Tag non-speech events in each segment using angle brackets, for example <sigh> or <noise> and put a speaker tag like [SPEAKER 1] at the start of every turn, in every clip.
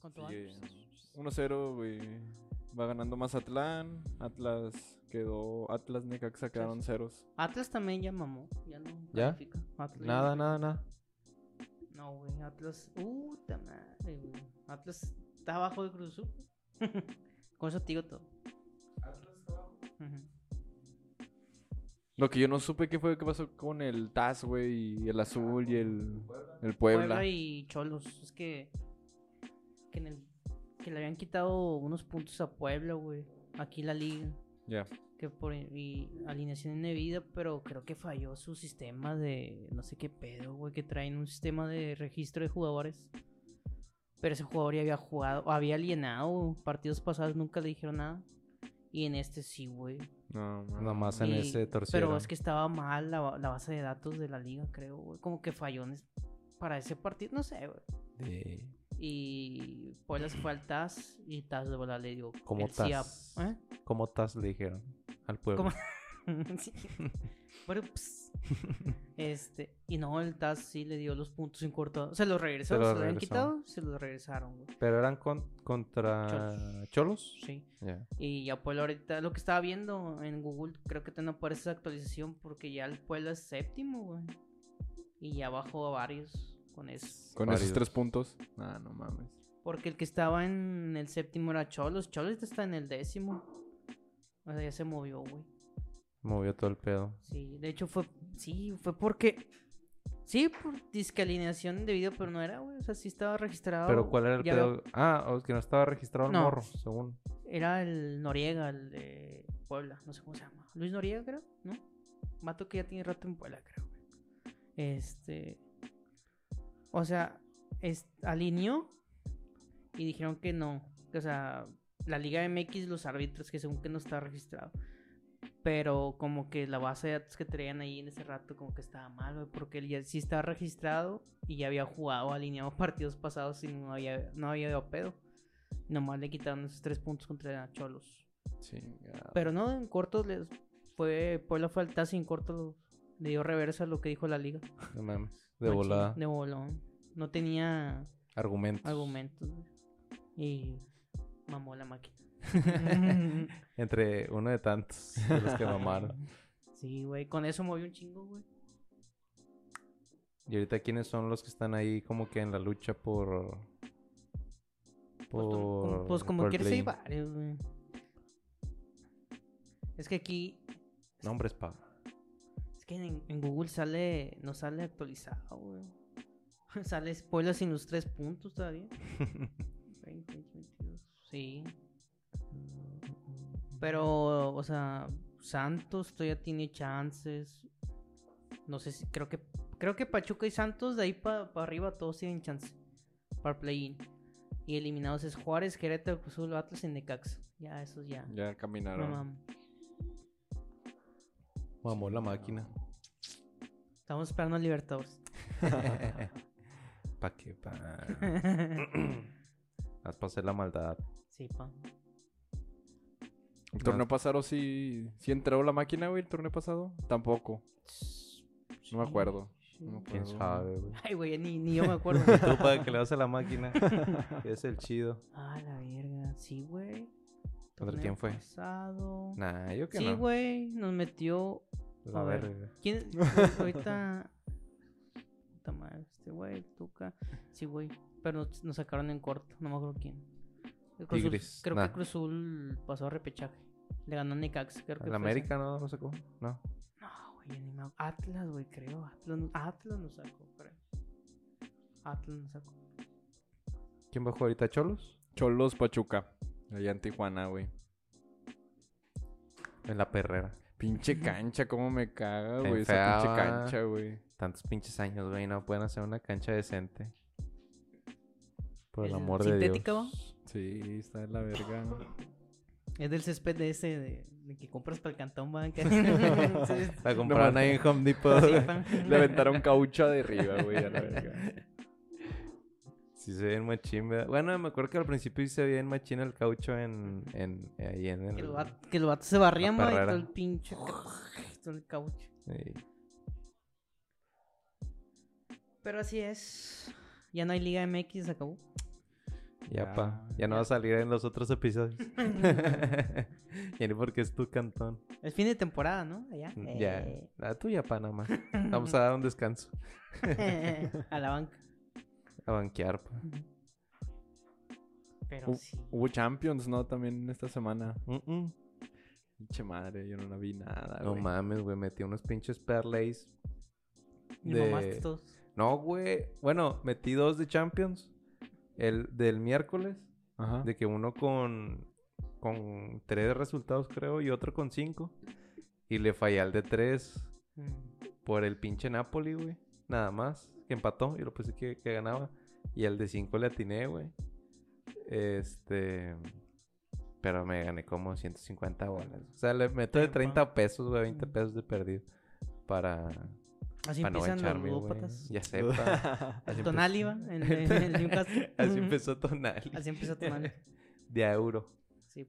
[SPEAKER 1] con tu
[SPEAKER 2] Sigue
[SPEAKER 1] Atlas.
[SPEAKER 2] 1-0, eh, güey. Va ganando Mazatlán. Atlas quedó. Atlas Necaxa quedaron ceros.
[SPEAKER 1] Atlas también ya mamó. Ya no
[SPEAKER 3] ¿Ya?
[SPEAKER 1] califica. Atlas ya
[SPEAKER 3] Nada,
[SPEAKER 1] no-
[SPEAKER 3] nada, nada.
[SPEAKER 1] No, güey. Atlas. Puta madre, güey. Atlas está abajo de Cruz Azul. <laughs> con eso te digo todo. Ujú.
[SPEAKER 2] Lo que yo no supe qué fue que pasó con el Taz, güey, y el Azul y el, el Puebla.
[SPEAKER 1] Puebla y Cholos. Es que. Que, en el, que le habían quitado unos puntos a Puebla, güey. Aquí la liga.
[SPEAKER 2] Ya.
[SPEAKER 1] Que por y alineación indebida, pero creo que falló su sistema de. No sé qué pedo, güey. Que traen un sistema de registro de jugadores. Pero ese jugador ya había jugado. o había alienado. Partidos pasados nunca le dijeron nada. Y en este sí, güey.
[SPEAKER 2] No, man.
[SPEAKER 3] Nada más en
[SPEAKER 1] Y-
[SPEAKER 3] ese torcieron.
[SPEAKER 1] Pero es que estaba mal la, ba- la base de datos de la liga, creo, güey. Como que falló en es- para ese partido. No sé, güey.
[SPEAKER 3] De-
[SPEAKER 1] Y Puebla se fue al TAS y TAS de bola le dio.
[SPEAKER 3] ¿Cómo
[SPEAKER 1] el sí a- ¿eh?
[SPEAKER 3] TAS? ¿Cómo estás? Le dijeron al pueblo.
[SPEAKER 1] ¿Cómo? ¿Eh? <laughs> Sí. Bueno, pues, Este. Y no, el TAS sí le dio los puntos en corto. Se los regresó,
[SPEAKER 3] Se
[SPEAKER 1] se
[SPEAKER 3] los
[SPEAKER 1] los, habían
[SPEAKER 3] regresó.
[SPEAKER 1] quitado, se los regresaron, güey.
[SPEAKER 3] <laughs> Pero eran con- contra Cholos.
[SPEAKER 1] Cholos. Sí.
[SPEAKER 3] Ya.
[SPEAKER 1] Y ya Puebla ahorita, lo que estaba viendo en Google, creo que te no aparece esa actualización porque ya el Puebla es séptimo, güey. Y ya bajó a varios con eso.
[SPEAKER 2] Con
[SPEAKER 3] Válidos.
[SPEAKER 2] esos tres puntos. Ah, no mames.
[SPEAKER 1] Porque el que estaba en el séptimo era Cholos. Cholos ahorita está en el décimo. O sea, ya se movió, güey.
[SPEAKER 3] Movió todo el pedo.
[SPEAKER 1] Sí, de hecho fue. Sí, fue porque. Sí, por discalineación debido, pero no era, güey. O sea, sí estaba registrado.
[SPEAKER 3] Pero ¿cuál era el
[SPEAKER 1] Ah, ya
[SPEAKER 3] pedo?
[SPEAKER 1] había-
[SPEAKER 3] Ah, o es que no estaba registrado el
[SPEAKER 1] No.
[SPEAKER 3] morro,
[SPEAKER 1] <laughs>
[SPEAKER 3] según.
[SPEAKER 1] Era el Noriega, el de Puebla. No sé cómo se llama. Luis Noriega, creo, ¿no? Mato que ya tiene rato en Puebla, creo, güey. Este. O sea, es, alineó y dijeron que no. O sea, la Liga MX, los árbitros, que según que no estaba registrado. Pero como que la base de datos que traían ahí en ese rato como que estaba mal, güey, porque él ya sí estaba registrado y ya había jugado, alineado <laughs> partidos pasados y no había, no había dado pedo. Nomás le quitaron esos tres puntos contra Cholos.
[SPEAKER 2] Chingado.
[SPEAKER 1] Pero no, en corto les fue, Puebla fue al TAS y en corto le dio reversa a lo que dijo la liga.
[SPEAKER 3] No mames. De
[SPEAKER 1] Machín,
[SPEAKER 3] volada.
[SPEAKER 1] De bolón. No tenía
[SPEAKER 3] Argumentos.
[SPEAKER 1] argumentos. güey. Y mamó la
[SPEAKER 3] <laughs>
[SPEAKER 1] máquina.
[SPEAKER 3] Entre uno de tantos de los que mamaron.
[SPEAKER 1] <laughs> Sí, güey. Con eso movió un chingo, güey.
[SPEAKER 3] Y ahorita, ¿quiénes son los que están ahí como que en la lucha por.
[SPEAKER 1] Pues, como- como-
[SPEAKER 3] por-
[SPEAKER 1] pues como
[SPEAKER 3] por el
[SPEAKER 1] quieres hay
[SPEAKER 3] play-in?
[SPEAKER 1] varios, güey. Es que aquí.
[SPEAKER 3] Nombres, pa.
[SPEAKER 1] Es que en, en Google sale. No sale actualizado, güey. <laughs> sale spoiler sin los tres puntos todavía. 20, 22. Sí. Pero, o sea, Santos todavía tiene chances. No sé si. Creo que. Creo que Pachuca y Santos de ahí para arriba todos tienen chance. Para play-in. Y eliminados es Juárez, Querétaro, Cruz Azul, Atlas y Necaxa. Ya, esos ya.
[SPEAKER 2] Ya
[SPEAKER 1] No
[SPEAKER 2] caminaron.
[SPEAKER 1] mames.
[SPEAKER 3] Mamó la máquina.
[SPEAKER 1] <laughs>
[SPEAKER 3] <laughs>
[SPEAKER 1] Estamos esperando a Libertadores.
[SPEAKER 3] pa' qué, pa. <clears throat> Haz pa' hacer la maldad.
[SPEAKER 1] sí, pa.
[SPEAKER 2] el
[SPEAKER 3] pues,
[SPEAKER 2] torneo pasado sí, sí entró la máquina, güey, el torneo pasado. Tampoco. No me acuerdo. No me
[SPEAKER 3] Quién
[SPEAKER 2] acuerdo.
[SPEAKER 3] sabe, <laughs> güey.
[SPEAKER 1] Ay, güey, ni, ni yo me acuerdo.
[SPEAKER 3] Y <laughs> tú para que le vas a la <laughs> máquina. que es el chido.
[SPEAKER 1] ah, la verga. Sí, güey.
[SPEAKER 3] ¿Contra
[SPEAKER 1] Torneo
[SPEAKER 3] quién fue?
[SPEAKER 1] pasado.
[SPEAKER 3] Nah, yo que
[SPEAKER 1] Sí,
[SPEAKER 3] no.
[SPEAKER 1] güey, nos metió.
[SPEAKER 3] La
[SPEAKER 1] A ver.
[SPEAKER 3] verga. <laughs>
[SPEAKER 1] ¿Quién? Güey, Ahorita. Puta madre, este güey, Tuca. Sí, güey. Pero nos, nos sacaron en corto, no me acuerdo quién. El Cruz Azul-
[SPEAKER 3] Tigres,
[SPEAKER 1] creo
[SPEAKER 3] nah.
[SPEAKER 1] que Cruz Azul pasó a repechaje. Le ganó a Necaxa, creo que.
[SPEAKER 3] ¿El
[SPEAKER 1] fue
[SPEAKER 3] América no lo sacó? No.
[SPEAKER 1] ese. No, güey, yo ni me acuerdo. Atlas, güey, creo. Atlas, no- Atlas nos sacó, creo. Atlas nos sacó.
[SPEAKER 3] ¿Quién bajó ahorita? ¿Cholos?
[SPEAKER 2] Cholos Pachuca. Allá en Tijuana, güey.
[SPEAKER 3] En la perrera.
[SPEAKER 2] Pinche cancha, cómo me caga, güey.
[SPEAKER 3] fea,
[SPEAKER 2] Esa pinche
[SPEAKER 3] va.
[SPEAKER 2] cancha, güey.
[SPEAKER 3] Tantos pinches años, güey. No pueden hacer una cancha decente. Por el
[SPEAKER 1] ¿Es
[SPEAKER 3] amor de Dios.
[SPEAKER 1] sintética, va?
[SPEAKER 2] Sí, está de la verga.
[SPEAKER 1] Es del césped de ese de, de que compras para el cantón, van. <laughs>
[SPEAKER 3] La compraron ahí en Home Depot. güey. <laughs>
[SPEAKER 2] Le aventaron caucha de arriba, güey, a la verga.
[SPEAKER 3] Sí se ve bien machín, ¿verdad? Bueno, me acuerdo que al principio sí se ve bien machín el caucho en... en ahí en el...
[SPEAKER 1] Que los vatos, que los vatos se barrían,
[SPEAKER 3] La
[SPEAKER 1] güey, y todo
[SPEAKER 3] perrera.
[SPEAKER 1] el pinche. ca- todo el caucho.
[SPEAKER 3] Sí.
[SPEAKER 1] Pero así es. Ya no hay Liga MX, se acabó.
[SPEAKER 3] Ya, pa.
[SPEAKER 2] Ya,
[SPEAKER 3] Ya no va a salir en los otros episodios. <laughs> y ni porque es tu cantón.
[SPEAKER 1] Es fin de temporada, ¿no? Allá.
[SPEAKER 3] Ya.
[SPEAKER 1] Eh.
[SPEAKER 3] Ah, tú ya, pa, nada <laughs> más. Vamos a dar un descanso.
[SPEAKER 1] <laughs> a la banca.
[SPEAKER 3] A banquear, pa.
[SPEAKER 1] Pero
[SPEAKER 2] Uh.
[SPEAKER 1] sí.
[SPEAKER 2] Hubo Champions, ¿no? También esta semana.
[SPEAKER 3] Mm, mm.
[SPEAKER 2] Pinche madre, yo no la vi nada,
[SPEAKER 3] No
[SPEAKER 2] güey.
[SPEAKER 3] mames, güey. Metí unos pinches parlays.
[SPEAKER 1] Y
[SPEAKER 3] de-
[SPEAKER 1] mamaste todos.
[SPEAKER 3] No, güey. Bueno, metí dos de Champions. El del miércoles.
[SPEAKER 2] Ajá.
[SPEAKER 3] De que uno con, con tres resultados, creo, y otro con cinco. Y le fallé al de tres
[SPEAKER 1] Mm.
[SPEAKER 3] por el pinche Napoli, güey. Nada más. Que empató. Yo lo pensé que, que ganaba. Y al de cinco le atiné, güey. Este. Pero me gané como 150 bolas. O sea, le meto de
[SPEAKER 1] Epa.
[SPEAKER 3] 30 pesos, güey, 20
[SPEAKER 1] Mm.
[SPEAKER 3] pesos de perdido. Para,
[SPEAKER 1] Así
[SPEAKER 3] para no
[SPEAKER 1] empiezan los
[SPEAKER 3] gancharme, güey.
[SPEAKER 1] ludópatas.
[SPEAKER 3] Ya sepa.
[SPEAKER 2] <laughs>
[SPEAKER 3] Así
[SPEAKER 1] Tonali,
[SPEAKER 3] empezó-
[SPEAKER 1] ¿va? <laughs> En- en- en Newcastle.
[SPEAKER 3] <laughs> Así empezó Tonali.
[SPEAKER 1] Así empezó Tonali.
[SPEAKER 3] <laughs> De a euro.
[SPEAKER 1] Sí.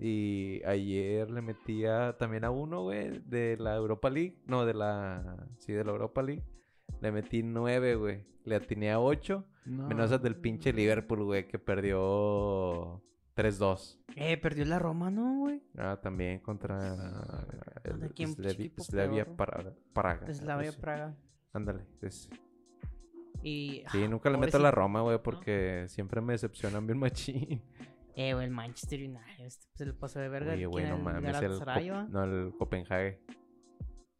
[SPEAKER 3] Y ayer le metía también a uno, güey, de la Europa League. No, de la. Sí, de la Europa League. Le metí nueve, güey. Le atiné a ocho.
[SPEAKER 2] No.
[SPEAKER 1] Ah.
[SPEAKER 3] Menos al del pinche Liverpool, güey, que perdió 3-2.
[SPEAKER 1] Eh, perdió la Roma, ¿no, güey?
[SPEAKER 3] Ah, también contra. el pues,
[SPEAKER 1] ¿Contra Ah, quién, pinche
[SPEAKER 3] Slavi-
[SPEAKER 1] equipo
[SPEAKER 3] Slavia
[SPEAKER 1] peor?
[SPEAKER 3] Praga. Praga, algo
[SPEAKER 1] Es la Bella
[SPEAKER 3] así.
[SPEAKER 1] Praga.
[SPEAKER 3] Ándale, ese.
[SPEAKER 1] Y.
[SPEAKER 3] Sí,
[SPEAKER 1] ah,
[SPEAKER 3] nunca le meto a la
[SPEAKER 1] pobrecito.
[SPEAKER 3] Roma, güey, porque siempre me decepcionan bien machín.
[SPEAKER 1] Eh, güey, el Manchester United. este, Se le pasó de verga.
[SPEAKER 3] Oye, güey,
[SPEAKER 1] ¿Quién
[SPEAKER 3] no
[SPEAKER 1] era el
[SPEAKER 3] mames. El
[SPEAKER 1] Galatasaray, va?
[SPEAKER 3] Cop- no, el Copenhague.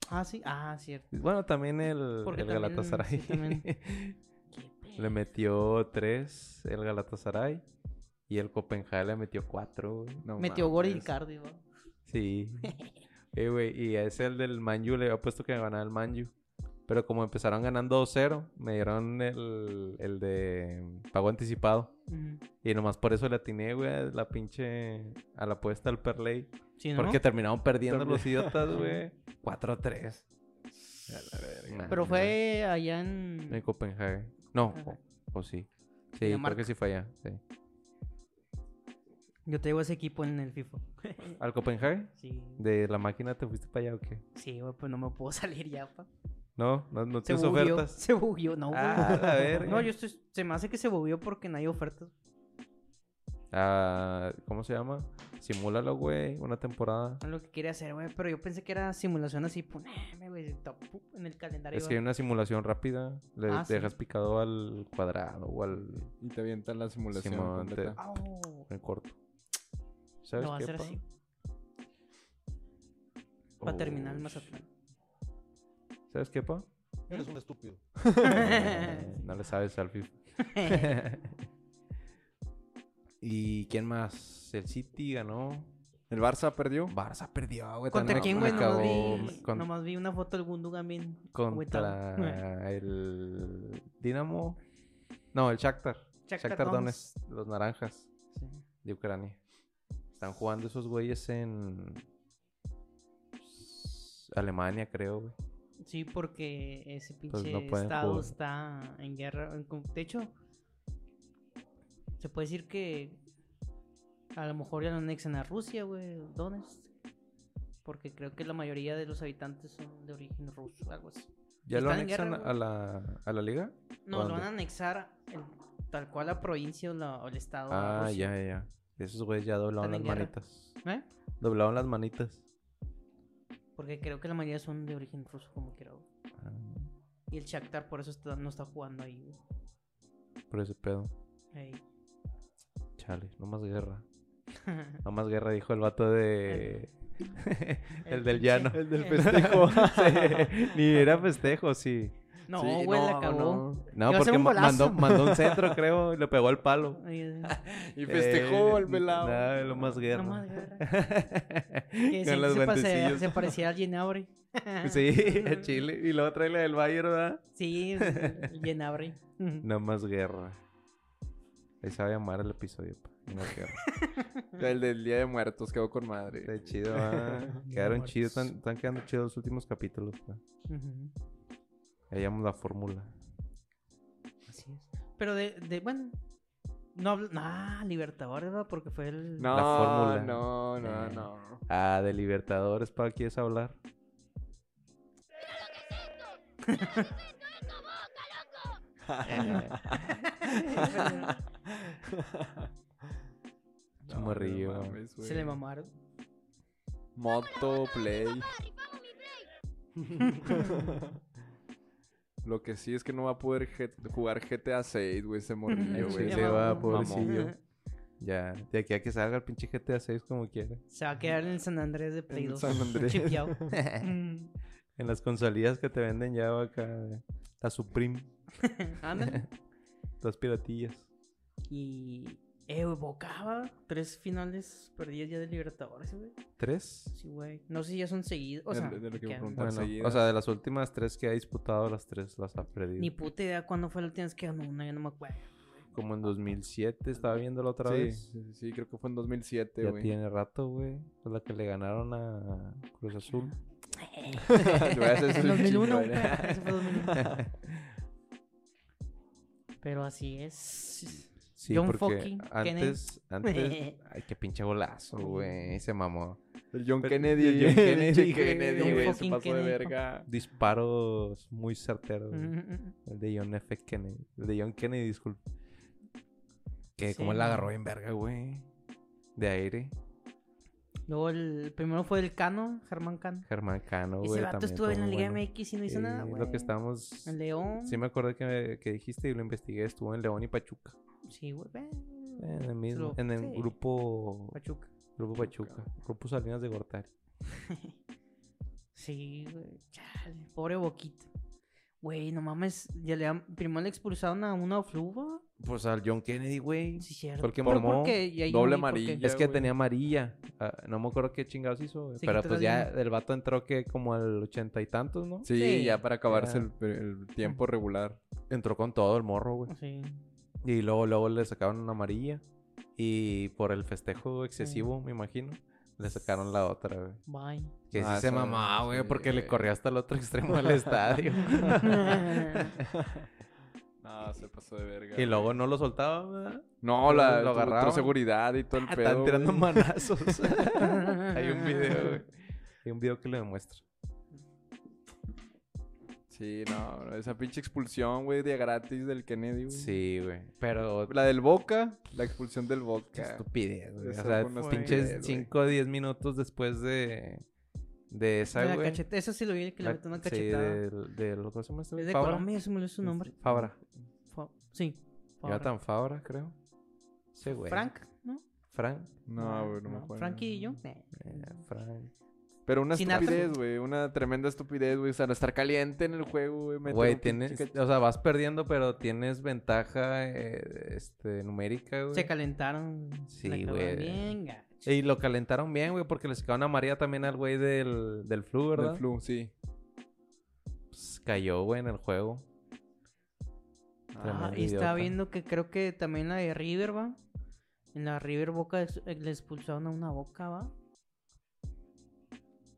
[SPEAKER 1] Ah, sí. Ah, cierto.
[SPEAKER 3] Bueno, también el,
[SPEAKER 1] Porque
[SPEAKER 3] el
[SPEAKER 1] también,
[SPEAKER 3] Galatasaray.
[SPEAKER 1] sí, también. Qué
[SPEAKER 3] <laughs> le
[SPEAKER 1] pedo.
[SPEAKER 3] metió 3 el Galatasaray. Y el Copenhague le metió 4, güey.
[SPEAKER 2] No
[SPEAKER 1] Metió gol y
[SPEAKER 2] mames.
[SPEAKER 1] cardio, va. <laughs>
[SPEAKER 3] Sí. Eh, güey, y a ese el del Manju le había puesto que ganaba el Manju. Pero como empezaron ganando 2-0, me dieron el, el de pago anticipado.
[SPEAKER 1] Ujú.
[SPEAKER 3] Y nomás por eso le atiné, güey, a la pinche... A la apuesta al Perley.
[SPEAKER 1] Sí, ¿no?
[SPEAKER 3] Porque terminaron perdiendo
[SPEAKER 2] También.
[SPEAKER 3] los idiotas,
[SPEAKER 1] <laughs>
[SPEAKER 3] güey. 4-3. Nah,
[SPEAKER 1] Pero
[SPEAKER 3] no,
[SPEAKER 1] fue allá
[SPEAKER 3] En
[SPEAKER 1] en.
[SPEAKER 3] Copenhague. No,
[SPEAKER 1] Ajá.
[SPEAKER 3] o, o sí. Sí, creo
[SPEAKER 1] Dinamarca.
[SPEAKER 3] que sí fue allá. sí.
[SPEAKER 1] Yo te digo ese equipo en el
[SPEAKER 3] <laughs>
[SPEAKER 1] FIFA.
[SPEAKER 3] ¿Al Copenhague?
[SPEAKER 1] Sí.
[SPEAKER 3] ¿De la máquina te fuiste para allá o qué?
[SPEAKER 1] Sí, güey, pues no me puedo <laughs> salir ya, pa.
[SPEAKER 3] No, no, no
[SPEAKER 1] Se
[SPEAKER 3] tienes
[SPEAKER 1] bugueó.
[SPEAKER 3] ofertas.
[SPEAKER 1] Se bugueó, no, güey.
[SPEAKER 3] Ah, la verga.
[SPEAKER 1] No, yo estoy. Se me hace que se bugueó porque no hay ofertas.
[SPEAKER 3] Ah, ¿Cómo se llama? Simúlalo, güey. Una temporada.
[SPEAKER 1] Es lo que quería hacer, güey. Pero yo pensé que era simulación así, pues, poneme, güey, top, pup, en el calendario.
[SPEAKER 3] Es que hay una simulación rápida. Le
[SPEAKER 1] Ah, sí.
[SPEAKER 3] dejas picado al cuadrado o al
[SPEAKER 2] Y te avientan la simulación
[SPEAKER 3] Simón,
[SPEAKER 2] completa.
[SPEAKER 3] te-
[SPEAKER 1] Au.
[SPEAKER 3] en corto. ¿Sabes
[SPEAKER 1] Lo va a
[SPEAKER 3] qué,
[SPEAKER 1] hacer
[SPEAKER 3] pa?
[SPEAKER 1] así. Para terminar
[SPEAKER 3] Oh,
[SPEAKER 1] más
[SPEAKER 3] <laughs>
[SPEAKER 1] atrás.
[SPEAKER 3] ¿Sabes qué, pa?
[SPEAKER 4] Eres un estúpido.
[SPEAKER 3] <laughs> no le sabes al FIFA.
[SPEAKER 1] <laughs>
[SPEAKER 3] <laughs> ¿Y quién más? El City ganó.
[SPEAKER 2] El Barça perdió.
[SPEAKER 3] Barça perdió, güey.
[SPEAKER 1] ¿Contra quién,
[SPEAKER 3] también me
[SPEAKER 1] güey? Nomás
[SPEAKER 3] cagó,
[SPEAKER 1] vi,
[SPEAKER 3] me- con-
[SPEAKER 1] nomás vi una foto del Gundogan bien agüitado. <laughs>
[SPEAKER 3] contra el Dinamo. No, el Shakhtar.
[SPEAKER 1] Shakhtar
[SPEAKER 3] Shakhtar,
[SPEAKER 1] Donetsk.
[SPEAKER 3] Donetsk, los naranjas
[SPEAKER 1] Sí.
[SPEAKER 3] de Ucrania. Están jugando esos güeyes en pues, Alemania, creo, güey.
[SPEAKER 1] Sí, porque ese
[SPEAKER 3] Pues
[SPEAKER 1] pinche
[SPEAKER 3] no pueden
[SPEAKER 1] estado
[SPEAKER 3] jugar.
[SPEAKER 1] está en guerra. en con- De hecho, se puede decir que a lo mejor ya lo anexan a Rusia, güey, Donetsk. Porque creo que la mayoría de los habitantes son de origen ruso, algo así.
[SPEAKER 3] ¿Ya lo
[SPEAKER 1] Están en
[SPEAKER 3] anexan
[SPEAKER 1] guerra,
[SPEAKER 3] a la, a la liga?
[SPEAKER 1] No, pues lo van
[SPEAKER 3] ¿Dónde?
[SPEAKER 1] a anexar el- tal cual la provincia o, la- o el estado. a
[SPEAKER 3] Ah,
[SPEAKER 1] Rusia.
[SPEAKER 3] ya, ya, ya. Esos güeyes ya doblaron las
[SPEAKER 1] Están en guerra.
[SPEAKER 3] manitas.
[SPEAKER 1] ¿Eh?
[SPEAKER 3] Doblaron las manitas.
[SPEAKER 1] Porque creo que la mayoría son de origen ruso, como quiera. güey.
[SPEAKER 3] Ah,
[SPEAKER 1] Y el Shakhtar por eso está- no está jugando ahí. güey.
[SPEAKER 3] por ese pedo.
[SPEAKER 1] Ey.
[SPEAKER 3] Chale, no más guerra. No más guerra, dijo el vato de. <laughs> el,
[SPEAKER 1] El
[SPEAKER 3] del
[SPEAKER 1] pinche-
[SPEAKER 3] llano.
[SPEAKER 1] el
[SPEAKER 3] <laughs>
[SPEAKER 1] del
[SPEAKER 3] festejo. Ni era festejo, sí.
[SPEAKER 1] <laughs> No,
[SPEAKER 2] Sí,
[SPEAKER 1] güey, la
[SPEAKER 2] no,
[SPEAKER 1] cagó.
[SPEAKER 2] no.
[SPEAKER 1] Iba
[SPEAKER 3] No,
[SPEAKER 1] a ser
[SPEAKER 3] porque
[SPEAKER 1] un
[SPEAKER 3] ma- mandó,
[SPEAKER 1] golazo.
[SPEAKER 3] mandó
[SPEAKER 1] <laughs>
[SPEAKER 3] un centro, creo, y le pegó al palo.
[SPEAKER 2] <laughs>
[SPEAKER 1] Ay,
[SPEAKER 2] Y festejó
[SPEAKER 3] Eh,
[SPEAKER 2] el pelado.
[SPEAKER 3] nah, lo más guerra.
[SPEAKER 1] No
[SPEAKER 3] <laughs>
[SPEAKER 1] más
[SPEAKER 2] <laughs>
[SPEAKER 1] guerra. Que
[SPEAKER 3] Con
[SPEAKER 1] sí,
[SPEAKER 3] los
[SPEAKER 1] se, pase-
[SPEAKER 3] guantecillos.
[SPEAKER 1] se parecía a
[SPEAKER 2] <laughs>
[SPEAKER 1] Gennabry. <laughs>
[SPEAKER 3] Sí, a Chile. Y luego trae la del Bayern, ¿verdad?
[SPEAKER 1] Sí, el Gennabry.
[SPEAKER 2] <laughs>
[SPEAKER 3] No más guerra. Ahí se va a llamar el episodio, pa. No
[SPEAKER 1] <laughs>
[SPEAKER 3] más guerra.
[SPEAKER 2] El del Día de Muertos quedó con madre.
[SPEAKER 3] Está chido, ¿verdad? Quedaron
[SPEAKER 1] Muertos.
[SPEAKER 3] chidos, están, están quedando chidos los últimos capítulos, pa.
[SPEAKER 1] Ujú,
[SPEAKER 3] Ya llamamos la fórmula.
[SPEAKER 1] Así es. Pero de, de bueno, no hablo. Ah, Libertadores, ¿verdad? Porque fue el.
[SPEAKER 2] No,
[SPEAKER 3] La fórmula.
[SPEAKER 2] no, no,
[SPEAKER 3] Eh.
[SPEAKER 2] no.
[SPEAKER 3] Ah, de Libertadores, pa, ¿quieres hablar?
[SPEAKER 1] Eh,
[SPEAKER 2] No,
[SPEAKER 3] Morrillo.
[SPEAKER 2] no mames,
[SPEAKER 1] <laughs> Se le
[SPEAKER 2] güey.
[SPEAKER 1] mamaron.
[SPEAKER 2] Moto, play. <laughs> Lo que sí es que no va a poder G- jugar GTA 6, güey, ese morrillo,
[SPEAKER 1] <laughs>
[SPEAKER 3] Sí,
[SPEAKER 2] güey.
[SPEAKER 3] se va,
[SPEAKER 1] mamón.
[SPEAKER 3] pobrecillo.
[SPEAKER 1] Mamón.
[SPEAKER 3] Ya, de aquí a que salga el pinche GTA 6 como quiera.
[SPEAKER 1] <laughs> Se va a quedar en el San Andrés de Play
[SPEAKER 2] En
[SPEAKER 1] 2.
[SPEAKER 2] San Andrés. <laughs>
[SPEAKER 1] Chipeado. Mm,
[SPEAKER 3] En las consolillas que te venden ya acá, de- la Supreme,
[SPEAKER 1] Ándale.
[SPEAKER 3] las piratillas.
[SPEAKER 1] Y. Eh, güey, Bocaba. Tres finales perdidas ya de Libertadores, güey.
[SPEAKER 3] ¿Tres?
[SPEAKER 1] Sí, güey. No sé si ya son seguidos. O
[SPEAKER 2] De-
[SPEAKER 1] sea,
[SPEAKER 2] de lo que
[SPEAKER 1] quedan-
[SPEAKER 2] pregunté.
[SPEAKER 3] Bueno, o
[SPEAKER 2] seguidas.
[SPEAKER 3] sea, de las últimas tres que ha disputado, las tres las ha perdido.
[SPEAKER 1] ni puta idea cuándo fue la última vez que ganó una. Ya no me acuerdo. <laughs>
[SPEAKER 3] Como en 2007, estaba viéndolo otra
[SPEAKER 2] Sí,
[SPEAKER 3] vez.
[SPEAKER 2] sí, sí, creo que fue en 2007,
[SPEAKER 3] Ya
[SPEAKER 2] güey.
[SPEAKER 3] tiene rato, güey. Es la que le ganaron a Cruz Azul.
[SPEAKER 2] Te voy a hacer su
[SPEAKER 1] En 2001, güey.
[SPEAKER 2] chingadera.
[SPEAKER 1] Eso fue 2001. Pero así es.
[SPEAKER 3] Sí,
[SPEAKER 1] John
[SPEAKER 3] porque
[SPEAKER 1] fucking Kennedy.
[SPEAKER 3] antes,
[SPEAKER 1] <laughs>
[SPEAKER 3] antes... Ay, qué pinche golazo, güey. Se mamó.
[SPEAKER 2] El John
[SPEAKER 3] Pero-
[SPEAKER 2] Kennedy,
[SPEAKER 3] <laughs> el
[SPEAKER 2] el
[SPEAKER 3] John
[SPEAKER 2] John Kennedy,
[SPEAKER 3] Kennedy,
[SPEAKER 1] güey.
[SPEAKER 2] Kennedy, güey, se
[SPEAKER 1] Fucking
[SPEAKER 2] pasó de
[SPEAKER 1] Kennedy.
[SPEAKER 2] verga.
[SPEAKER 3] Disparos muy certeros. güey.
[SPEAKER 1] Mm,
[SPEAKER 3] El de John F. Kennedy. El de John Kennedy, disculpe. Que
[SPEAKER 1] Sí,
[SPEAKER 3] como la
[SPEAKER 1] no.
[SPEAKER 3] agarró en verga, güey. De aire.
[SPEAKER 1] Luego el primero fue el Cano, Germán Cano.
[SPEAKER 3] Germán Cano, güey.
[SPEAKER 1] Ese vato
[SPEAKER 3] también
[SPEAKER 1] estuvo en
[SPEAKER 3] fue
[SPEAKER 1] la
[SPEAKER 3] muy
[SPEAKER 1] Liga
[SPEAKER 3] bueno.
[SPEAKER 1] MX y no hizo nada,
[SPEAKER 3] Sí,
[SPEAKER 1] güey.
[SPEAKER 3] Lo que estábamos...
[SPEAKER 1] El León.
[SPEAKER 3] Sí me acordé que, me- que dijiste y lo investigué. Estuvo en León y Pachuca.
[SPEAKER 1] Sí, güey. ve,
[SPEAKER 3] En el mismo...
[SPEAKER 1] Lo-
[SPEAKER 3] En el
[SPEAKER 1] sí.
[SPEAKER 3] grupo...
[SPEAKER 1] Pachuca.
[SPEAKER 3] Grupo
[SPEAKER 2] Pachuca.
[SPEAKER 3] Pachuca. Grupo Salinas de Gortari.
[SPEAKER 1] Sí, güey. Chale, pobre Boquita. Güey, no mames. Ya le han- primero le expulsaron a una ofluva.
[SPEAKER 3] Pues al John Kennedy, güey.
[SPEAKER 1] Sí, cierto.
[SPEAKER 3] Porque
[SPEAKER 1] Pero
[SPEAKER 3] mamó,
[SPEAKER 1] porque- y ahí
[SPEAKER 2] doble
[SPEAKER 1] vi por qué.
[SPEAKER 2] amarilla.
[SPEAKER 3] Es que
[SPEAKER 2] güey.
[SPEAKER 3] tenía amarilla. Ah, no me acuerdo qué chingados hizo, güey.
[SPEAKER 1] Sí,
[SPEAKER 3] pero
[SPEAKER 1] que
[SPEAKER 3] pues
[SPEAKER 1] tras-
[SPEAKER 3] ya el vato entró que como al ochenta y tantos, ¿no?
[SPEAKER 2] Sí,
[SPEAKER 1] Sí.
[SPEAKER 2] ya para acabarse
[SPEAKER 3] Ya.
[SPEAKER 2] el, el tiempo regular.
[SPEAKER 3] Entró con todo el morro, güey.
[SPEAKER 1] Sí.
[SPEAKER 3] Y luego, luego le sacaron una amarilla. Y por el festejo excesivo, me imagino, le sacaron la otra, güey.
[SPEAKER 1] Bye.
[SPEAKER 3] Que
[SPEAKER 2] Ah,
[SPEAKER 3] sí se
[SPEAKER 2] esa-
[SPEAKER 3] mamá, güey,
[SPEAKER 2] sí,
[SPEAKER 3] porque le
[SPEAKER 2] güey.
[SPEAKER 3] corrió hasta el otro extremo del
[SPEAKER 1] <laughs>
[SPEAKER 3] estadio.
[SPEAKER 2] No, se pasó de verga.
[SPEAKER 3] y luego no lo soltaba, ¿verdad?
[SPEAKER 2] No, la
[SPEAKER 3] lo
[SPEAKER 2] tu- tu
[SPEAKER 3] agarraban.
[SPEAKER 2] seguridad y todo el
[SPEAKER 3] Ah,
[SPEAKER 2] pedo.
[SPEAKER 3] Están tirando
[SPEAKER 2] güey.
[SPEAKER 3] manazos. <laughs> Hay un video,
[SPEAKER 1] <laughs>
[SPEAKER 3] güey. Hay un video que lo demuestra.
[SPEAKER 2] Sí, no, no, esa pinche expulsión, güey, de gratis del Kennedy, güey.
[SPEAKER 3] Sí, güey. Pero
[SPEAKER 2] La del Boca, la expulsión del
[SPEAKER 3] Qué
[SPEAKER 2] Boca.
[SPEAKER 3] estupidez, güey. O
[SPEAKER 2] Esa
[SPEAKER 3] sea,
[SPEAKER 2] fue una
[SPEAKER 3] pinches
[SPEAKER 2] estupidez, güey.
[SPEAKER 3] 5 o 10 minutos después de, de
[SPEAKER 1] De
[SPEAKER 3] esa,
[SPEAKER 1] la
[SPEAKER 3] güey.
[SPEAKER 1] cachete- Eso sí lo vi, que le
[SPEAKER 3] La-
[SPEAKER 1] metió una
[SPEAKER 3] sí,
[SPEAKER 1] cachetada.
[SPEAKER 3] del- del- ¿cómo se llama este güey?
[SPEAKER 1] Es de
[SPEAKER 3] Fabra.
[SPEAKER 1] Colombia, se me olvidó su nombre.
[SPEAKER 3] Fabra.
[SPEAKER 1] Fa- Sí. Fabra.
[SPEAKER 3] Jonathan Fabra, creo. Ese güey.
[SPEAKER 1] Frank, ¿no?
[SPEAKER 3] Frank.
[SPEAKER 1] Ah,
[SPEAKER 2] No, güey, no me
[SPEAKER 1] no.
[SPEAKER 2] acuerdo.
[SPEAKER 1] Frankie y yo. eh.
[SPEAKER 3] Eh, Frank.
[SPEAKER 2] Pero una
[SPEAKER 1] Sinatra.
[SPEAKER 2] estupidez, güey. Una tremenda estupidez, güey. O sea, no estar caliente en el juego, güey. meter
[SPEAKER 3] Güey,
[SPEAKER 2] un pinche
[SPEAKER 3] tienes...
[SPEAKER 2] cach-
[SPEAKER 3] O sea, vas perdiendo, pero tienes ventaja eh, este, numérica, güey.
[SPEAKER 1] Se calentaron.
[SPEAKER 3] Sí,
[SPEAKER 1] la acabaron
[SPEAKER 3] güey.
[SPEAKER 1] Bien, gacho.
[SPEAKER 3] Y lo calentaron bien, güey, porque le sacaron a María también al güey del, del flu, ¿verdad?
[SPEAKER 2] Del flu, sí.
[SPEAKER 3] Pues, cayó, güey, en el juego.
[SPEAKER 1] Ah,
[SPEAKER 3] Tremendo
[SPEAKER 1] y estaba
[SPEAKER 3] idiota.
[SPEAKER 1] viendo que creo que también la de River, va. En la River Boca es- eh, le expulsaron a una boca, va.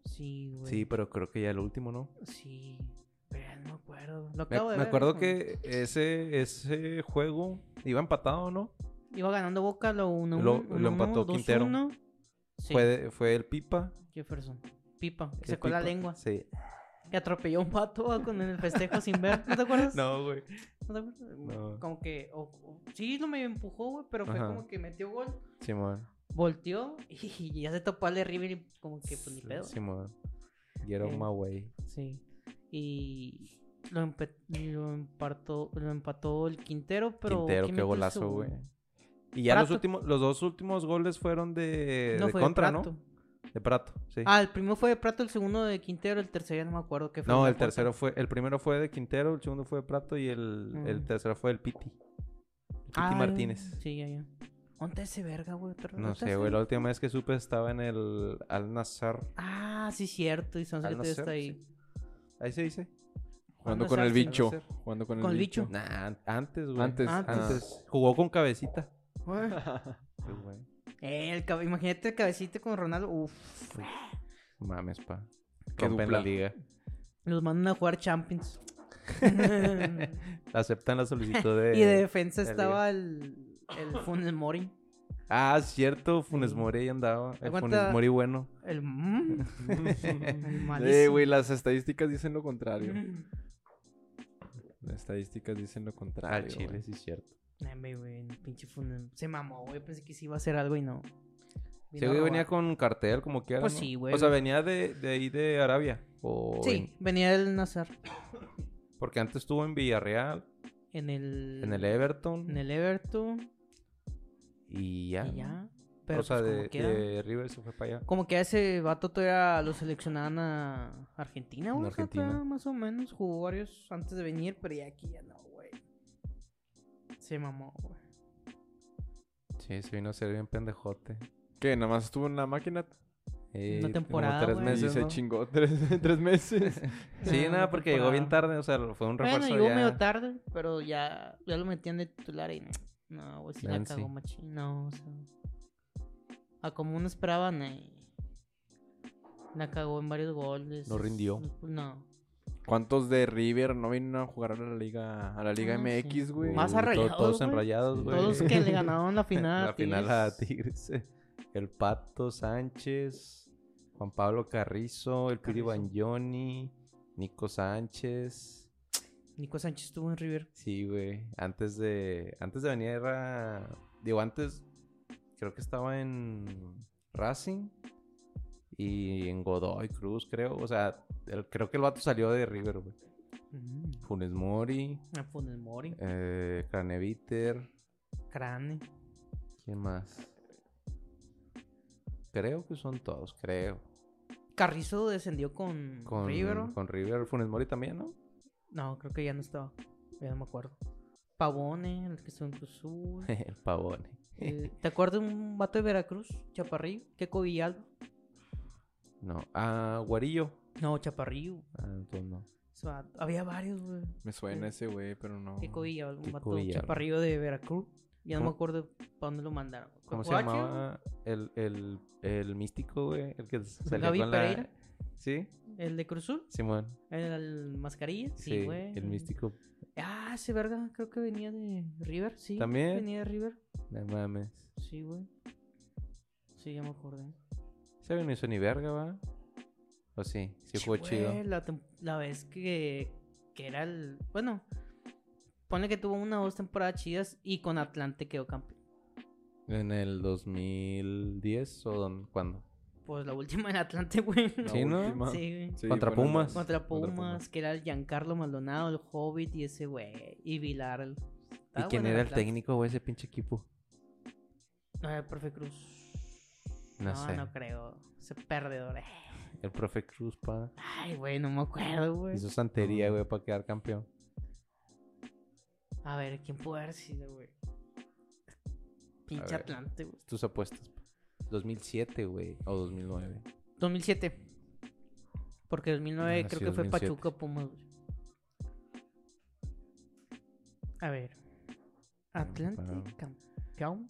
[SPEAKER 1] Sí, güey.
[SPEAKER 3] Sí, pero creo que ya el último, ¿no?
[SPEAKER 1] Sí. Pero no me acuerdo. Lo
[SPEAKER 3] Me,
[SPEAKER 1] acabo de
[SPEAKER 3] me
[SPEAKER 1] ver,
[SPEAKER 3] acuerdo
[SPEAKER 1] déjame.
[SPEAKER 3] que ese, ese juego iba empatado, ¿no?
[SPEAKER 1] Iba ganando Boca lo 1
[SPEAKER 3] Lo- lo empató Quintero.
[SPEAKER 1] Sí,
[SPEAKER 3] Fue, de- fue el Pipa.
[SPEAKER 1] Jefferson. Pipa, que
[SPEAKER 3] el
[SPEAKER 1] sacó la
[SPEAKER 3] Pipa.
[SPEAKER 1] lengua. <laughs>
[SPEAKER 3] Sí.
[SPEAKER 1] Que atropelló a un vato va, con el festejo sin ver. ¿No te acuerdas?
[SPEAKER 3] <laughs> No, güey.
[SPEAKER 1] ¿No te acuerdas?
[SPEAKER 3] No.
[SPEAKER 1] Como que. o- o- sí, no me empujó, güey, pero fue
[SPEAKER 3] Ajá.
[SPEAKER 1] como que metió gol.
[SPEAKER 3] Simón.
[SPEAKER 1] Volteó <laughs> y ya se topó al de River y como que pues ni pedo. Sí.
[SPEAKER 3] Simón. Get on
[SPEAKER 1] Eh.
[SPEAKER 3] my way.
[SPEAKER 1] Y lo, empe- lo, empató, lo empató el Quintero, pero.
[SPEAKER 3] Quintero,
[SPEAKER 1] ¿quién
[SPEAKER 3] qué
[SPEAKER 1] metió
[SPEAKER 3] golazo,
[SPEAKER 1] su-
[SPEAKER 3] güey. Y ya los
[SPEAKER 1] Prato.
[SPEAKER 3] últimos, los dos últimos goles fueron de, Eh, de
[SPEAKER 1] fue de
[SPEAKER 3] contra,
[SPEAKER 1] Prato.
[SPEAKER 3] ¿no? De Prato, sí.
[SPEAKER 1] Ah, el primero fue de Prato, el segundo de Quintero, el tercero ya no me acuerdo qué fue.
[SPEAKER 3] no,
[SPEAKER 1] de
[SPEAKER 3] el
[SPEAKER 1] Boca.
[SPEAKER 3] tercero fue, el primero fue de Quintero, el segundo fue de Prato y el, el
[SPEAKER 1] Mm.
[SPEAKER 3] tercero fue el Piti. El Piti
[SPEAKER 1] Ah, ya,
[SPEAKER 3] Martínez.
[SPEAKER 1] Sí, ya, ya. ¿Dónde ese verga, güey? Otra-
[SPEAKER 3] No
[SPEAKER 1] ¿dónde
[SPEAKER 3] sé,
[SPEAKER 1] ese
[SPEAKER 3] güey. La
[SPEAKER 1] verga?
[SPEAKER 3] última vez que supe estaba en el Al Nazar.
[SPEAKER 1] Ah, sí, cierto. Y Sanz
[SPEAKER 3] Al
[SPEAKER 1] que todavía
[SPEAKER 3] nacer,
[SPEAKER 1] está ahí.
[SPEAKER 3] Ahí se dice.
[SPEAKER 2] Jugando
[SPEAKER 1] Van a
[SPEAKER 2] con el
[SPEAKER 1] ser, sí.
[SPEAKER 2] bicho.
[SPEAKER 3] Van a ser.
[SPEAKER 2] Jugando con el
[SPEAKER 1] Con el
[SPEAKER 2] bicho.
[SPEAKER 1] bicho.
[SPEAKER 3] Nah, an- antes, güey.
[SPEAKER 2] Antes.
[SPEAKER 1] Antes.
[SPEAKER 3] Antes. Jugó con cabecita.
[SPEAKER 1] Güey.
[SPEAKER 3] Pues, güey,
[SPEAKER 1] <laughs> Eh, el cabe- Imagínate el cabecito con Ronaldo. Uf.
[SPEAKER 3] Mames, pa.
[SPEAKER 2] Qué
[SPEAKER 3] Rompen la
[SPEAKER 2] dupla.
[SPEAKER 3] liga.
[SPEAKER 1] Los mandan a jugar
[SPEAKER 3] <laughs>
[SPEAKER 1] Champions. <laughs>
[SPEAKER 3] Aceptan la solicitud de...
[SPEAKER 1] y de defensa
[SPEAKER 3] la
[SPEAKER 1] estaba el, el Funes Mori.
[SPEAKER 3] Ah, cierto. Funes
[SPEAKER 1] Sí.
[SPEAKER 3] Mori ahí andaba. El
[SPEAKER 1] Aguanta.
[SPEAKER 3] Funes Mori bueno.
[SPEAKER 1] El, mm, el
[SPEAKER 2] Eh,
[SPEAKER 1] malísimo. <clears throat>
[SPEAKER 2] güey, las estadísticas dicen lo contrario.
[SPEAKER 1] Mm.
[SPEAKER 2] Las estadísticas dicen lo contrario.
[SPEAKER 3] Ah,
[SPEAKER 2] güey.
[SPEAKER 3] Chile, sí es cierto.
[SPEAKER 1] Nah, hombre, güey, no, pinche fun- Se mamó, güey. Pensé que sí iba a hacer algo y no.
[SPEAKER 3] Sí,
[SPEAKER 1] Vino a
[SPEAKER 3] güey, venía
[SPEAKER 1] robar.
[SPEAKER 3] con cartel, como quiera.
[SPEAKER 1] Pues
[SPEAKER 3] ¿no?
[SPEAKER 1] sí, güey.
[SPEAKER 3] O sea, venía de, de ahí de Arabia. O
[SPEAKER 1] Sí,
[SPEAKER 3] en-
[SPEAKER 1] venía del Nazar.
[SPEAKER 3] porque antes estuvo en Villarreal,
[SPEAKER 1] En el.
[SPEAKER 3] en el E- Everton.
[SPEAKER 1] Mm. En el Everton.
[SPEAKER 3] Y ya.
[SPEAKER 1] Y ya. Pero
[SPEAKER 3] o sea,
[SPEAKER 1] pues,
[SPEAKER 3] de,
[SPEAKER 1] como quiera.
[SPEAKER 3] de River se fue para allá.
[SPEAKER 1] Como que a ese vato todavía lo seleccionaban a Argentina,
[SPEAKER 3] En
[SPEAKER 1] güey. o sea, todavía
[SPEAKER 3] Argentina.
[SPEAKER 1] más o menos. Jugó varios antes de venir, pero ya aquí ya no, güey. Se mamó, güey.
[SPEAKER 3] Sí, se vino a ser bien pendejote.
[SPEAKER 2] ¿Qué? Nada más estuvo en la máquina
[SPEAKER 3] Eh,
[SPEAKER 1] Una
[SPEAKER 3] como
[SPEAKER 1] temporada,
[SPEAKER 3] tres
[SPEAKER 1] güey.
[SPEAKER 2] y
[SPEAKER 3] meses,
[SPEAKER 2] se
[SPEAKER 3] ¿no?
[SPEAKER 2] chingó <laughs> tres, tres meses.
[SPEAKER 3] Sí,
[SPEAKER 1] Ah,
[SPEAKER 3] nada,
[SPEAKER 1] una
[SPEAKER 3] porque llegó bien
[SPEAKER 1] temporada.
[SPEAKER 3] tarde. O sea, fue un refuerzo
[SPEAKER 1] Bueno, llegó
[SPEAKER 3] ya.
[SPEAKER 1] medio tarde, pero ya, ya lo metían de titular y no, güey, sí la
[SPEAKER 3] Nancy.
[SPEAKER 1] cagó machín. No, o sea. A como uno esperaba, no. La cagó en varios goles.
[SPEAKER 3] No rindió.
[SPEAKER 1] No.
[SPEAKER 2] <laughs> ¿Cuántos de River no vinieron a jugar a la Liga, a la Liga
[SPEAKER 1] Ah, sí.
[SPEAKER 2] MX, güey?
[SPEAKER 1] Más
[SPEAKER 3] Uh, to-
[SPEAKER 1] arrayados,
[SPEAKER 3] Todos
[SPEAKER 1] güey.
[SPEAKER 3] enrayados,
[SPEAKER 2] Sí.
[SPEAKER 3] güey.
[SPEAKER 1] Todos que
[SPEAKER 3] <laughs>
[SPEAKER 1] le ganaron la final.
[SPEAKER 3] la
[SPEAKER 1] a Tigres.
[SPEAKER 3] final a Tigres. <laughs> El Pato Sánchez, Juan Pablo Carrizo, el Piri
[SPEAKER 1] Carrizo.
[SPEAKER 3] Bagnoni, Nico Sánchez.
[SPEAKER 1] Nico Sánchez estuvo en River.
[SPEAKER 3] Sí, güey. Antes de, antes de venir a... Digo, antes creo que estaba en Racing y en Godoy Cruz, creo. O sea, el- creo que el vato salió de River, güey. Funes Mori,
[SPEAKER 1] A Funes Mori,
[SPEAKER 3] eh, Craneviter,
[SPEAKER 1] Crane.
[SPEAKER 3] ¿quién más? Creo que son todos, creo.
[SPEAKER 1] Carrizo descendió con,
[SPEAKER 3] Con
[SPEAKER 1] River. ¿no?
[SPEAKER 3] Con River Funes Mori también, ¿no? <laughs>
[SPEAKER 1] No, creo que ya no estaba. Ya no me acuerdo. Pavone, el que estuvo en Cruz Azul.
[SPEAKER 3] el pavone.
[SPEAKER 1] Eh, ¿Te acuerdas de un vato de Veracruz? Chaparrillo. Keco Villalba.
[SPEAKER 3] No. Ah, Guarillo.
[SPEAKER 1] No, Chaparrillo.
[SPEAKER 3] Ah, entonces no.
[SPEAKER 1] O sea, había varios, güey.
[SPEAKER 2] Me
[SPEAKER 1] <laughs>
[SPEAKER 2] suena ese güey, pero no.
[SPEAKER 1] Keco Villalba, un
[SPEAKER 3] Keiko
[SPEAKER 1] vato
[SPEAKER 3] Villalba.
[SPEAKER 1] Chaparrillo de Veracruz. Ya no me
[SPEAKER 3] ¿Cómo?
[SPEAKER 1] acuerdo para dónde lo mandaron.
[SPEAKER 3] ¿Cómo se
[SPEAKER 1] Guacho,
[SPEAKER 3] llamaba? El, el, el místico, güey. El que salió
[SPEAKER 1] Gaby
[SPEAKER 3] con la-
[SPEAKER 1] Pereira.
[SPEAKER 3] Sí,
[SPEAKER 1] ¿El de Cruz Azul?
[SPEAKER 3] Simón.
[SPEAKER 1] ¿El, el mascarilla? Sí,
[SPEAKER 3] Sí,
[SPEAKER 1] güey.
[SPEAKER 3] el místico.
[SPEAKER 1] Ah, ese verga, creo que venía de River, sí.
[SPEAKER 3] ¿También?
[SPEAKER 1] Venía de River.
[SPEAKER 3] No mames.
[SPEAKER 1] Sí, güey. Sí, ya me acordé.
[SPEAKER 3] ¿Sabe no hizo ni verga, va? ¿O sí? Sí
[SPEAKER 1] Sí,
[SPEAKER 3] jugó
[SPEAKER 1] güey,
[SPEAKER 3] chido.
[SPEAKER 1] La, tem- la vez que, que era el. Bueno, pone que tuvo una o dos temporadas chidas y con Atlante quedó campeón.
[SPEAKER 3] ¿En el 2010 o don- cuándo?
[SPEAKER 1] Pues la última en Atlante, güey.
[SPEAKER 2] La
[SPEAKER 3] Sí, ¿no?
[SPEAKER 2] última.
[SPEAKER 1] Sí, güey.
[SPEAKER 2] Sí,
[SPEAKER 3] Contra
[SPEAKER 2] fue en el-
[SPEAKER 3] Pumas.
[SPEAKER 1] Contra
[SPEAKER 2] contra
[SPEAKER 1] Pumas,
[SPEAKER 2] Pumas.
[SPEAKER 1] que era el Giancarlo Maldonado, el Hobbit y ese güey. Y Vilar. el-
[SPEAKER 3] ¿Y
[SPEAKER 1] Estaba
[SPEAKER 3] quién
[SPEAKER 1] bueno
[SPEAKER 3] era el
[SPEAKER 1] Atlante.
[SPEAKER 3] técnico, güey, ese pinche equipo?
[SPEAKER 1] No, el profe Cruz.
[SPEAKER 3] No sé.
[SPEAKER 1] no creo. Ese perdedor. eh.
[SPEAKER 3] El profe Cruz, pa.
[SPEAKER 1] Ay, güey, no me acuerdo, güey.
[SPEAKER 3] Hizo santería, güey, para quedar campeón.
[SPEAKER 1] A ver, ¿quién puede haber sido, güey? Pinche
[SPEAKER 3] ver.
[SPEAKER 1] Atlante, güey.
[SPEAKER 3] Tus apuestas. pa. 2007, güey. O 2009.
[SPEAKER 1] 2007. Porque 2009
[SPEAKER 3] Ah,
[SPEAKER 1] creo
[SPEAKER 3] sí,
[SPEAKER 1] que fue
[SPEAKER 3] 2007.
[SPEAKER 1] Pachuca Pumas. güey. A ver. Atlante
[SPEAKER 3] para- <laughs>
[SPEAKER 1] campeón.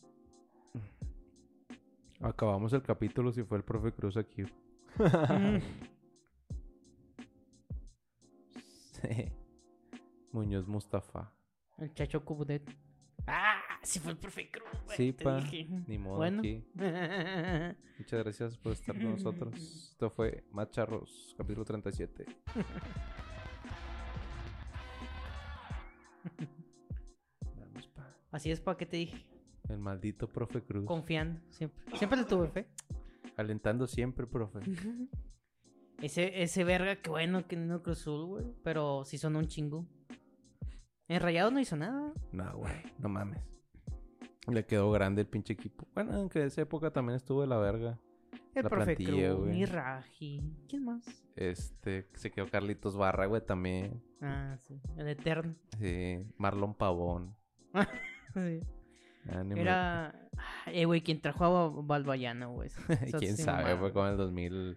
[SPEAKER 3] Acabamos el capítulo si fue el profe Cruz aquí.
[SPEAKER 1] Mm,
[SPEAKER 3] <laughs> Muñoz Mustafa.
[SPEAKER 1] el Chacho Cubudet. Ah, sí fue el profe Cruz, güey.
[SPEAKER 3] Sí,
[SPEAKER 1] te
[SPEAKER 3] pa,
[SPEAKER 1] dije.
[SPEAKER 3] Ni modo
[SPEAKER 1] Bueno.
[SPEAKER 3] aquí. Muchas gracias por estar con nosotros. Esto fue Macharros, capítulo 37. Vamos, pa.
[SPEAKER 1] <laughs> Así es, pa, que te dije?
[SPEAKER 3] El maldito profe Cruz.
[SPEAKER 1] Confiando, siempre. Siempre le tuve
[SPEAKER 3] <laughs>
[SPEAKER 1] fe.
[SPEAKER 3] Alentando siempre, profe.
[SPEAKER 1] Ese, ese verga, que bueno que no Cruz Azul, güey. Pero sí sonó un chingo. En Rayados no hizo nada.
[SPEAKER 3] No, güey, no mames. Le quedó grande el pinche equipo. Bueno, aunque en esa época también estuvo de la verga.
[SPEAKER 1] El
[SPEAKER 3] La
[SPEAKER 1] profe
[SPEAKER 3] plantilla,
[SPEAKER 1] Cruz,
[SPEAKER 3] güey.
[SPEAKER 1] mi Raji. ¿Quién más?
[SPEAKER 3] Este, se quedó Carlitos Barra, güey, también.
[SPEAKER 1] Ah, sí. El Eterno. <laughs>
[SPEAKER 3] Sí, Marlon Pavón.
[SPEAKER 1] Sí.
[SPEAKER 3] Ah, ni me- <laughs>
[SPEAKER 1] Era. Eh, güey, quien trajo a Ba- Balbayano, güey. Eso
[SPEAKER 3] ¿Quién
[SPEAKER 1] sí,
[SPEAKER 3] sabe?
[SPEAKER 1] mamá.
[SPEAKER 3] Fue como en el 2000,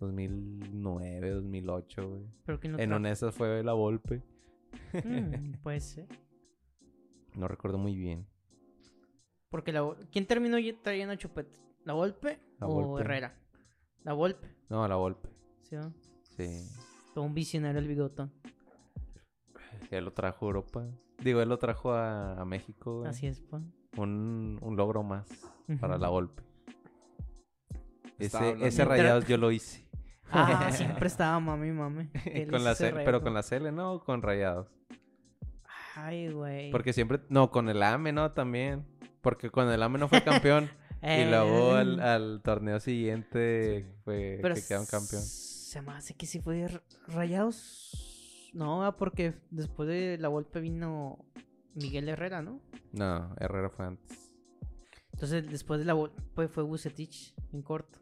[SPEAKER 3] 2009, 2008, güey.
[SPEAKER 1] Pero que no
[SPEAKER 3] En una de esas fue la Volpe.
[SPEAKER 1] trajo. <laughs> Mm, puede ser.
[SPEAKER 3] No recuerdo muy bien.
[SPEAKER 1] Porque la. Vol- ¿Quién terminó ye- trayendo a Chupete? ¿La Volpe
[SPEAKER 3] La
[SPEAKER 1] o
[SPEAKER 3] Volpe.
[SPEAKER 1] Herrera? La Volpe.
[SPEAKER 3] No, la Volpe.
[SPEAKER 1] ¿Sí? ¿no?
[SPEAKER 3] Sí.
[SPEAKER 1] Todo un visionario el bigotón.
[SPEAKER 3] Él lo trajo a Europa. Digo, él lo trajo a, a México, güey.
[SPEAKER 1] Así es,
[SPEAKER 3] <laughs>
[SPEAKER 1] pues.
[SPEAKER 3] Un, un logro más para la
[SPEAKER 1] Ujú.
[SPEAKER 3] Volpe.
[SPEAKER 2] Estaba
[SPEAKER 3] Ese,
[SPEAKER 2] hablando-
[SPEAKER 3] ese rayados yo lo hice. <laughs>
[SPEAKER 1] Ah, siempre estaba mami, mami. Él
[SPEAKER 3] con <laughs>
[SPEAKER 1] hizo
[SPEAKER 3] la
[SPEAKER 1] ese
[SPEAKER 3] Cele- pero
[SPEAKER 1] reto.
[SPEAKER 3] con la Cele, ¿no? O Con rayados.
[SPEAKER 1] Ay, güey.
[SPEAKER 3] Porque siempre. No, con el AME, ¿no? También. Porque con el AME
[SPEAKER 1] <laughs>
[SPEAKER 3] no fue campeón.
[SPEAKER 1] Eh,
[SPEAKER 3] y luego al, al torneo siguiente
[SPEAKER 2] Sí.
[SPEAKER 3] fue
[SPEAKER 1] Em. Pero
[SPEAKER 3] que quedaron campeón.
[SPEAKER 1] Se me hace que si fue r- Rayados. No, ah, porque después de la golpe vino Miguel Herrera, ¿no?
[SPEAKER 3] No, Herrera fue antes.
[SPEAKER 1] Entonces, después de la golpe fue Bucetich en corto.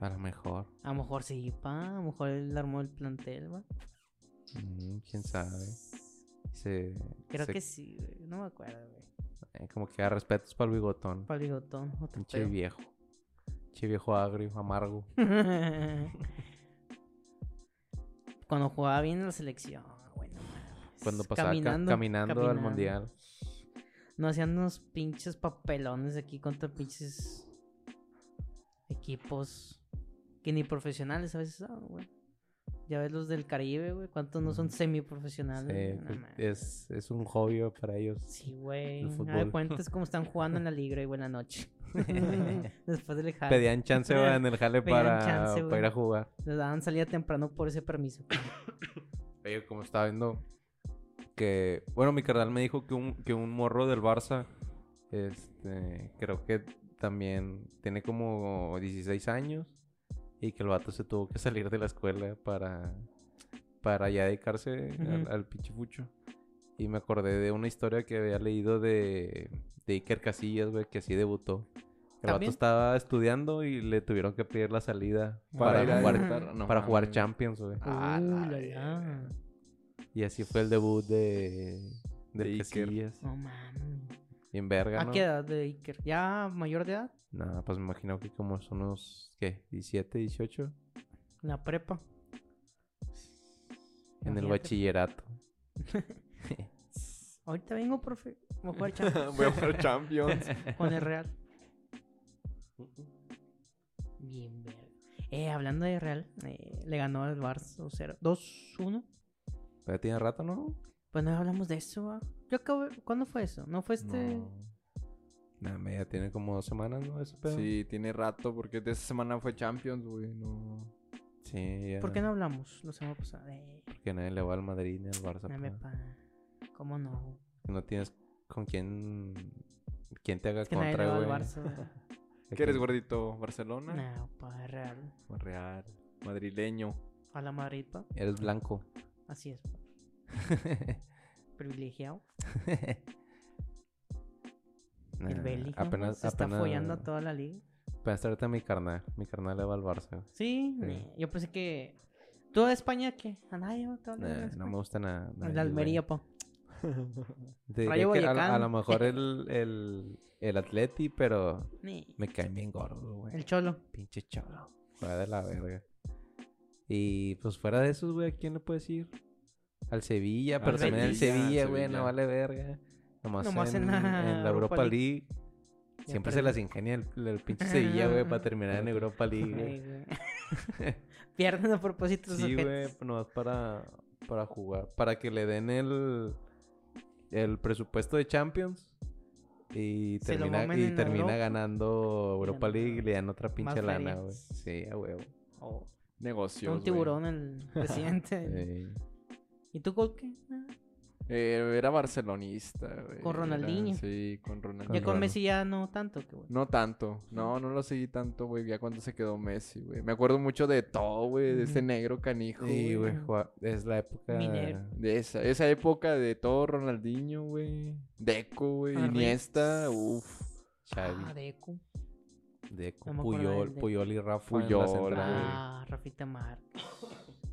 [SPEAKER 3] A lo mejor.
[SPEAKER 1] A lo mejor sí, pa. A lo mejor él armó el plantel, va.
[SPEAKER 3] Mm, ¿Quién sabe? Se,
[SPEAKER 1] Creo
[SPEAKER 3] se-
[SPEAKER 1] que sí, güey. No me acuerdo, güey.
[SPEAKER 3] eh, como que da respetos para el bigotón.
[SPEAKER 1] Pablo Bigotón, otro
[SPEAKER 3] Pinche
[SPEAKER 1] pedo.
[SPEAKER 3] viejo. Pinche viejo agrio, amargo.
[SPEAKER 1] <laughs> Cuando jugaba bien en la selección, güey, no mames.
[SPEAKER 3] Cuando pasaba ca- caminando, al mundial.
[SPEAKER 1] No hacían unos pinches papelones aquí contra pinches equipos que ni profesionales a veces son, güey. Ya ves los del Caribe, güey. ¿Cuántos no son
[SPEAKER 3] Ujú.
[SPEAKER 1] semiprofesionales?
[SPEAKER 3] Sí,
[SPEAKER 1] güey? No
[SPEAKER 3] pues,
[SPEAKER 1] mames.
[SPEAKER 3] es, es un hobby para ellos.
[SPEAKER 1] Sí, güey.
[SPEAKER 3] el
[SPEAKER 1] A ver,
[SPEAKER 3] fútbol.
[SPEAKER 1] cuentas cómo están jugando en la liga y buena noche. <laughs> Después del jale.
[SPEAKER 3] <laughs>
[SPEAKER 1] <laughs>
[SPEAKER 3] Pedían chance va, en el jale
[SPEAKER 1] Pedían
[SPEAKER 3] para,
[SPEAKER 1] chance,
[SPEAKER 3] para ir a
[SPEAKER 1] güey.
[SPEAKER 3] jugar.
[SPEAKER 1] Les daban salida temprano por ese permiso.
[SPEAKER 3] Oye, como estaba viendo que... Bueno, mi carnal me dijo que un, que un morro del Barça, este, creo que también tiene como 16 años y que el vato se tuvo que salir de la escuela para, para ya dedicarse al,
[SPEAKER 1] Ujú.
[SPEAKER 3] al pinche fucho. Y me acordé de una historia que había leído de, de Iker Casillas, güey, que así debutó. El vato
[SPEAKER 1] ¿También?
[SPEAKER 3] estaba estudiando y le tuvieron que pedir la salida para,
[SPEAKER 1] ir a <laughs>
[SPEAKER 3] jugar,
[SPEAKER 1] debutar.
[SPEAKER 2] no
[SPEAKER 3] para jugar
[SPEAKER 2] mames.
[SPEAKER 3] Champions, güey.
[SPEAKER 2] Ah, la
[SPEAKER 1] Uh, la,
[SPEAKER 2] verga.
[SPEAKER 1] la.
[SPEAKER 3] Y así fue el debut de,
[SPEAKER 2] De
[SPEAKER 3] de
[SPEAKER 2] Iker.
[SPEAKER 3] Casillas.
[SPEAKER 1] No mames.
[SPEAKER 3] Bien verga,
[SPEAKER 1] ¿A
[SPEAKER 3] ¿no?
[SPEAKER 1] qué edad de Iker? ¿Ya mayor de edad?
[SPEAKER 3] Nah, pues me imagino que como son unos, ¿qué? 17, 18.
[SPEAKER 1] En la prepa.
[SPEAKER 3] En el
[SPEAKER 1] Imagínate.
[SPEAKER 3] bachillerato.
[SPEAKER 1] Ahorita vengo, profe. Voy a
[SPEAKER 3] <laughs>
[SPEAKER 1] jugar Champions
[SPEAKER 2] <laughs> Voy a jugar Champions.
[SPEAKER 1] con el Real. Bien, verga. Eh, hablando de Real, eh, le ganó al Barça 0 2-1.
[SPEAKER 3] Ya tiene rato, ¿no?
[SPEAKER 1] Pues no hablamos de eso, va. Yo acabo... ¿Cuándo fue eso? ¿No fue <laughs> este...?
[SPEAKER 3] Nah, me ya tiene como dos semanas, ¿no? Ese pedo.
[SPEAKER 2] Sí, tiene rato porque de esa semana fue Champions, güey. No.
[SPEAKER 3] Sí, ya.
[SPEAKER 1] ¿Por qué no hablamos la semana pasada? Eh,
[SPEAKER 3] Porque nadie le va al Madrid ni al Barça.
[SPEAKER 1] no
[SPEAKER 3] pues,
[SPEAKER 1] me
[SPEAKER 3] ¿no?
[SPEAKER 1] pa... ¿Cómo no?
[SPEAKER 3] No tienes con quién... ¿Quién te haga
[SPEAKER 1] Es que nadie le
[SPEAKER 3] contra,
[SPEAKER 1] va al
[SPEAKER 3] güey?
[SPEAKER 1] Barça. va.
[SPEAKER 2] ¿Qué eres, gordito?
[SPEAKER 1] <laughs>
[SPEAKER 2] ¿Barcelona?
[SPEAKER 1] no, pa, Real.
[SPEAKER 2] Real. Madrileño.
[SPEAKER 1] A la Madrid, pa. <laughs>
[SPEAKER 3] Eres blanco.
[SPEAKER 1] Así es, pa. Privilegiado. el
[SPEAKER 3] Nah,
[SPEAKER 1] Belly.
[SPEAKER 3] Eh, apenas,
[SPEAKER 1] pues, Se está
[SPEAKER 3] apenas-
[SPEAKER 1] follando a toda la liga.
[SPEAKER 3] Pues ahorita mi carnal. Mi carnal le va al Barça. güey.
[SPEAKER 1] Sí,
[SPEAKER 3] Sí.
[SPEAKER 1] ne- yo pensé que. ¿Tú de España qué? A nadie, güey, te vale
[SPEAKER 3] Nah,
[SPEAKER 1] verga
[SPEAKER 3] Eh, no
[SPEAKER 1] España.
[SPEAKER 3] me gusta nada.
[SPEAKER 1] Al de Almería, po. Rayo
[SPEAKER 3] que a, a
[SPEAKER 1] Vallecano.
[SPEAKER 3] lo mejor el, el, el Atleti, pero
[SPEAKER 1] Ne,
[SPEAKER 3] me caen bien gordo, güey.
[SPEAKER 1] El Cholo.
[SPEAKER 3] pinche cholo. Fuera de la verga. Y pues fuera de esos, güey, ¿a quién le puedes ir? Al Sevilla,
[SPEAKER 2] Al
[SPEAKER 3] pero también al
[SPEAKER 2] Sevilla, al
[SPEAKER 3] Sevilla, güey,
[SPEAKER 2] Sevilla.
[SPEAKER 3] no vale verga. Nomás,
[SPEAKER 1] Nomás
[SPEAKER 3] en,
[SPEAKER 1] en la
[SPEAKER 3] en la Europa
[SPEAKER 1] Europa
[SPEAKER 3] League.
[SPEAKER 1] Ya
[SPEAKER 3] Siempre se
[SPEAKER 1] perdí.
[SPEAKER 3] las ingenia el, el pinche Sevilla, güey, para terminar en Europa League. güey.
[SPEAKER 1] Ay,
[SPEAKER 3] <laughs>
[SPEAKER 1] güey. Pierden a propósito sus
[SPEAKER 3] Sí, güey,
[SPEAKER 1] ojetes.
[SPEAKER 3] nomás para, para jugar. Para que le den el, el presupuesto de Champions. Y
[SPEAKER 1] Se lo
[SPEAKER 3] termina,
[SPEAKER 1] mamen
[SPEAKER 3] y
[SPEAKER 1] en
[SPEAKER 3] termina
[SPEAKER 1] Europa.
[SPEAKER 3] ganando Europa
[SPEAKER 1] Ganando
[SPEAKER 3] League y le dan otra pinche
[SPEAKER 1] más
[SPEAKER 3] lana,
[SPEAKER 1] feria.
[SPEAKER 3] güey. Sí, a huevo.
[SPEAKER 1] Oh,
[SPEAKER 2] Negocio.
[SPEAKER 1] un tiburón el
[SPEAKER 3] <laughs>
[SPEAKER 1] presidente.
[SPEAKER 3] Ey.
[SPEAKER 1] ¿Y tú con qué? Ah,
[SPEAKER 2] Eh, era barcelonista, güey.
[SPEAKER 1] Con
[SPEAKER 2] Era-
[SPEAKER 1] Ronaldinho.
[SPEAKER 2] sí, con Ronaldinho.
[SPEAKER 1] Ya con
[SPEAKER 3] raro.
[SPEAKER 1] Messi ya no tanto, qué bueno.
[SPEAKER 2] No tanto. No, no lo seguí tanto, güey. Ya cuando se quedó Messi, güey. Me acuerdo mucho de todo, güey. De ese
[SPEAKER 1] Ujú.
[SPEAKER 2] negro canijo. güey.
[SPEAKER 3] Sí, güey, jua- es la época.
[SPEAKER 1] Minero.
[SPEAKER 2] De esa, esa época de todo Ronaldinho, güey. Deco, Ah, güey.
[SPEAKER 1] Arre.
[SPEAKER 2] Iniesta. Uf.
[SPEAKER 3] Xavi,
[SPEAKER 1] Ah, Deku.
[SPEAKER 3] de
[SPEAKER 1] no me acuerdo
[SPEAKER 3] Puyol,
[SPEAKER 1] del de-
[SPEAKER 3] Puyol y Rafa. en la
[SPEAKER 2] Puyol,
[SPEAKER 3] central,
[SPEAKER 2] güey.
[SPEAKER 1] Ah, Rafita Mar.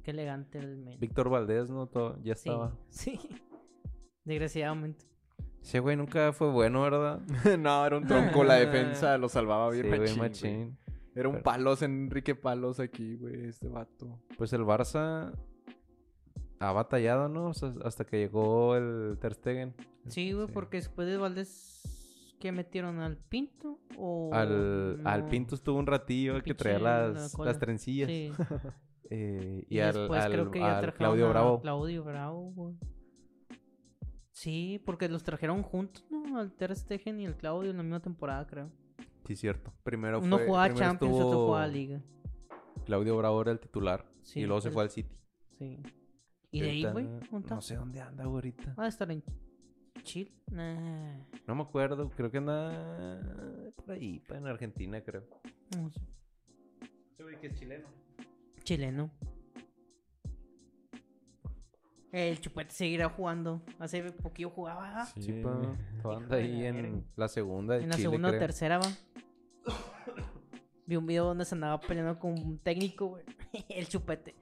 [SPEAKER 1] Qué elegante el men.
[SPEAKER 3] Víctor Valdés, ¿no? Todo, ya
[SPEAKER 1] Sí,
[SPEAKER 3] estaba.
[SPEAKER 1] sí. Desgraciadamente.
[SPEAKER 3] Ese güey nunca fue bueno, ¿verdad?
[SPEAKER 2] <laughs> no, era un tronco la defensa. Lo salvaba
[SPEAKER 3] Sí,
[SPEAKER 2] bien machín,
[SPEAKER 3] güey,
[SPEAKER 2] güey.
[SPEAKER 3] machín.
[SPEAKER 2] Era un
[SPEAKER 3] Pero-
[SPEAKER 2] palos, Enrique Palos aquí, güey. Este vato.
[SPEAKER 3] Pues el Barça ha batallado, ¿no? O sea, hasta que llegó el Ter Stegen.
[SPEAKER 1] Sí, güey, porque después de Valdés, ¿qué metieron al Pinto? O...
[SPEAKER 3] Al, al
[SPEAKER 1] no?
[SPEAKER 3] Pinto estuvo un ratillo
[SPEAKER 1] El
[SPEAKER 3] que
[SPEAKER 1] pinche
[SPEAKER 3] traía
[SPEAKER 1] la
[SPEAKER 3] las,
[SPEAKER 1] cola.
[SPEAKER 3] las trencillas.
[SPEAKER 1] Sí.
[SPEAKER 3] Eh, y,
[SPEAKER 1] Y,
[SPEAKER 3] al,
[SPEAKER 1] después
[SPEAKER 3] al-
[SPEAKER 1] creo que ya
[SPEAKER 3] al
[SPEAKER 1] trajeron
[SPEAKER 3] Claudio
[SPEAKER 1] a
[SPEAKER 3] Bravo.
[SPEAKER 1] Claudio Bravo, güey. Sí, porque los trajeron juntos, ¿no? Al Ter Stegen y el Claudio en la misma temporada, creo.
[SPEAKER 3] Sí, cierto. Primero
[SPEAKER 1] Uno
[SPEAKER 3] fue,
[SPEAKER 1] jugaba a
[SPEAKER 3] primero
[SPEAKER 1] Champions, otro jugaba a
[SPEAKER 3] estuvo
[SPEAKER 1] Liga.
[SPEAKER 3] Claudio Bravo era el titular.
[SPEAKER 1] Sí,
[SPEAKER 3] y luego se
[SPEAKER 1] el-
[SPEAKER 3] fue al City.
[SPEAKER 1] Sí. ¿Y de ahí,
[SPEAKER 3] Ahorita
[SPEAKER 1] güey? Ah.
[SPEAKER 3] no-
[SPEAKER 1] ¿Dónde
[SPEAKER 3] No sé dónde anda, güey, ahorita.
[SPEAKER 1] Va a estar en Chile. Nah,
[SPEAKER 3] No me acuerdo, creo que anda por ahí, pa- en Argentina, creo.
[SPEAKER 1] no sé.
[SPEAKER 3] Ese güey que es chileno.
[SPEAKER 1] Chileno. El Chupete seguirá jugando. Hace poquito jugaba.
[SPEAKER 2] Sí,
[SPEAKER 3] Sí, pa.
[SPEAKER 2] güey.
[SPEAKER 3] Todavía
[SPEAKER 1] Hijo
[SPEAKER 3] anda
[SPEAKER 1] de
[SPEAKER 3] ahí
[SPEAKER 1] la verga.
[SPEAKER 3] en la segunda de
[SPEAKER 1] En la
[SPEAKER 3] Chile,
[SPEAKER 1] segunda o
[SPEAKER 3] creo.
[SPEAKER 1] tercera, va. Vi un video donde se andaba peleando con un técnico, güey. <laughs> El chupete.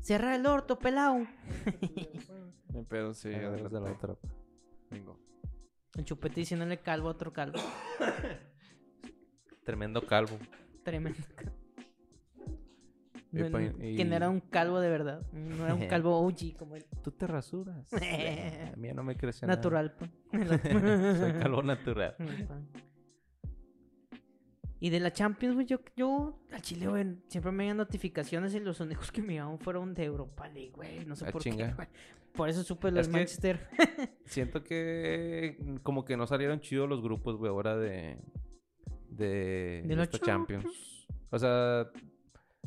[SPEAKER 1] Cierra el orto, pelao.
[SPEAKER 2] No hay pedo, sí,
[SPEAKER 3] Ah, es de la
[SPEAKER 2] adelante.
[SPEAKER 3] otra, pa.
[SPEAKER 2] Vengo.
[SPEAKER 1] El chupete diciéndole calvo a otro calvo.
[SPEAKER 3] Tremendo calvo.
[SPEAKER 1] Tremendo. cal-
[SPEAKER 3] Y
[SPEAKER 1] No,
[SPEAKER 3] pa-
[SPEAKER 1] no,
[SPEAKER 3] y-
[SPEAKER 1] Que no era un calvo de verdad. No era
[SPEAKER 3] <laughs>
[SPEAKER 1] un calvo OG como el
[SPEAKER 3] ¿Tú
[SPEAKER 1] <laughs>
[SPEAKER 3] te rasuras? Eh, A mí ya no me crece nada.
[SPEAKER 1] natural, pues. pa.
[SPEAKER 3] <laughs> Soy calvo natural.
[SPEAKER 1] Mm, pa. Y de la Champions, güey, yo, yo al Chile, güey, siempre me llegan notificaciones y los únicos que me llegaban fueron de Europa League, güey. No sé
[SPEAKER 3] Ah,
[SPEAKER 1] por qué,
[SPEAKER 3] chinga.
[SPEAKER 1] güey. Por eso supe los
[SPEAKER 3] Es que-
[SPEAKER 1] Manchester.
[SPEAKER 3] Siento que como que no salieron chidos los grupos, güey, ahora de... De,
[SPEAKER 1] De la
[SPEAKER 3] esta Champions. O sea,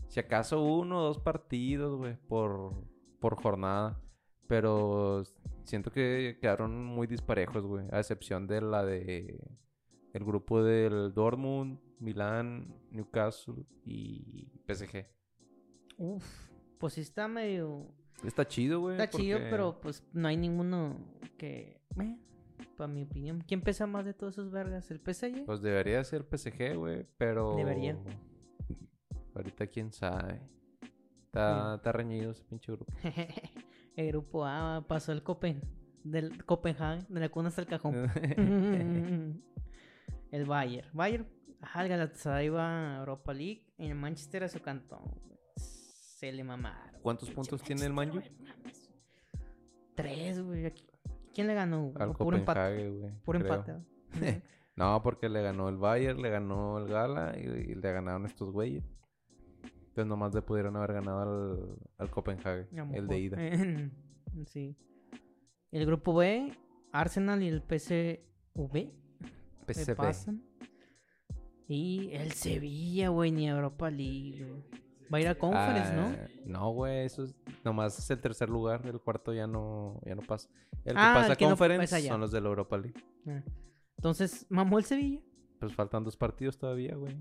[SPEAKER 3] si acaso uno o dos partidos, güey, por, por jornada. Pero siento que quedaron muy disparejos, güey. A excepción de la de... El grupo del Dortmund, Milán, Newcastle y PSG.
[SPEAKER 1] Uf, pues sí está medio.
[SPEAKER 3] Está chido, güey.
[SPEAKER 1] Está chido,
[SPEAKER 3] Eh, porque-
[SPEAKER 1] pero pues no hay ninguno que. para mi opinión. ¿Quién pesa más de todos esos vergas? ¿El PSG?
[SPEAKER 3] Pues debería ser PSG, güey, pero...
[SPEAKER 1] Debería.
[SPEAKER 3] Ahorita quién sabe. Está, está reñido ese pinche grupo.
[SPEAKER 1] <laughs> el grupo A pasó el Copen. Del Copenhague, de la cuna hasta el cajón.
[SPEAKER 3] <laughs>
[SPEAKER 1] el Bayern. Bayern, ajá, el Galatasaray va a Europa League. En el Manchester a su cantón. güey. Se le mamaron.
[SPEAKER 3] ¿Cuántos
[SPEAKER 1] Pinche
[SPEAKER 3] puntos tiene el Manju?
[SPEAKER 1] Manchester, güey, mames. Tres, güey. Aquí- ¿Quién le ganó? güey?
[SPEAKER 3] Al
[SPEAKER 1] Puro empate.
[SPEAKER 3] Copenhague, güey.
[SPEAKER 1] Puro
[SPEAKER 3] creo.
[SPEAKER 1] empate.
[SPEAKER 3] <laughs>
[SPEAKER 1] ¿no? Ujú.
[SPEAKER 3] No, porque le ganó el Bayern, le ganó el Gala y, y le ganaron estos güeyes. Entonces nomás le pudieron haber ganado al, al Copenhague,
[SPEAKER 1] A lo
[SPEAKER 3] el
[SPEAKER 1] mejor. eh,
[SPEAKER 3] de ida.
[SPEAKER 1] <laughs> sí. El grupo B, Arsenal y el PSV. se
[SPEAKER 3] PSV.
[SPEAKER 1] pasan. Y el Sevilla, güey, ni Europa League. güey. Va a ir a Conference, ¿no?
[SPEAKER 3] Ah, No, güey, eso es nomás es el tercer lugar, el cuarto ya no ya no pasa. El que
[SPEAKER 1] Ah,
[SPEAKER 3] pasa
[SPEAKER 1] el
[SPEAKER 3] a
[SPEAKER 1] que no
[SPEAKER 3] Conference
[SPEAKER 1] pasa ya.
[SPEAKER 3] son los de la Europa League.
[SPEAKER 1] Ah. Entonces, mamó el Sevilla.
[SPEAKER 3] Pues faltan dos partidos todavía, güey.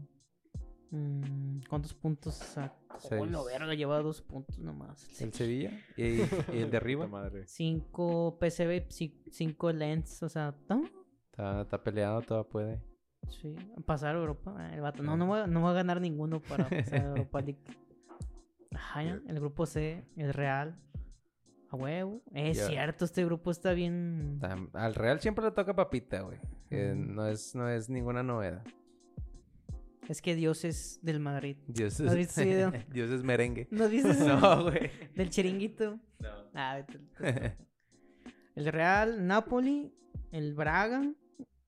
[SPEAKER 1] Mm, ¿Cuántos puntos sacó?
[SPEAKER 3] Seis.
[SPEAKER 1] Lo verga, lleva dos puntos nomás.
[SPEAKER 3] El Sevilla y, y el
[SPEAKER 2] <laughs>
[SPEAKER 3] de
[SPEAKER 2] Puta
[SPEAKER 3] arriba.
[SPEAKER 2] madre.
[SPEAKER 1] Cinco PSV, ci- cinco Lens, o sea, ¿no?
[SPEAKER 3] Está, está peleado, todavía puede.
[SPEAKER 1] Sí, pasar a Europa. Ah, El vato, no, no va, no va a ganar ninguno para pasar a
[SPEAKER 3] <laughs>
[SPEAKER 1] Europa League. Ajá, ya, el grupo C, el Real. A huevo. Es
[SPEAKER 3] Ya.
[SPEAKER 1] cierto, este grupo está bien.
[SPEAKER 3] Está- al Real siempre le toca papita, güey. Que
[SPEAKER 1] Ujú.
[SPEAKER 3] no, es, no es ninguna novedad.
[SPEAKER 1] Es que Dios es del Madrid.
[SPEAKER 3] Dios
[SPEAKER 1] ¿Has
[SPEAKER 3] es,
[SPEAKER 1] visto ese video?
[SPEAKER 3] <laughs> Dios es
[SPEAKER 1] <laughs>
[SPEAKER 3] merengue. <laughs>
[SPEAKER 1] ¿No dices
[SPEAKER 3] No, güey. <laughs>
[SPEAKER 1] Del chiringuito.
[SPEAKER 3] No.
[SPEAKER 1] Ah, vete- vete. el Real, Napoli, el Braga,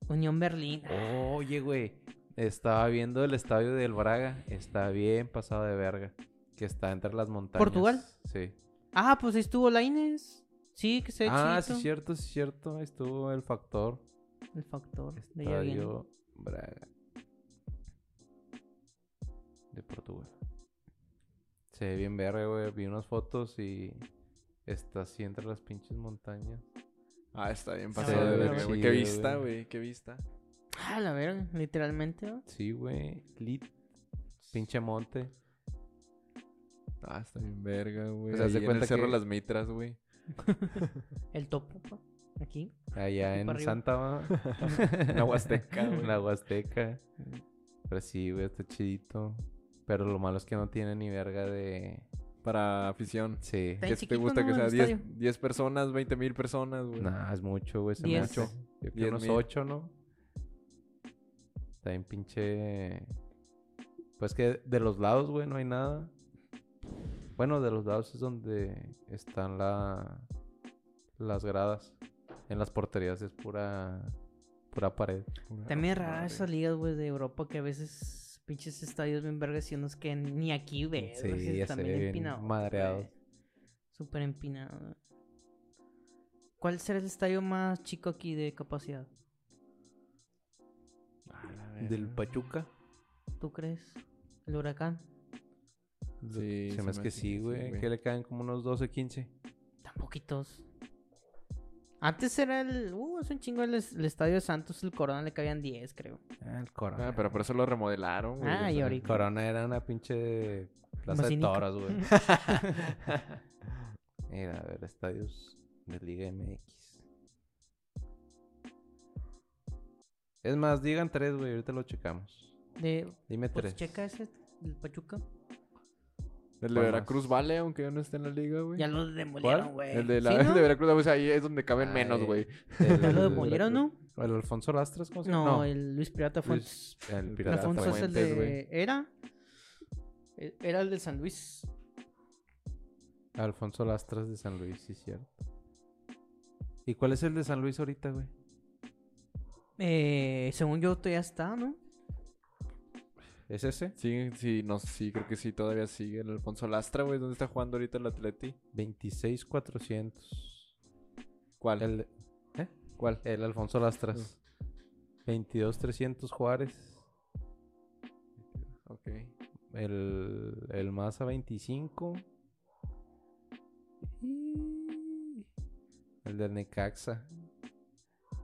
[SPEAKER 1] Unión Berlín.
[SPEAKER 3] Oye, güey. Estaba viendo el estadio del Braga. Está bien pasado de verga. Que está entre las montañas.
[SPEAKER 1] ¿Portugal?
[SPEAKER 3] Sí.
[SPEAKER 1] Ah, pues ahí estuvo la Inés. Sí, que se ve
[SPEAKER 3] Ah, sí,
[SPEAKER 1] chidito.
[SPEAKER 3] cierto, sí, cierto. Ahí Estuvo el factor.
[SPEAKER 1] El factor. de allá viene.
[SPEAKER 3] Estadio Braga. De Portugal. Se ve bien verga, güey. Vi unas fotos y está así entre las pinches montañas.
[SPEAKER 2] Ah, está bien
[SPEAKER 1] Se
[SPEAKER 2] pasado
[SPEAKER 1] ve
[SPEAKER 2] de verga,
[SPEAKER 1] bien
[SPEAKER 2] güey. Qué
[SPEAKER 3] chido,
[SPEAKER 2] vista,
[SPEAKER 3] güey.
[SPEAKER 2] güey. Qué vista.
[SPEAKER 1] Ah, la verga, literalmente. ¿no?
[SPEAKER 3] Sí, güey. Lit. Pinche monte.
[SPEAKER 2] Ah, está bien verga, güey.
[SPEAKER 3] O sea,
[SPEAKER 2] Ahí
[SPEAKER 3] haz de
[SPEAKER 2] en
[SPEAKER 3] cuenta
[SPEAKER 2] el cerro
[SPEAKER 3] que-
[SPEAKER 2] las mitras, güey.
[SPEAKER 1] El topo, pa, aquí.
[SPEAKER 3] Allá
[SPEAKER 1] Aquí
[SPEAKER 3] en
[SPEAKER 1] para arriba.
[SPEAKER 3] Santa va.
[SPEAKER 2] <laughs> La Huasteca, güey.
[SPEAKER 3] <laughs> La Huasteca. Pero sí, güey, está chidito. Pero lo malo es que no tiene ni verga de.
[SPEAKER 2] Para afición.
[SPEAKER 3] Sí.
[SPEAKER 1] Está
[SPEAKER 2] ¿Qué te
[SPEAKER 1] chiquito,
[SPEAKER 2] gusta
[SPEAKER 1] ¿no?
[SPEAKER 2] que
[SPEAKER 1] el
[SPEAKER 2] sea?
[SPEAKER 1] estadio.
[SPEAKER 2] 10, 10 personas, 20 mil personas, güey.
[SPEAKER 3] Nah, es mucho, güey. Se me
[SPEAKER 1] Diez.
[SPEAKER 3] hace.
[SPEAKER 2] Mucho.
[SPEAKER 3] Yo creo
[SPEAKER 2] Diez
[SPEAKER 3] unos
[SPEAKER 2] mil.
[SPEAKER 3] ocho, ¿no? Está bien pinche. Pues que de los lados, güey, no hay nada. Bueno, de los lados es donde están la... las gradas. En las porterías es pura. pura pared.
[SPEAKER 2] Pura
[SPEAKER 3] Ah,
[SPEAKER 1] También es rara
[SPEAKER 2] madre.
[SPEAKER 1] esas ligas, güey, de Europa que a veces pinches estadios bien vergas y unos que ni aquí ves.
[SPEAKER 3] Sí,
[SPEAKER 1] güey,
[SPEAKER 3] ya
[SPEAKER 1] también
[SPEAKER 3] sé, bien
[SPEAKER 1] empinados,
[SPEAKER 3] madreados.
[SPEAKER 1] güey. Súper empinado. ¿Cuál será el estadio más chico aquí de capacidad?
[SPEAKER 2] Ah, la
[SPEAKER 3] Del
[SPEAKER 2] verga.
[SPEAKER 3] Pachuca.
[SPEAKER 1] ¿Tú crees? ¿El huracán?
[SPEAKER 2] Sí,
[SPEAKER 3] se me hace que sí, güey. que le caen como unos 12, 15.
[SPEAKER 1] Poquitos. Antes era el. Uh, es un chingo el, es- el estadio de Santos, el Corona le cabían 10, creo.
[SPEAKER 3] Ah, el
[SPEAKER 2] Ah,
[SPEAKER 3] corona.
[SPEAKER 2] pero por eso lo remodelaron, güey.
[SPEAKER 1] Ah,
[SPEAKER 2] o
[SPEAKER 1] y
[SPEAKER 2] sea,
[SPEAKER 3] El
[SPEAKER 1] ahorita.
[SPEAKER 3] corona era una pinche plaza de
[SPEAKER 1] Masínica.
[SPEAKER 3] toros,
[SPEAKER 1] <laughs>
[SPEAKER 3] güey. <laughs> Mira, a ver, estadios de Liga MX. Es más, digan tres, güey, ahorita lo checamos.
[SPEAKER 1] De,
[SPEAKER 3] Dime
[SPEAKER 1] pues
[SPEAKER 3] tres.
[SPEAKER 1] checa ese, el Pachuca.
[SPEAKER 2] El de
[SPEAKER 3] Vamos.
[SPEAKER 2] Veracruz vale, aunque ya no esté en la liga, güey.
[SPEAKER 1] Ya lo demolieron, güey.
[SPEAKER 2] El de, la,
[SPEAKER 3] <laughs>
[SPEAKER 1] ¿Sí,
[SPEAKER 2] <laughs> el
[SPEAKER 1] no?
[SPEAKER 2] de Veracruz, o sea, ahí es donde caben
[SPEAKER 3] Ah,
[SPEAKER 2] menos,
[SPEAKER 3] eh.
[SPEAKER 2] güey.
[SPEAKER 3] El,
[SPEAKER 1] Ya lo demolieron, ¿no?
[SPEAKER 3] ¿El Alfonso Lastras? ¿Cómo se
[SPEAKER 1] No,
[SPEAKER 3] llama?
[SPEAKER 1] el Luis Pirata Fuentes.
[SPEAKER 3] Luis- el
[SPEAKER 2] El
[SPEAKER 3] Pirata
[SPEAKER 1] Alfonso es
[SPEAKER 3] Fuentes.
[SPEAKER 1] el
[SPEAKER 2] Fuentes,
[SPEAKER 1] de.
[SPEAKER 2] güey.
[SPEAKER 1] Era. e- Era el de San Luis.
[SPEAKER 3] Alfonso Lastras de San Luis, sí, cierto. ¿Y cuál es el de San Luis ahorita, güey?
[SPEAKER 1] Eh, según yo, todavía está, ¿no?
[SPEAKER 3] ¿Es ese?
[SPEAKER 2] Sí, sí, no, sí, creo que sí, todavía sigue. El Alfonso Lastra, güey, ¿dónde está jugando ahorita el Atleti?
[SPEAKER 3] 26400.
[SPEAKER 2] ¿Cuál?
[SPEAKER 3] El, ¿eh?
[SPEAKER 2] ¿Cuál?
[SPEAKER 3] el Alfonso Lastras. 22300 Mm. Juárez.
[SPEAKER 2] Ok.
[SPEAKER 3] El, el Maza 25. Y el del Necaxa.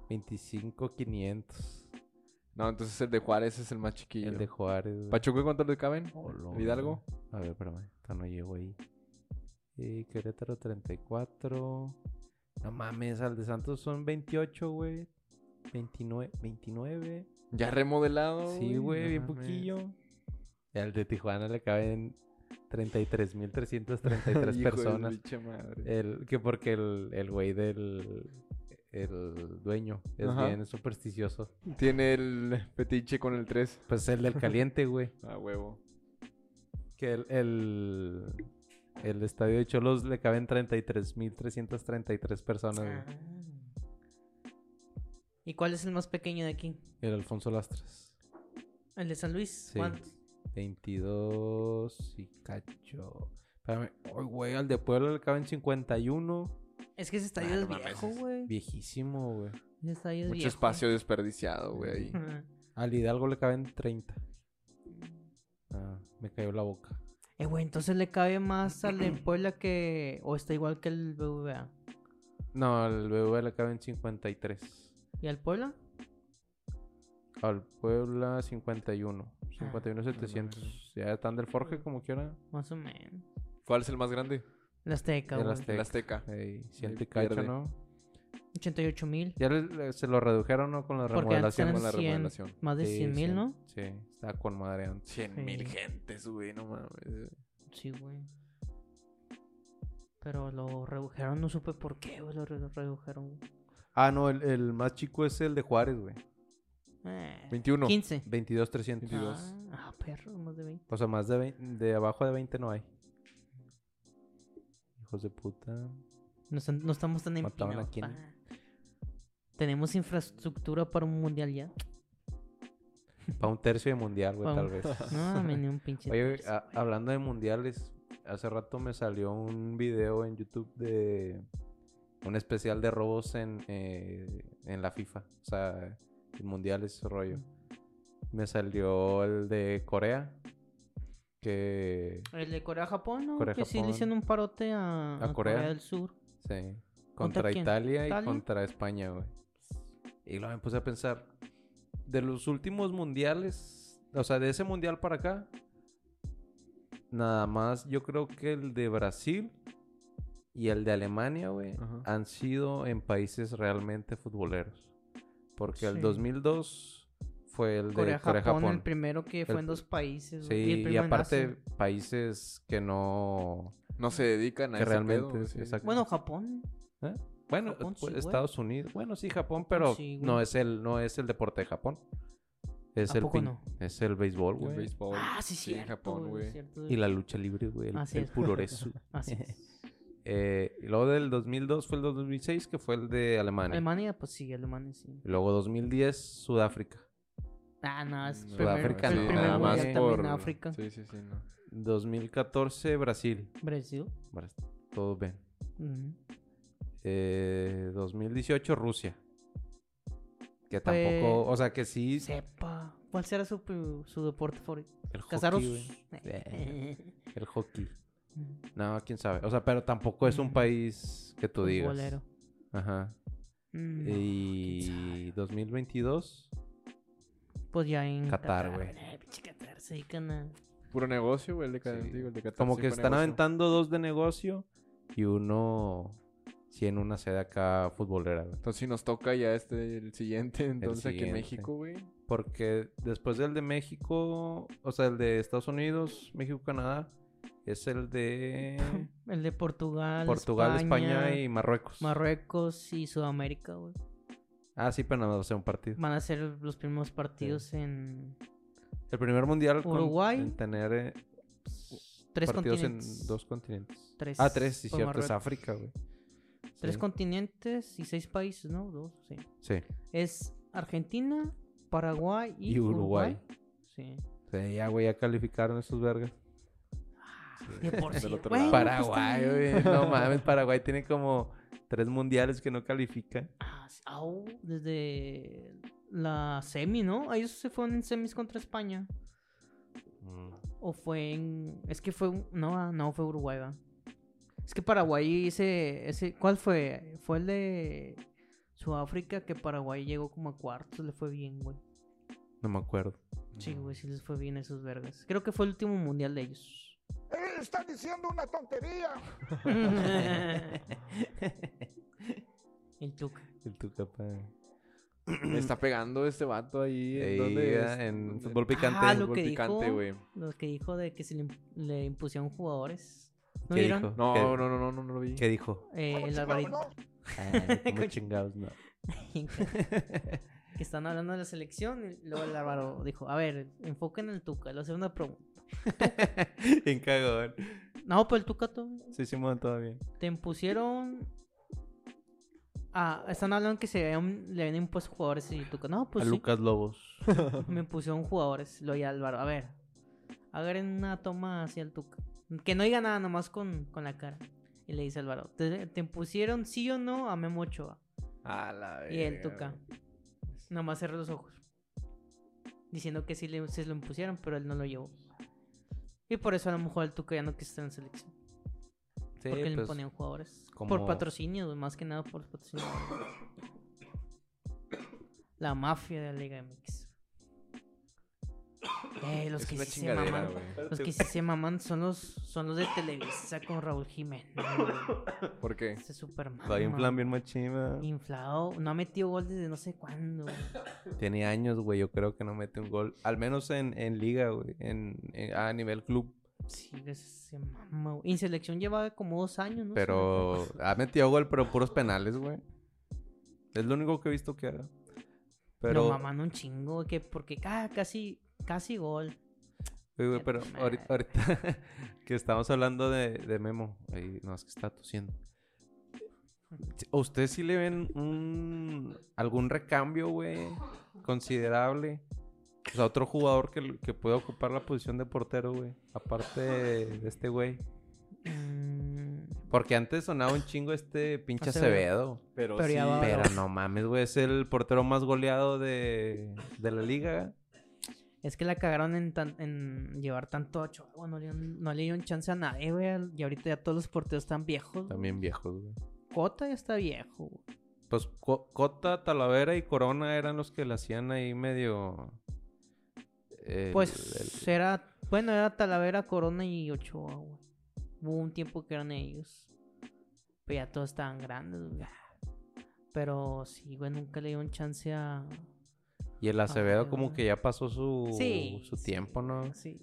[SPEAKER 3] 25500.
[SPEAKER 2] No, entonces el de Juárez es el más chiquillo.
[SPEAKER 3] El de Juárez. güey.
[SPEAKER 2] ¿Pachuca cuánto le caben?
[SPEAKER 3] Hola,
[SPEAKER 2] ¿El Hidalgo?
[SPEAKER 3] A ver, espérame, esta no llego ahí. Eh, Querétaro 34. No mames, al de Santos son 28, güey. 29, 29.
[SPEAKER 2] Ya remodelado.
[SPEAKER 3] Sí, güey,
[SPEAKER 2] no
[SPEAKER 3] bien
[SPEAKER 2] mames.
[SPEAKER 3] poquillo. Y al de Tijuana le caben
[SPEAKER 2] <laughs>
[SPEAKER 3] 33.333
[SPEAKER 2] Hijo de su
[SPEAKER 3] personas.
[SPEAKER 2] pinche madre.
[SPEAKER 3] El, que porque el el güey del el dueño es
[SPEAKER 2] Ajá.
[SPEAKER 3] bien supersticioso.
[SPEAKER 2] Tiene el petiche con el 3.
[SPEAKER 3] Pues el del caliente, güey.
[SPEAKER 2] Ah, huevo.
[SPEAKER 3] Que el, el, el estadio de Cholos le caben 33.333 personas. güey.
[SPEAKER 1] Ah. ¿Y cuál es el más pequeño de aquí?
[SPEAKER 3] El Alfonso Lastras.
[SPEAKER 1] El de San Luis.
[SPEAKER 3] Sí.
[SPEAKER 1] ¿Cuántos?
[SPEAKER 3] 22 y cacho. Espérame. Ay, güey, al de Puebla le caben 51.
[SPEAKER 1] Es que ese estadio
[SPEAKER 2] Ah, no
[SPEAKER 1] es
[SPEAKER 2] mames,
[SPEAKER 1] viejo,
[SPEAKER 2] es
[SPEAKER 1] güey.
[SPEAKER 3] Viejísimo, güey.
[SPEAKER 1] Ese estadio es
[SPEAKER 2] Mucho
[SPEAKER 1] viejo.
[SPEAKER 2] espacio desperdiciado, güey,
[SPEAKER 1] <laughs>
[SPEAKER 2] ahí.
[SPEAKER 1] Ajá.
[SPEAKER 3] Al Hidalgo le caben 30. Ah, me cayó la boca.
[SPEAKER 1] Eh, güey, entonces le cabe más al de Puebla que. O está igual que el BVA.
[SPEAKER 3] No, al BV le caben 53.
[SPEAKER 1] ¿Y al Puebla?
[SPEAKER 3] Al Puebla 51.
[SPEAKER 1] Ah,
[SPEAKER 2] no
[SPEAKER 3] 51.700. Ya están del Forge como quiera.
[SPEAKER 1] Más o menos.
[SPEAKER 2] ¿Cuál es el más grande?
[SPEAKER 1] El Azteca,
[SPEAKER 3] El
[SPEAKER 1] güey.
[SPEAKER 3] Azteca.
[SPEAKER 2] El Azteca.
[SPEAKER 3] Ey, siento
[SPEAKER 2] Ahí
[SPEAKER 3] y cacho,
[SPEAKER 2] pierde.
[SPEAKER 3] ¿no?
[SPEAKER 1] 88 mil.
[SPEAKER 3] Ya le- le- se lo redujeron, ¿no? Con la
[SPEAKER 1] Porque antes
[SPEAKER 3] remodelación.
[SPEAKER 1] eran
[SPEAKER 2] con la
[SPEAKER 1] 100,
[SPEAKER 2] remodelación.
[SPEAKER 1] más de
[SPEAKER 3] Sí,
[SPEAKER 1] 100 mil,
[SPEAKER 3] cien-
[SPEAKER 1] ¿no?
[SPEAKER 3] Sí, está con madre antes.
[SPEAKER 2] 100 mil
[SPEAKER 1] Sí.
[SPEAKER 2] gentes, güey, no mames.
[SPEAKER 1] Sí, güey. Pero lo redujeron, no supe por qué, güey, lo re- lo redujeron. güey.
[SPEAKER 3] Ah, no, el, el más chico es el de Juárez, güey.
[SPEAKER 1] Eh,
[SPEAKER 2] 21.
[SPEAKER 1] 15.
[SPEAKER 3] 22,300.
[SPEAKER 2] 22.
[SPEAKER 1] Ah, ah, perro, más de 20.
[SPEAKER 3] O sea, más de, vein- de abajo de 20 no hay. Hijos
[SPEAKER 1] <laughs>
[SPEAKER 3] de puta.
[SPEAKER 1] No, están- no estamos tan
[SPEAKER 3] Mataban a
[SPEAKER 1] empinados.
[SPEAKER 3] quién.
[SPEAKER 1] pa. Tenemos infraestructura para un mundial ya.
[SPEAKER 3] Para un tercio de mundial, güey,
[SPEAKER 1] Pa'
[SPEAKER 3] tal
[SPEAKER 1] un-
[SPEAKER 3] vez.
[SPEAKER 1] <laughs>
[SPEAKER 3] <laughs>
[SPEAKER 1] No, me ni un pinche.
[SPEAKER 3] Oye, ah, güey,
[SPEAKER 1] tercio,
[SPEAKER 3] a-
[SPEAKER 1] güey.
[SPEAKER 3] hablando de mundiales, hace rato me salió un video en YouTube de un especial de robos en, eh, en la FIFA. O sea, en mundiales, ese rollo. Me salió el de Corea, que...
[SPEAKER 1] El de Corea-Japón, ¿no?
[SPEAKER 3] Corea,
[SPEAKER 1] que sí le
[SPEAKER 3] Japón.
[SPEAKER 1] hicieron un parote a,
[SPEAKER 3] ¿A
[SPEAKER 1] a Corea?
[SPEAKER 3] Corea?
[SPEAKER 1] del Sur.
[SPEAKER 3] Sí.
[SPEAKER 1] ¿Contra
[SPEAKER 3] Contra,
[SPEAKER 1] quién?
[SPEAKER 3] Italia y
[SPEAKER 1] ¿Italia?
[SPEAKER 3] contra España, güey. Y luego me puse a pensar, de los últimos mundiales, o sea, de ese mundial para acá, nada más yo creo que el de Brasil y el de Alemania, güey,
[SPEAKER 2] Ajá.
[SPEAKER 3] han sido en países realmente futboleros. Porque
[SPEAKER 1] Sí.
[SPEAKER 3] el 2002 fue el de
[SPEAKER 1] Corea-Japón, el
[SPEAKER 3] Corea-Japón.
[SPEAKER 1] primero que fue
[SPEAKER 3] El-
[SPEAKER 1] en dos países.
[SPEAKER 3] Sí,
[SPEAKER 1] güey, el
[SPEAKER 3] y
[SPEAKER 1] primero en
[SPEAKER 3] aparte
[SPEAKER 1] Asia.
[SPEAKER 3] países que no...
[SPEAKER 2] No se dedican a
[SPEAKER 3] Que
[SPEAKER 2] ese
[SPEAKER 3] realmente,
[SPEAKER 2] pedo, sí.
[SPEAKER 3] exacto.
[SPEAKER 1] Bueno, Japón.
[SPEAKER 3] ¿Eh? Bueno,
[SPEAKER 1] Japón
[SPEAKER 3] pues,
[SPEAKER 1] sí, güey.
[SPEAKER 3] Estados Unidos. Bueno, sí, Japón, pero
[SPEAKER 1] sí, güey.
[SPEAKER 3] no es el no es el deporte de Japón. Es
[SPEAKER 1] ¿A
[SPEAKER 3] el
[SPEAKER 1] poco
[SPEAKER 3] pin-
[SPEAKER 1] no?
[SPEAKER 3] es el béisbol,
[SPEAKER 2] El
[SPEAKER 3] güey.
[SPEAKER 2] béisbol.
[SPEAKER 1] Ah, sí,
[SPEAKER 2] sí, en
[SPEAKER 1] cierto.
[SPEAKER 2] Japón,
[SPEAKER 1] güey,
[SPEAKER 2] güey.
[SPEAKER 1] cierto,
[SPEAKER 3] Y la lucha libre, güey, el,
[SPEAKER 1] Así
[SPEAKER 3] el
[SPEAKER 1] es. <laughs>
[SPEAKER 3] puroresu. <laughs>
[SPEAKER 1] Así es.
[SPEAKER 3] Eh, y luego del 2002 fue el 2006 que fue el de Alemania.
[SPEAKER 1] Alemania, pues sí, Alemania sí.
[SPEAKER 3] Y luego 2010 Sudáfrica.
[SPEAKER 1] Ah, no, es
[SPEAKER 2] Mm,
[SPEAKER 1] primer-
[SPEAKER 3] Sudáfrica,
[SPEAKER 1] fue el
[SPEAKER 3] no,
[SPEAKER 1] primer
[SPEAKER 3] nada más
[SPEAKER 1] mundial también en África.
[SPEAKER 2] Sí, sí, sí, no.
[SPEAKER 3] 2014 Brasil.
[SPEAKER 1] Brasil.
[SPEAKER 3] Bra- Todos ven.
[SPEAKER 1] ujú.
[SPEAKER 3] Eh, 2018 Rusia. Que
[SPEAKER 1] Pues-
[SPEAKER 3] tampoco, o sea, que sí
[SPEAKER 1] Sepa. ¿Cuál será su, pri- su deporte favorito? <laughs> Eh.
[SPEAKER 3] el hockey,
[SPEAKER 1] Casaros.
[SPEAKER 3] güey. Eh, el hockey.
[SPEAKER 1] Ujú.
[SPEAKER 3] No, quién sabe. O sea, pero tampoco es un
[SPEAKER 1] Ujú.
[SPEAKER 3] país que tú digas.
[SPEAKER 1] Futbolero.
[SPEAKER 3] Ajá.
[SPEAKER 1] Mm, no,
[SPEAKER 3] y 2022,
[SPEAKER 1] Pues ya en
[SPEAKER 3] Qatar, güey.
[SPEAKER 1] eh, pinche Qatar, se dedican a-
[SPEAKER 2] Puro negocio, güey, el de, Qatar,
[SPEAKER 3] Sí.
[SPEAKER 2] digo, el de Qatar
[SPEAKER 3] como
[SPEAKER 2] sí
[SPEAKER 3] que
[SPEAKER 2] fue
[SPEAKER 3] están
[SPEAKER 2] negocio.
[SPEAKER 3] aventando dos de negocio y uno, sí, en una sede acá futbolera, güey.
[SPEAKER 2] Entonces, si nos toca ya este, el siguiente, <laughs> entonces aquí en
[SPEAKER 3] siguiente.
[SPEAKER 2] México,
[SPEAKER 3] <clears throat>
[SPEAKER 2] güey.
[SPEAKER 3] Porque después del de México, o sea, el de Estados Unidos, México, Canadá, es el de
[SPEAKER 1] El de Portugal,
[SPEAKER 3] Portugal, España, y Marruecos.
[SPEAKER 1] Marruecos y Sudamérica, güey.
[SPEAKER 3] ah, sí, pero nada más va a ser un partido.
[SPEAKER 1] Van a ser los primeros partidos en
[SPEAKER 3] El primer mundial con-
[SPEAKER 1] Uruguay.
[SPEAKER 3] en tener eh, pues,
[SPEAKER 1] Tres
[SPEAKER 3] partidos
[SPEAKER 1] continentes.
[SPEAKER 3] en dos continentes.
[SPEAKER 1] Tres,
[SPEAKER 3] ah, tres, sí,
[SPEAKER 1] por
[SPEAKER 3] cierto, es
[SPEAKER 1] Marruecos.
[SPEAKER 3] África, güey.
[SPEAKER 1] tres
[SPEAKER 3] Sí,
[SPEAKER 1] continentes y seis países, ¿no? Dos, sí.
[SPEAKER 3] Sí.
[SPEAKER 1] Es Argentina, Paraguay y,
[SPEAKER 3] Y Uruguay.
[SPEAKER 1] Sí.
[SPEAKER 3] Sí, ya, güey, ya calificaron esos vergas.
[SPEAKER 1] De por
[SPEAKER 2] del
[SPEAKER 1] sí,
[SPEAKER 2] otro
[SPEAKER 1] güey,
[SPEAKER 2] lado.
[SPEAKER 1] pues,
[SPEAKER 3] Paraguay,
[SPEAKER 1] está bien.
[SPEAKER 3] güey. No mames, Paraguay tiene como tres mundiales que no califican.
[SPEAKER 1] Ah, sí. Au, desde la semi, ¿no? Ellos se fueron en semis contra España.
[SPEAKER 3] Mm.
[SPEAKER 1] O fue en. Es que fue. un- No, ah, no, fue Uruguay, va. Es que Paraguay ese, ese. ¿Cuál fue? Fue el de Sudáfrica que Paraguay llegó como a cuartos. Le fue bien, güey.
[SPEAKER 3] No me acuerdo.
[SPEAKER 1] Sí, güey, <laughs> sí les fue bien a esos vergas. Creo que fue el último mundial de
[SPEAKER 3] <laughs>
[SPEAKER 1] ellos. <laughs>
[SPEAKER 4] está diciendo una tontería.
[SPEAKER 1] el Tuca.
[SPEAKER 3] <laughs> El Tucapa.
[SPEAKER 2] Está pegando este vato ahí. ¿En
[SPEAKER 3] Ey,
[SPEAKER 2] dónde?
[SPEAKER 3] ah,
[SPEAKER 2] es?
[SPEAKER 3] en
[SPEAKER 2] ¿Dónde?
[SPEAKER 3] fútbol picante.
[SPEAKER 1] Ah, lo
[SPEAKER 2] Fútbol
[SPEAKER 1] que
[SPEAKER 2] picante,
[SPEAKER 1] dijo.
[SPEAKER 2] güey.
[SPEAKER 1] Lo que dijo de que se le, imp- le impusieron jugadores. ¿No
[SPEAKER 3] ¿Qué
[SPEAKER 1] vieron?
[SPEAKER 3] dijo?
[SPEAKER 2] No,
[SPEAKER 3] ¿Qué-
[SPEAKER 2] no, no, no, no, no lo vi.
[SPEAKER 3] ¿Qué dijo?
[SPEAKER 1] Eh, el Alvarito.
[SPEAKER 3] Ah,
[SPEAKER 1] <laughs>
[SPEAKER 3] como
[SPEAKER 1] Coño.
[SPEAKER 3] chingados, no.
[SPEAKER 1] que están hablando de la selección. Y luego el Álvaro dijo: A ver, enfoquen en el Tuca. Le voy a hacer una pregunta.
[SPEAKER 3] En cagón.
[SPEAKER 1] No, pero el Tuca, tú,
[SPEAKER 3] Sí, Simón, todo bien.
[SPEAKER 1] te impusieron. Ah, están hablando que se habían- le habían impuesto jugadores y Tuca. No, pues
[SPEAKER 3] a
[SPEAKER 1] sí,
[SPEAKER 3] Lucas Lobos.
[SPEAKER 1] me impusieron jugadores. Lo y Álvaro, a ver, hagan una toma hacia el Tuca. Que no diga nada, nomás con, con la cara. Y le dice Álvaro: ¿Te, te impusieron sí o no a Memo Ochoa?
[SPEAKER 2] A la
[SPEAKER 1] Y el
[SPEAKER 3] Eh,
[SPEAKER 2] verga,
[SPEAKER 1] Tuca.
[SPEAKER 2] güey.
[SPEAKER 1] Nomás cerró los ojos. Diciendo que sí le, se lo impusieron, pero él no lo llevó. Y por eso a lo mejor el Tuca ya no quiso estar en selección.
[SPEAKER 3] Sí,
[SPEAKER 1] porque le
[SPEAKER 3] pues,
[SPEAKER 1] imponían jugadores. Por
[SPEAKER 3] como-
[SPEAKER 1] patrocinio, güey, más que nada por patrocinio. la mafia de la Liga MX. Eh, los
[SPEAKER 2] Es
[SPEAKER 1] que
[SPEAKER 2] una
[SPEAKER 1] sí se maman.
[SPEAKER 2] chingadera, güey.
[SPEAKER 1] Los que sí se maman son los, son los de Televisa con Raúl Jiménez. güey.
[SPEAKER 2] ¿Por qué?
[SPEAKER 1] Ese Superman.
[SPEAKER 3] Todavía en plan bien machima.
[SPEAKER 1] Inflado. No ha metido gol desde no sé cuándo. güey.
[SPEAKER 3] Tiene años, güey. Yo creo que no mete un gol. Al menos en, en liga, güey. En, en- a nivel club.
[SPEAKER 1] Sí, que se mama, güey. En selección lleva como dos años, ¿no?
[SPEAKER 3] Pero ha metido gol, pero puros penales, güey. Es lo único que he visto que haga.
[SPEAKER 1] Pero... Lo
[SPEAKER 3] Pero,
[SPEAKER 1] maman un chingo, güey, que porque ah, casi, casi gol.
[SPEAKER 3] Oye, güey,
[SPEAKER 1] Ya
[SPEAKER 3] pero
[SPEAKER 1] tu madre.
[SPEAKER 3] ahorita, ahorita <laughs> que estamos hablando de, de Memo, ahí no es que está tosiendo. ¿A ¿Ustedes sí le ven un, algún recambio, güey, considerable? O sea, otro jugador que, que pueda ocupar la posición de portero, güey, aparte de, de este güey.
[SPEAKER 1] Mm,
[SPEAKER 3] Porque antes sonaba un chingo este pinche
[SPEAKER 1] Acevedo.
[SPEAKER 3] Acevedo.
[SPEAKER 1] Pero ya va.
[SPEAKER 3] Pero no mames, güey, es el portero más goleado de, de la liga.
[SPEAKER 1] es que la cagaron en, tan- en llevar tanto a Ochoa, güey, no le, dieron- no le dieron chance a nadie, güey. al- Y ahorita ya todos los porteros están viejos. güey.
[SPEAKER 3] También viejos, güey.
[SPEAKER 1] Cota ya está viejo, güey.
[SPEAKER 3] Pues Co- Cota, Talavera y Corona eran los que le hacían ahí medio. el-
[SPEAKER 1] Pues
[SPEAKER 3] el-
[SPEAKER 1] era, bueno, era Talavera, Corona y Ochoa, güey. Hubo un tiempo que eran ellos. Pero ya todos estaban grandes, güey. Pero sí, güey, nunca le dieron chance a...
[SPEAKER 3] y el Acevedo,
[SPEAKER 1] Ay,
[SPEAKER 3] como
[SPEAKER 1] güey.
[SPEAKER 3] que ya pasó su,
[SPEAKER 1] Sí.
[SPEAKER 3] Uh, su
[SPEAKER 1] sí,
[SPEAKER 3] tiempo, ¿no?
[SPEAKER 1] Sí.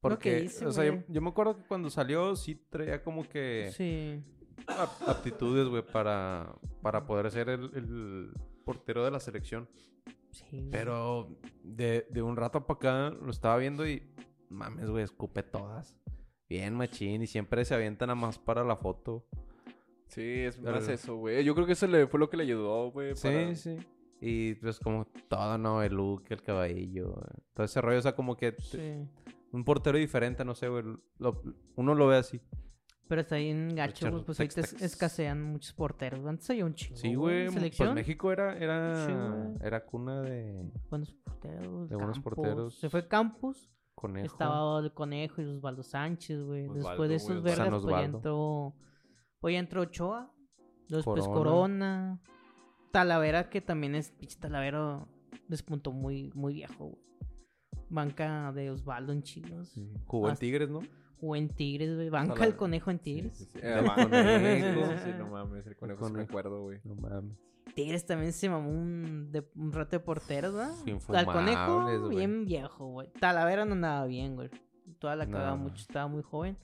[SPEAKER 3] Porque,
[SPEAKER 1] hice,
[SPEAKER 3] o sea, yo,
[SPEAKER 1] güey.
[SPEAKER 3] yo me acuerdo que cuando salió sí traía como que
[SPEAKER 1] Sí.
[SPEAKER 3] ap- aptitudes, güey, para, para poder ser el, el portero de la selección.
[SPEAKER 1] Sí, güey.
[SPEAKER 3] Pero de, de un rato para acá lo estaba viendo y mames, güey, escupe todas. Bien, machín, y siempre se avientan a más para la foto.
[SPEAKER 2] Sí, es
[SPEAKER 3] Pero-
[SPEAKER 2] más eso, güey. Yo creo que eso le fue lo que le ayudó, güey. para-
[SPEAKER 3] Sí, sí. Y pues como todo, ¿no? El look, el cabello, todo ese rollo. O sea, como que t-
[SPEAKER 1] Sí.
[SPEAKER 3] un portero diferente, no sé, güey. lo- uno lo ve así.
[SPEAKER 1] Pero está bien gacho, güey,
[SPEAKER 3] Richard
[SPEAKER 1] pues ahorita
[SPEAKER 3] Tex-Tex.
[SPEAKER 1] escasean muchos porteros. Antes había un chingo.
[SPEAKER 3] Sí, güey.
[SPEAKER 1] en
[SPEAKER 3] mu- Pues
[SPEAKER 1] Selección.
[SPEAKER 3] México era, era,
[SPEAKER 1] Sí, güey.
[SPEAKER 3] era cuna de...
[SPEAKER 1] Buenos porteros.
[SPEAKER 3] De buenos
[SPEAKER 1] Campos.
[SPEAKER 3] porteros.
[SPEAKER 1] Se fue Campos.
[SPEAKER 3] Conejo.
[SPEAKER 1] Estaba el Conejo y Osvaldo Sánchez, güey. Después
[SPEAKER 2] Osvaldo,
[SPEAKER 1] de
[SPEAKER 2] güey,
[SPEAKER 1] esos
[SPEAKER 3] San
[SPEAKER 1] vergas, pues ya
[SPEAKER 3] Osvaldo.
[SPEAKER 1] entró. Pues ya entró Ochoa. Después
[SPEAKER 3] Corona.
[SPEAKER 1] Corona. Talavera, que también es pinche Talavero. Despuntó muy, muy viejo, güey. Banca de Osvaldo en chinos.
[SPEAKER 3] Sí. Jugó en
[SPEAKER 1] Hasta-
[SPEAKER 3] Tigres, ¿no?
[SPEAKER 1] O en Tigres, güey. Banca
[SPEAKER 3] Talavera.
[SPEAKER 1] el conejo en Tigres.
[SPEAKER 3] Sí, sí, sí.
[SPEAKER 2] Eh,
[SPEAKER 3] El
[SPEAKER 2] man,
[SPEAKER 3] conejo.
[SPEAKER 1] <laughs>
[SPEAKER 2] sí, sí, no mames, el conejo, sí me
[SPEAKER 3] conejo.
[SPEAKER 2] acuerdo, güey.
[SPEAKER 3] No mames.
[SPEAKER 1] Tigres también se mamó un, de, un rato de porteros, ¿verdad? Al
[SPEAKER 3] Infumables,
[SPEAKER 1] conejo,
[SPEAKER 3] güey.
[SPEAKER 1] bien viejo, güey. Talavera no andaba bien, güey. Toda la
[SPEAKER 3] No.
[SPEAKER 1] cagaba mucho, estaba muy joven.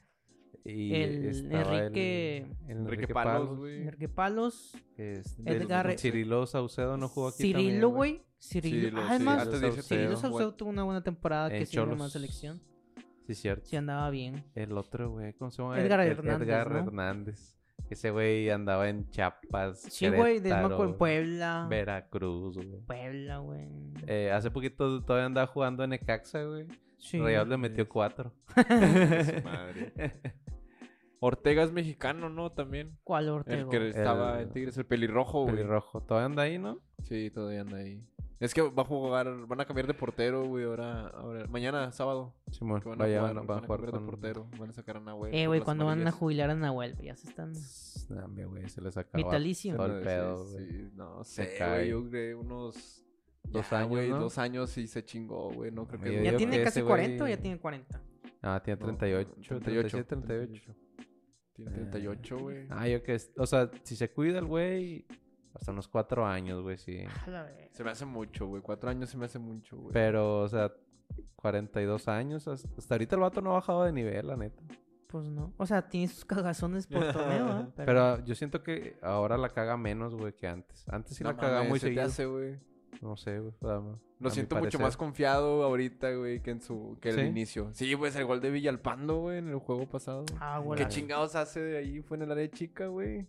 [SPEAKER 3] Y
[SPEAKER 1] El
[SPEAKER 3] estaba el-
[SPEAKER 1] Enrique-
[SPEAKER 3] el
[SPEAKER 2] Enrique Palos, güey.
[SPEAKER 1] Enrique Palos,
[SPEAKER 3] que es del-
[SPEAKER 1] Edgar-
[SPEAKER 3] del Cirilo Saucedo no jugó aquí también,
[SPEAKER 1] Cirilo, güey. Cirilo.
[SPEAKER 2] Cirilo, sí,
[SPEAKER 1] ah,
[SPEAKER 2] Ah,
[SPEAKER 1] Además,
[SPEAKER 2] antes de irse a
[SPEAKER 1] Cirilo
[SPEAKER 2] Tigres,
[SPEAKER 1] Saucedo
[SPEAKER 2] <laughs>
[SPEAKER 3] <laughs>
[SPEAKER 2] güey.
[SPEAKER 1] tuvo una buena temporada
[SPEAKER 3] En
[SPEAKER 1] Ah, que sí era más
[SPEAKER 3] Cholos.
[SPEAKER 1] selección.
[SPEAKER 3] Sí, cierto.
[SPEAKER 1] Sí andaba bien.
[SPEAKER 3] El otro, güey, ¿cómo se llama?
[SPEAKER 1] Edgar
[SPEAKER 3] El-
[SPEAKER 1] Hernández,
[SPEAKER 3] Edgar
[SPEAKER 1] ¿no?
[SPEAKER 3] Hernández. Ese güey andaba en Chiapas.
[SPEAKER 1] Sí, güey, de
[SPEAKER 3] Querétaro,
[SPEAKER 1] Maco en Puebla.
[SPEAKER 3] Veracruz, güey.
[SPEAKER 1] Puebla, güey.
[SPEAKER 3] Eh, hace poquito todavía andaba jugando en Ecaxa, güey.
[SPEAKER 1] Sí.
[SPEAKER 3] Rayados le
[SPEAKER 1] <laughs>
[SPEAKER 3] metió cuatro.
[SPEAKER 2] Su madre. Ortega es mexicano, ¿no? También.
[SPEAKER 1] ¿Cuál Ortega?
[SPEAKER 2] El que estaba
[SPEAKER 3] El-
[SPEAKER 2] en Tigres, el pelirrojo, güey.
[SPEAKER 3] <laughs> Pelirrojo. Todavía anda ahí, ¿no?
[SPEAKER 2] Sí, todavía anda ahí. Es que va a jugar, van a cambiar de portero, güey, ahora, ahora- mañana, sábado.
[SPEAKER 3] Simón,
[SPEAKER 2] que van a
[SPEAKER 3] Ah, vaya,
[SPEAKER 2] jugar,
[SPEAKER 3] van,
[SPEAKER 2] van a
[SPEAKER 3] a jugar
[SPEAKER 2] cambiar de
[SPEAKER 3] con...
[SPEAKER 2] portero, van a sacar a Nahuel.
[SPEAKER 1] Eh,
[SPEAKER 2] por
[SPEAKER 1] güey,
[SPEAKER 2] las
[SPEAKER 1] cuando van a
[SPEAKER 2] amarillas.
[SPEAKER 1] jubilar a Nahuel, güey, ya se están...
[SPEAKER 3] Nah, hombre, güey, se les acabó.
[SPEAKER 1] Vitalicio.
[SPEAKER 3] Todo el
[SPEAKER 2] Sí,
[SPEAKER 3] pedo,
[SPEAKER 2] sí,
[SPEAKER 3] güey.
[SPEAKER 2] no
[SPEAKER 3] Se
[SPEAKER 2] sé,
[SPEAKER 3] cae.
[SPEAKER 2] güey, yo creo unos...
[SPEAKER 3] Dos
[SPEAKER 2] ya,
[SPEAKER 3] años,
[SPEAKER 2] güey,
[SPEAKER 3] ¿no?
[SPEAKER 2] dos años y se chingó, güey, no creo
[SPEAKER 3] Yo
[SPEAKER 2] que...
[SPEAKER 1] ¿Ya
[SPEAKER 3] digo
[SPEAKER 1] tiene
[SPEAKER 3] que
[SPEAKER 1] casi
[SPEAKER 3] ese
[SPEAKER 1] 40 o
[SPEAKER 3] güey-
[SPEAKER 1] ya tiene 40?
[SPEAKER 3] Ah, tiene
[SPEAKER 2] No,
[SPEAKER 3] 38, 37, 38.
[SPEAKER 2] 38. Tiene 38, güey.
[SPEAKER 3] Ah, yo que... es- O sea, si se cuida el güey, hasta unos cuatro años, güey, sí.
[SPEAKER 1] A la verga.
[SPEAKER 2] Se me hace mucho, güey, cuatro años se me hace mucho, güey.
[SPEAKER 3] Pero, o sea, 42 años. Hasta hasta ahorita el vato no ha bajado de nivel, la neta.
[SPEAKER 1] Pues no. O sea, tiene sus cagazones por torneo, ¿eh? Pero...
[SPEAKER 3] Pero yo siento que ahora la caga menos, güey, que antes. Antes sí
[SPEAKER 2] No
[SPEAKER 3] la cagaba
[SPEAKER 2] mames,
[SPEAKER 3] muy
[SPEAKER 2] se te
[SPEAKER 3] seguido.
[SPEAKER 2] hace, güey.
[SPEAKER 3] No sé, güey. o sea, no-
[SPEAKER 2] Lo
[SPEAKER 3] a mi
[SPEAKER 2] siento mucho
[SPEAKER 3] parecer.
[SPEAKER 2] más confiado ahorita, güey, que en su que el
[SPEAKER 3] ¿Sí?
[SPEAKER 2] inicio. Sí, pues el gol de Villalpando, güey, en el juego pasado.
[SPEAKER 1] Ah, güey.
[SPEAKER 2] ¿Qué
[SPEAKER 1] la-
[SPEAKER 2] chingados hace de ahí? Fue en el área chica, güey.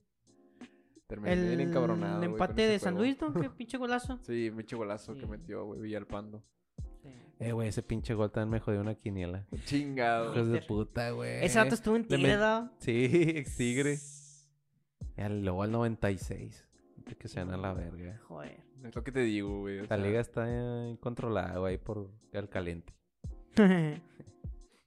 [SPEAKER 2] Terminé
[SPEAKER 1] El,
[SPEAKER 2] bien encabronado. güey, con
[SPEAKER 1] empate
[SPEAKER 2] ese
[SPEAKER 1] de San
[SPEAKER 2] juego.
[SPEAKER 1] Luis, ¿no? Qué pinche golazo.
[SPEAKER 2] Sí, pinche golazo
[SPEAKER 1] Sí.
[SPEAKER 2] que metió, güey, Villalpando.
[SPEAKER 3] Eh, güey, ese pinche gol también me jodió una quiniela.
[SPEAKER 2] Chingado.
[SPEAKER 3] Hijos de
[SPEAKER 1] Inter.
[SPEAKER 3] puta, güey.
[SPEAKER 1] Ese dato estuvo en
[SPEAKER 3] Eh, le met-
[SPEAKER 1] Tigre, ¿no?
[SPEAKER 3] Sí, <laughs> ex tigre. Y al- luego al 96. Antes que sean a la verga.
[SPEAKER 1] Joder.
[SPEAKER 2] Es lo que te digo, güey. o
[SPEAKER 3] La
[SPEAKER 2] sea,
[SPEAKER 3] liga está eh, controlada, güey, por el caliente.
[SPEAKER 1] <laughs>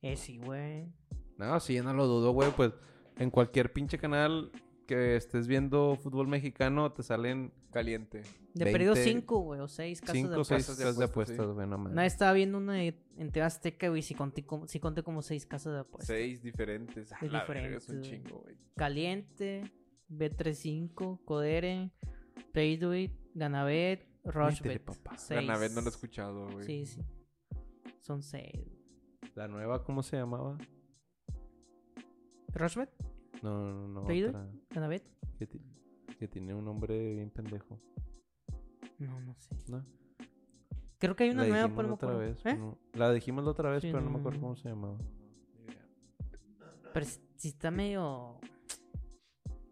[SPEAKER 1] eh, sí, güey.
[SPEAKER 3] No, sí, no lo dudo, güey. Pues en cualquier pinche canal que estés viendo fútbol mexicano te salen
[SPEAKER 2] Caliente.
[SPEAKER 1] De perdido
[SPEAKER 3] 20,
[SPEAKER 1] 5, güey, o 6 casos de
[SPEAKER 3] 5 o 6
[SPEAKER 1] apuestas.
[SPEAKER 2] apuestas.
[SPEAKER 3] casas de
[SPEAKER 2] Casas de apuestas,
[SPEAKER 3] apuestas, güey, no mames.
[SPEAKER 1] Nadie estaba viendo una de- en TV Azteca, güey, si conté como, si conté como 6 casos de apuestas.
[SPEAKER 2] Seis diferentes. A
[SPEAKER 1] De
[SPEAKER 2] la verga, es
[SPEAKER 1] diferentes,
[SPEAKER 2] un
[SPEAKER 1] güey.
[SPEAKER 2] chingo, güey.
[SPEAKER 1] Caliente, B35, Codere, Playduit, Ganabet, Rushbet.
[SPEAKER 3] Métele, papá.
[SPEAKER 1] Seis.
[SPEAKER 2] Bernabé no lo he escuchado, güey.
[SPEAKER 1] Sí, sí. Son 6.
[SPEAKER 3] La nueva, ¿cómo se llamaba?
[SPEAKER 1] ¿Rushbet?
[SPEAKER 3] No, no, no.
[SPEAKER 1] ¿Pedido?
[SPEAKER 3] otra.
[SPEAKER 1] ¿Ganabet?
[SPEAKER 3] Que, ti- que tiene un nombre bien pendejo.
[SPEAKER 1] No, no sé.
[SPEAKER 3] ¿No?
[SPEAKER 1] Creo que hay una
[SPEAKER 3] la
[SPEAKER 1] nueva,
[SPEAKER 3] dijimos
[SPEAKER 1] pero
[SPEAKER 3] la
[SPEAKER 1] no me acuerdo.
[SPEAKER 3] otra vez.
[SPEAKER 1] ¿Eh?
[SPEAKER 3] pero no- La dijimos la otra vez,
[SPEAKER 1] Sí,
[SPEAKER 3] pero no, me
[SPEAKER 1] no.
[SPEAKER 3] acuerdo cómo se llamaba.
[SPEAKER 2] Ni idea.
[SPEAKER 1] Pero si si está medio.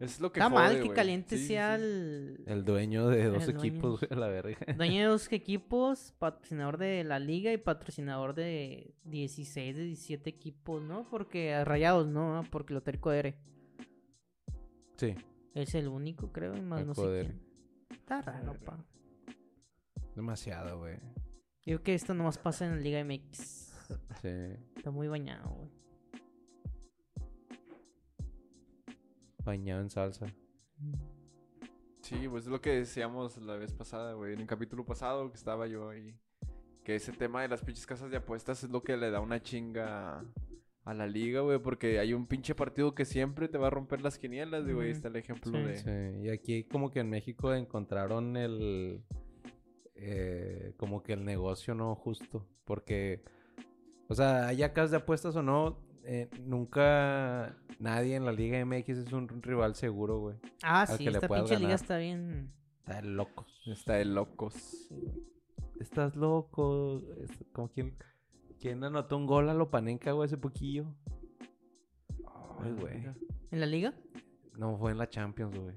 [SPEAKER 2] Es lo que
[SPEAKER 1] Está mal
[SPEAKER 2] jode,
[SPEAKER 1] que
[SPEAKER 2] güey.
[SPEAKER 1] Caliente
[SPEAKER 2] Sí, sí,
[SPEAKER 1] sea
[SPEAKER 2] sí.
[SPEAKER 1] el.
[SPEAKER 3] El dueño de dos
[SPEAKER 1] El dueño.
[SPEAKER 3] equipos, güey, a la verga. <laughs>
[SPEAKER 1] Dueño de dos equipos, patrocinador de la liga y patrocinador de 16, de 17 equipos, ¿no? Porque a Rayados, ¿no? Ah, Porque Loterico R
[SPEAKER 3] Sí,
[SPEAKER 1] es el único, creo, y más
[SPEAKER 3] El
[SPEAKER 1] no sé
[SPEAKER 3] poder.
[SPEAKER 1] quién. Está raro, pa.
[SPEAKER 3] demasiado, güey.
[SPEAKER 1] Yo creo que esto nomás pasa en la Liga MX.
[SPEAKER 3] Sí.
[SPEAKER 1] Está muy bañado, güey.
[SPEAKER 3] Bañado en salsa.
[SPEAKER 2] Sí, pues es lo que decíamos la vez pasada, güey. En el capítulo pasado que estaba yo ahí. Que ese tema de las pinches casas de apuestas es lo que le da una chinga a la liga, güey. Porque hay un pinche partido que siempre te va a romper las quinielas, güey. Ahí
[SPEAKER 1] Ujú.
[SPEAKER 2] está el ejemplo
[SPEAKER 1] Sí.
[SPEAKER 2] de...
[SPEAKER 3] Sí, y aquí como que en México encontraron el... eh, como que el negocio no justo, porque, o sea, haya casas de apuestas o no, eh, nunca nadie en la Liga MX es un rival seguro, güey.
[SPEAKER 1] Ah,
[SPEAKER 3] Al
[SPEAKER 1] sí,
[SPEAKER 3] que le
[SPEAKER 1] esta
[SPEAKER 3] puedas
[SPEAKER 1] pinche liga
[SPEAKER 3] ganar.
[SPEAKER 1] está bien.
[SPEAKER 3] Está de locos.
[SPEAKER 2] Está de locos.
[SPEAKER 3] Estás loco. Es como quien, quien anotó un gol a Lopanenca, güey, hace poquillo. Ay, güey.
[SPEAKER 1] ¿En la liga?
[SPEAKER 3] No, fue en la Champions, güey.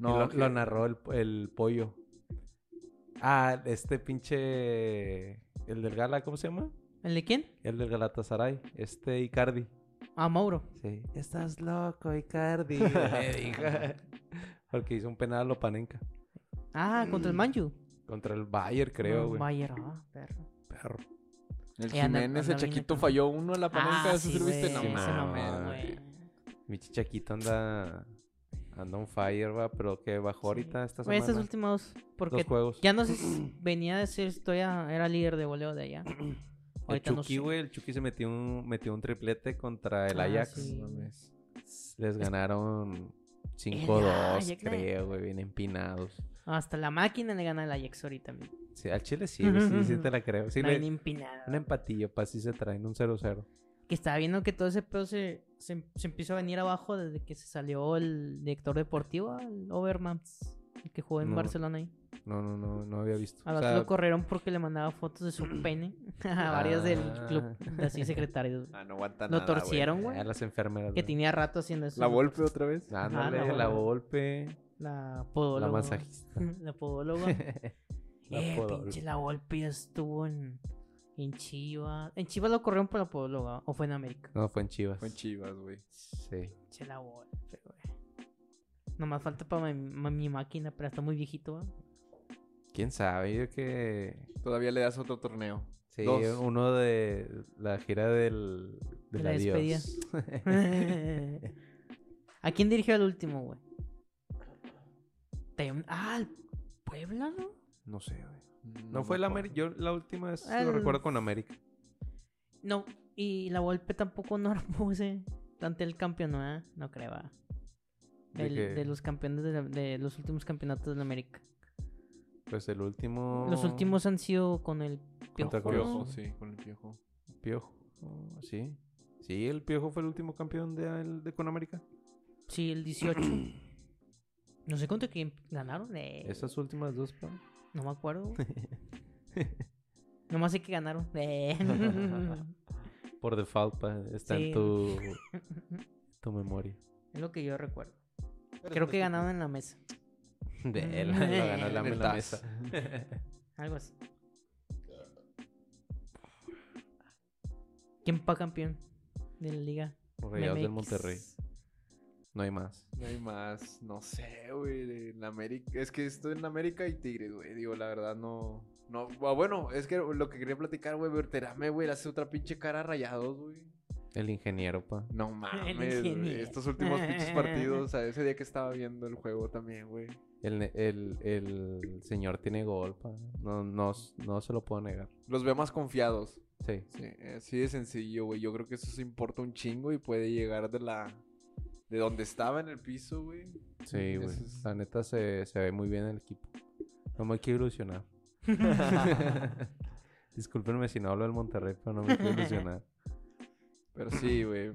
[SPEAKER 2] No,
[SPEAKER 3] Y lo,
[SPEAKER 2] que-
[SPEAKER 3] lo narró el, el pollo. Ah, este pinche. El del Gala, ¿cómo se llama?
[SPEAKER 1] ¿El de quién?
[SPEAKER 3] El del Galatasaray. Este Icardi.
[SPEAKER 1] Ah, Mauro.
[SPEAKER 3] Sí. Estás loco, Icardi. le dijo. <laughs> Porque hizo un penal a Lopanenka.
[SPEAKER 1] Ah, contra el Manju.
[SPEAKER 3] Contra el Bayern, Mm, creo,
[SPEAKER 1] Ah,
[SPEAKER 3] güey.
[SPEAKER 1] Bayern, ah, perro.
[SPEAKER 3] Perro.
[SPEAKER 2] El
[SPEAKER 1] Eh, anda-
[SPEAKER 2] Jiménez,
[SPEAKER 1] anda
[SPEAKER 2] el
[SPEAKER 1] bien
[SPEAKER 2] Chaquito
[SPEAKER 1] acá.
[SPEAKER 2] falló uno en la panenca.
[SPEAKER 1] Ah,
[SPEAKER 2] ¿Eso
[SPEAKER 1] sí,
[SPEAKER 2] sí lo viste?
[SPEAKER 1] güey,
[SPEAKER 2] No,
[SPEAKER 1] se mamó,
[SPEAKER 2] mames.
[SPEAKER 1] güey.
[SPEAKER 3] Mi chichaquito anda. Anda un fire, va, pero que bajó ahorita
[SPEAKER 1] Sí.
[SPEAKER 3] esta
[SPEAKER 1] Güey,
[SPEAKER 3] semana.
[SPEAKER 1] Estos últimos dos, porque
[SPEAKER 3] dos juegos.
[SPEAKER 1] ya no sé
[SPEAKER 3] <clears throat>
[SPEAKER 1] si venía de ser, todavía era líder de voleo de allá.
[SPEAKER 3] el
[SPEAKER 1] Ahorita no
[SPEAKER 3] Chucky,
[SPEAKER 1] sé.
[SPEAKER 3] güey, el Chucky se metió un, metió un triplete contra el
[SPEAKER 1] Ah,
[SPEAKER 3] Ajax.
[SPEAKER 1] sí.
[SPEAKER 2] Mames.
[SPEAKER 3] Les ganaron
[SPEAKER 1] El
[SPEAKER 3] 5-2,
[SPEAKER 1] Ajax, güey.
[SPEAKER 3] creo, güey, bien empinados.
[SPEAKER 1] Hasta la máquina le gana el Ajax ahorita. güey.
[SPEAKER 3] Sí, al Chile sí, güey, sí, sí te la creo. Sí,
[SPEAKER 1] Está
[SPEAKER 3] le-
[SPEAKER 1] bien empinado.
[SPEAKER 3] un empatillo, para si se traen un 0-0.
[SPEAKER 1] Que estaba viendo que todo ese pedo se, se, se empezó a venir abajo desde que se salió el director deportivo, el Overmans, el que jugó en
[SPEAKER 3] No.
[SPEAKER 1] Barcelona ahí.
[SPEAKER 3] No, no, no, no había visto.
[SPEAKER 1] A
[SPEAKER 3] O
[SPEAKER 1] lo
[SPEAKER 3] sea,
[SPEAKER 1] lo corrieron porque le mandaba fotos de
[SPEAKER 3] <clears throat>
[SPEAKER 1] su pene <laughs> a varios del
[SPEAKER 3] Ah.
[SPEAKER 1] club, de así secretarios.
[SPEAKER 3] <laughs>
[SPEAKER 1] güey.
[SPEAKER 2] Ah, no aguanta
[SPEAKER 1] Lo
[SPEAKER 2] nada, güey.
[SPEAKER 1] torcieron, güey.
[SPEAKER 3] eh, a las enfermeras.
[SPEAKER 1] Que
[SPEAKER 3] güey.
[SPEAKER 1] tenía rato haciendo eso.
[SPEAKER 2] ¿La golpe otra vez?
[SPEAKER 3] Dándole
[SPEAKER 1] Ah, la
[SPEAKER 3] la
[SPEAKER 1] Volpe.
[SPEAKER 3] golpe.
[SPEAKER 1] La podóloga.
[SPEAKER 3] La masajista.
[SPEAKER 1] <laughs>
[SPEAKER 3] <laughs>
[SPEAKER 1] La podóloga.
[SPEAKER 3] La
[SPEAKER 1] eh,
[SPEAKER 3] podóloga.
[SPEAKER 1] pinche la Volpi ya estuvo en, en Chivas. En Chivas lo corrieron por la podóloga, o fue en América.
[SPEAKER 3] No, fue en Chivas.
[SPEAKER 2] Con chivas, güey.
[SPEAKER 3] Sí.
[SPEAKER 1] Pinche la Volpi, güey. Nomás falta para mi, ma- mi máquina, pero está muy
[SPEAKER 3] <laughs>
[SPEAKER 1] viejito, ¿va?
[SPEAKER 3] ¿Quién sabe? Yo que...
[SPEAKER 2] Todavía le das otro torneo.
[SPEAKER 3] Sí,
[SPEAKER 2] Dos.
[SPEAKER 3] uno de la gira del...
[SPEAKER 1] De
[SPEAKER 3] Del
[SPEAKER 1] la despedida.
[SPEAKER 3] adiós. <laughs>
[SPEAKER 1] <laughs> ¿A quién dirigió el último, güey? Te- Ah, el Puebla, ¿no?
[SPEAKER 3] no sé, güey. No fue
[SPEAKER 2] me acuerdo.
[SPEAKER 3] la América. Yo la última vez
[SPEAKER 1] El-
[SPEAKER 3] lo recuerdo con América.
[SPEAKER 1] No, y la Volpe tampoco no <laughs> la puse ante el campeón, ¿no? No creo, ¿va?
[SPEAKER 3] De
[SPEAKER 1] Del-
[SPEAKER 3] que,
[SPEAKER 1] de los campeones de, la- de los últimos campeonatos de la América.
[SPEAKER 3] Pues el último...
[SPEAKER 1] Los últimos han sido con el
[SPEAKER 3] Contra
[SPEAKER 1] piojo. ¿no?
[SPEAKER 3] Cruz.
[SPEAKER 2] Piojo, sí, con el piojo.
[SPEAKER 3] Piojo. Sí. Sí, el Piojo fue el último campeón de, el- de con América.
[SPEAKER 1] Sí, el 18. <clears throat> no sé contra quién ganaron. eh,
[SPEAKER 3] Esas últimas dos, pa.
[SPEAKER 1] No me acuerdo.
[SPEAKER 2] <laughs>
[SPEAKER 1] Nomás sé que ganaron. <laughs> eh.
[SPEAKER 3] Por default, pa. Está
[SPEAKER 1] Sí.
[SPEAKER 3] en tu...
[SPEAKER 1] <laughs>
[SPEAKER 3] tu memoria.
[SPEAKER 1] es lo que yo recuerdo. Creo que ganaron en la mesa.
[SPEAKER 3] De él, <laughs> lo ganó la,
[SPEAKER 2] En el
[SPEAKER 3] la
[SPEAKER 2] TAS.
[SPEAKER 3] mesa.
[SPEAKER 1] Algo así. ¿Quién pa campeón de la liga?
[SPEAKER 3] Rayados del
[SPEAKER 1] MX.
[SPEAKER 3] Monterrey. No hay más.
[SPEAKER 2] No hay más. No sé, güey. En América. Es que estoy en América y Tigres, güey. Digo, la verdad, no. No, ah, bueno, es que lo que quería platicar, güey, Berterame, güey, le hace otra pinche cara a rayados, güey.
[SPEAKER 3] El ingeniero, pa.
[SPEAKER 2] No mames, güey.
[SPEAKER 1] ingeniero.
[SPEAKER 2] Estos últimos pinches partidos, o sea, ese día que estaba viendo el juego también, güey.
[SPEAKER 3] El, ne- el, el señor tiene gol, pa. No, no, no se lo puedo negar.
[SPEAKER 2] Los veo más confiados.
[SPEAKER 3] Sí.
[SPEAKER 2] Sí, así de sencillo, güey. Yo creo que eso se importa un chingo y puede llegar de la. de donde estaba en el piso, güey.
[SPEAKER 3] Sí, güey.
[SPEAKER 2] Eso es-
[SPEAKER 3] La neta se, se ve muy bien el equipo. No me quiero ilusionar. Discúlpenme si no hablo del Monterrey, pero no me quiero ilusionar.
[SPEAKER 2] Pero sí, güey.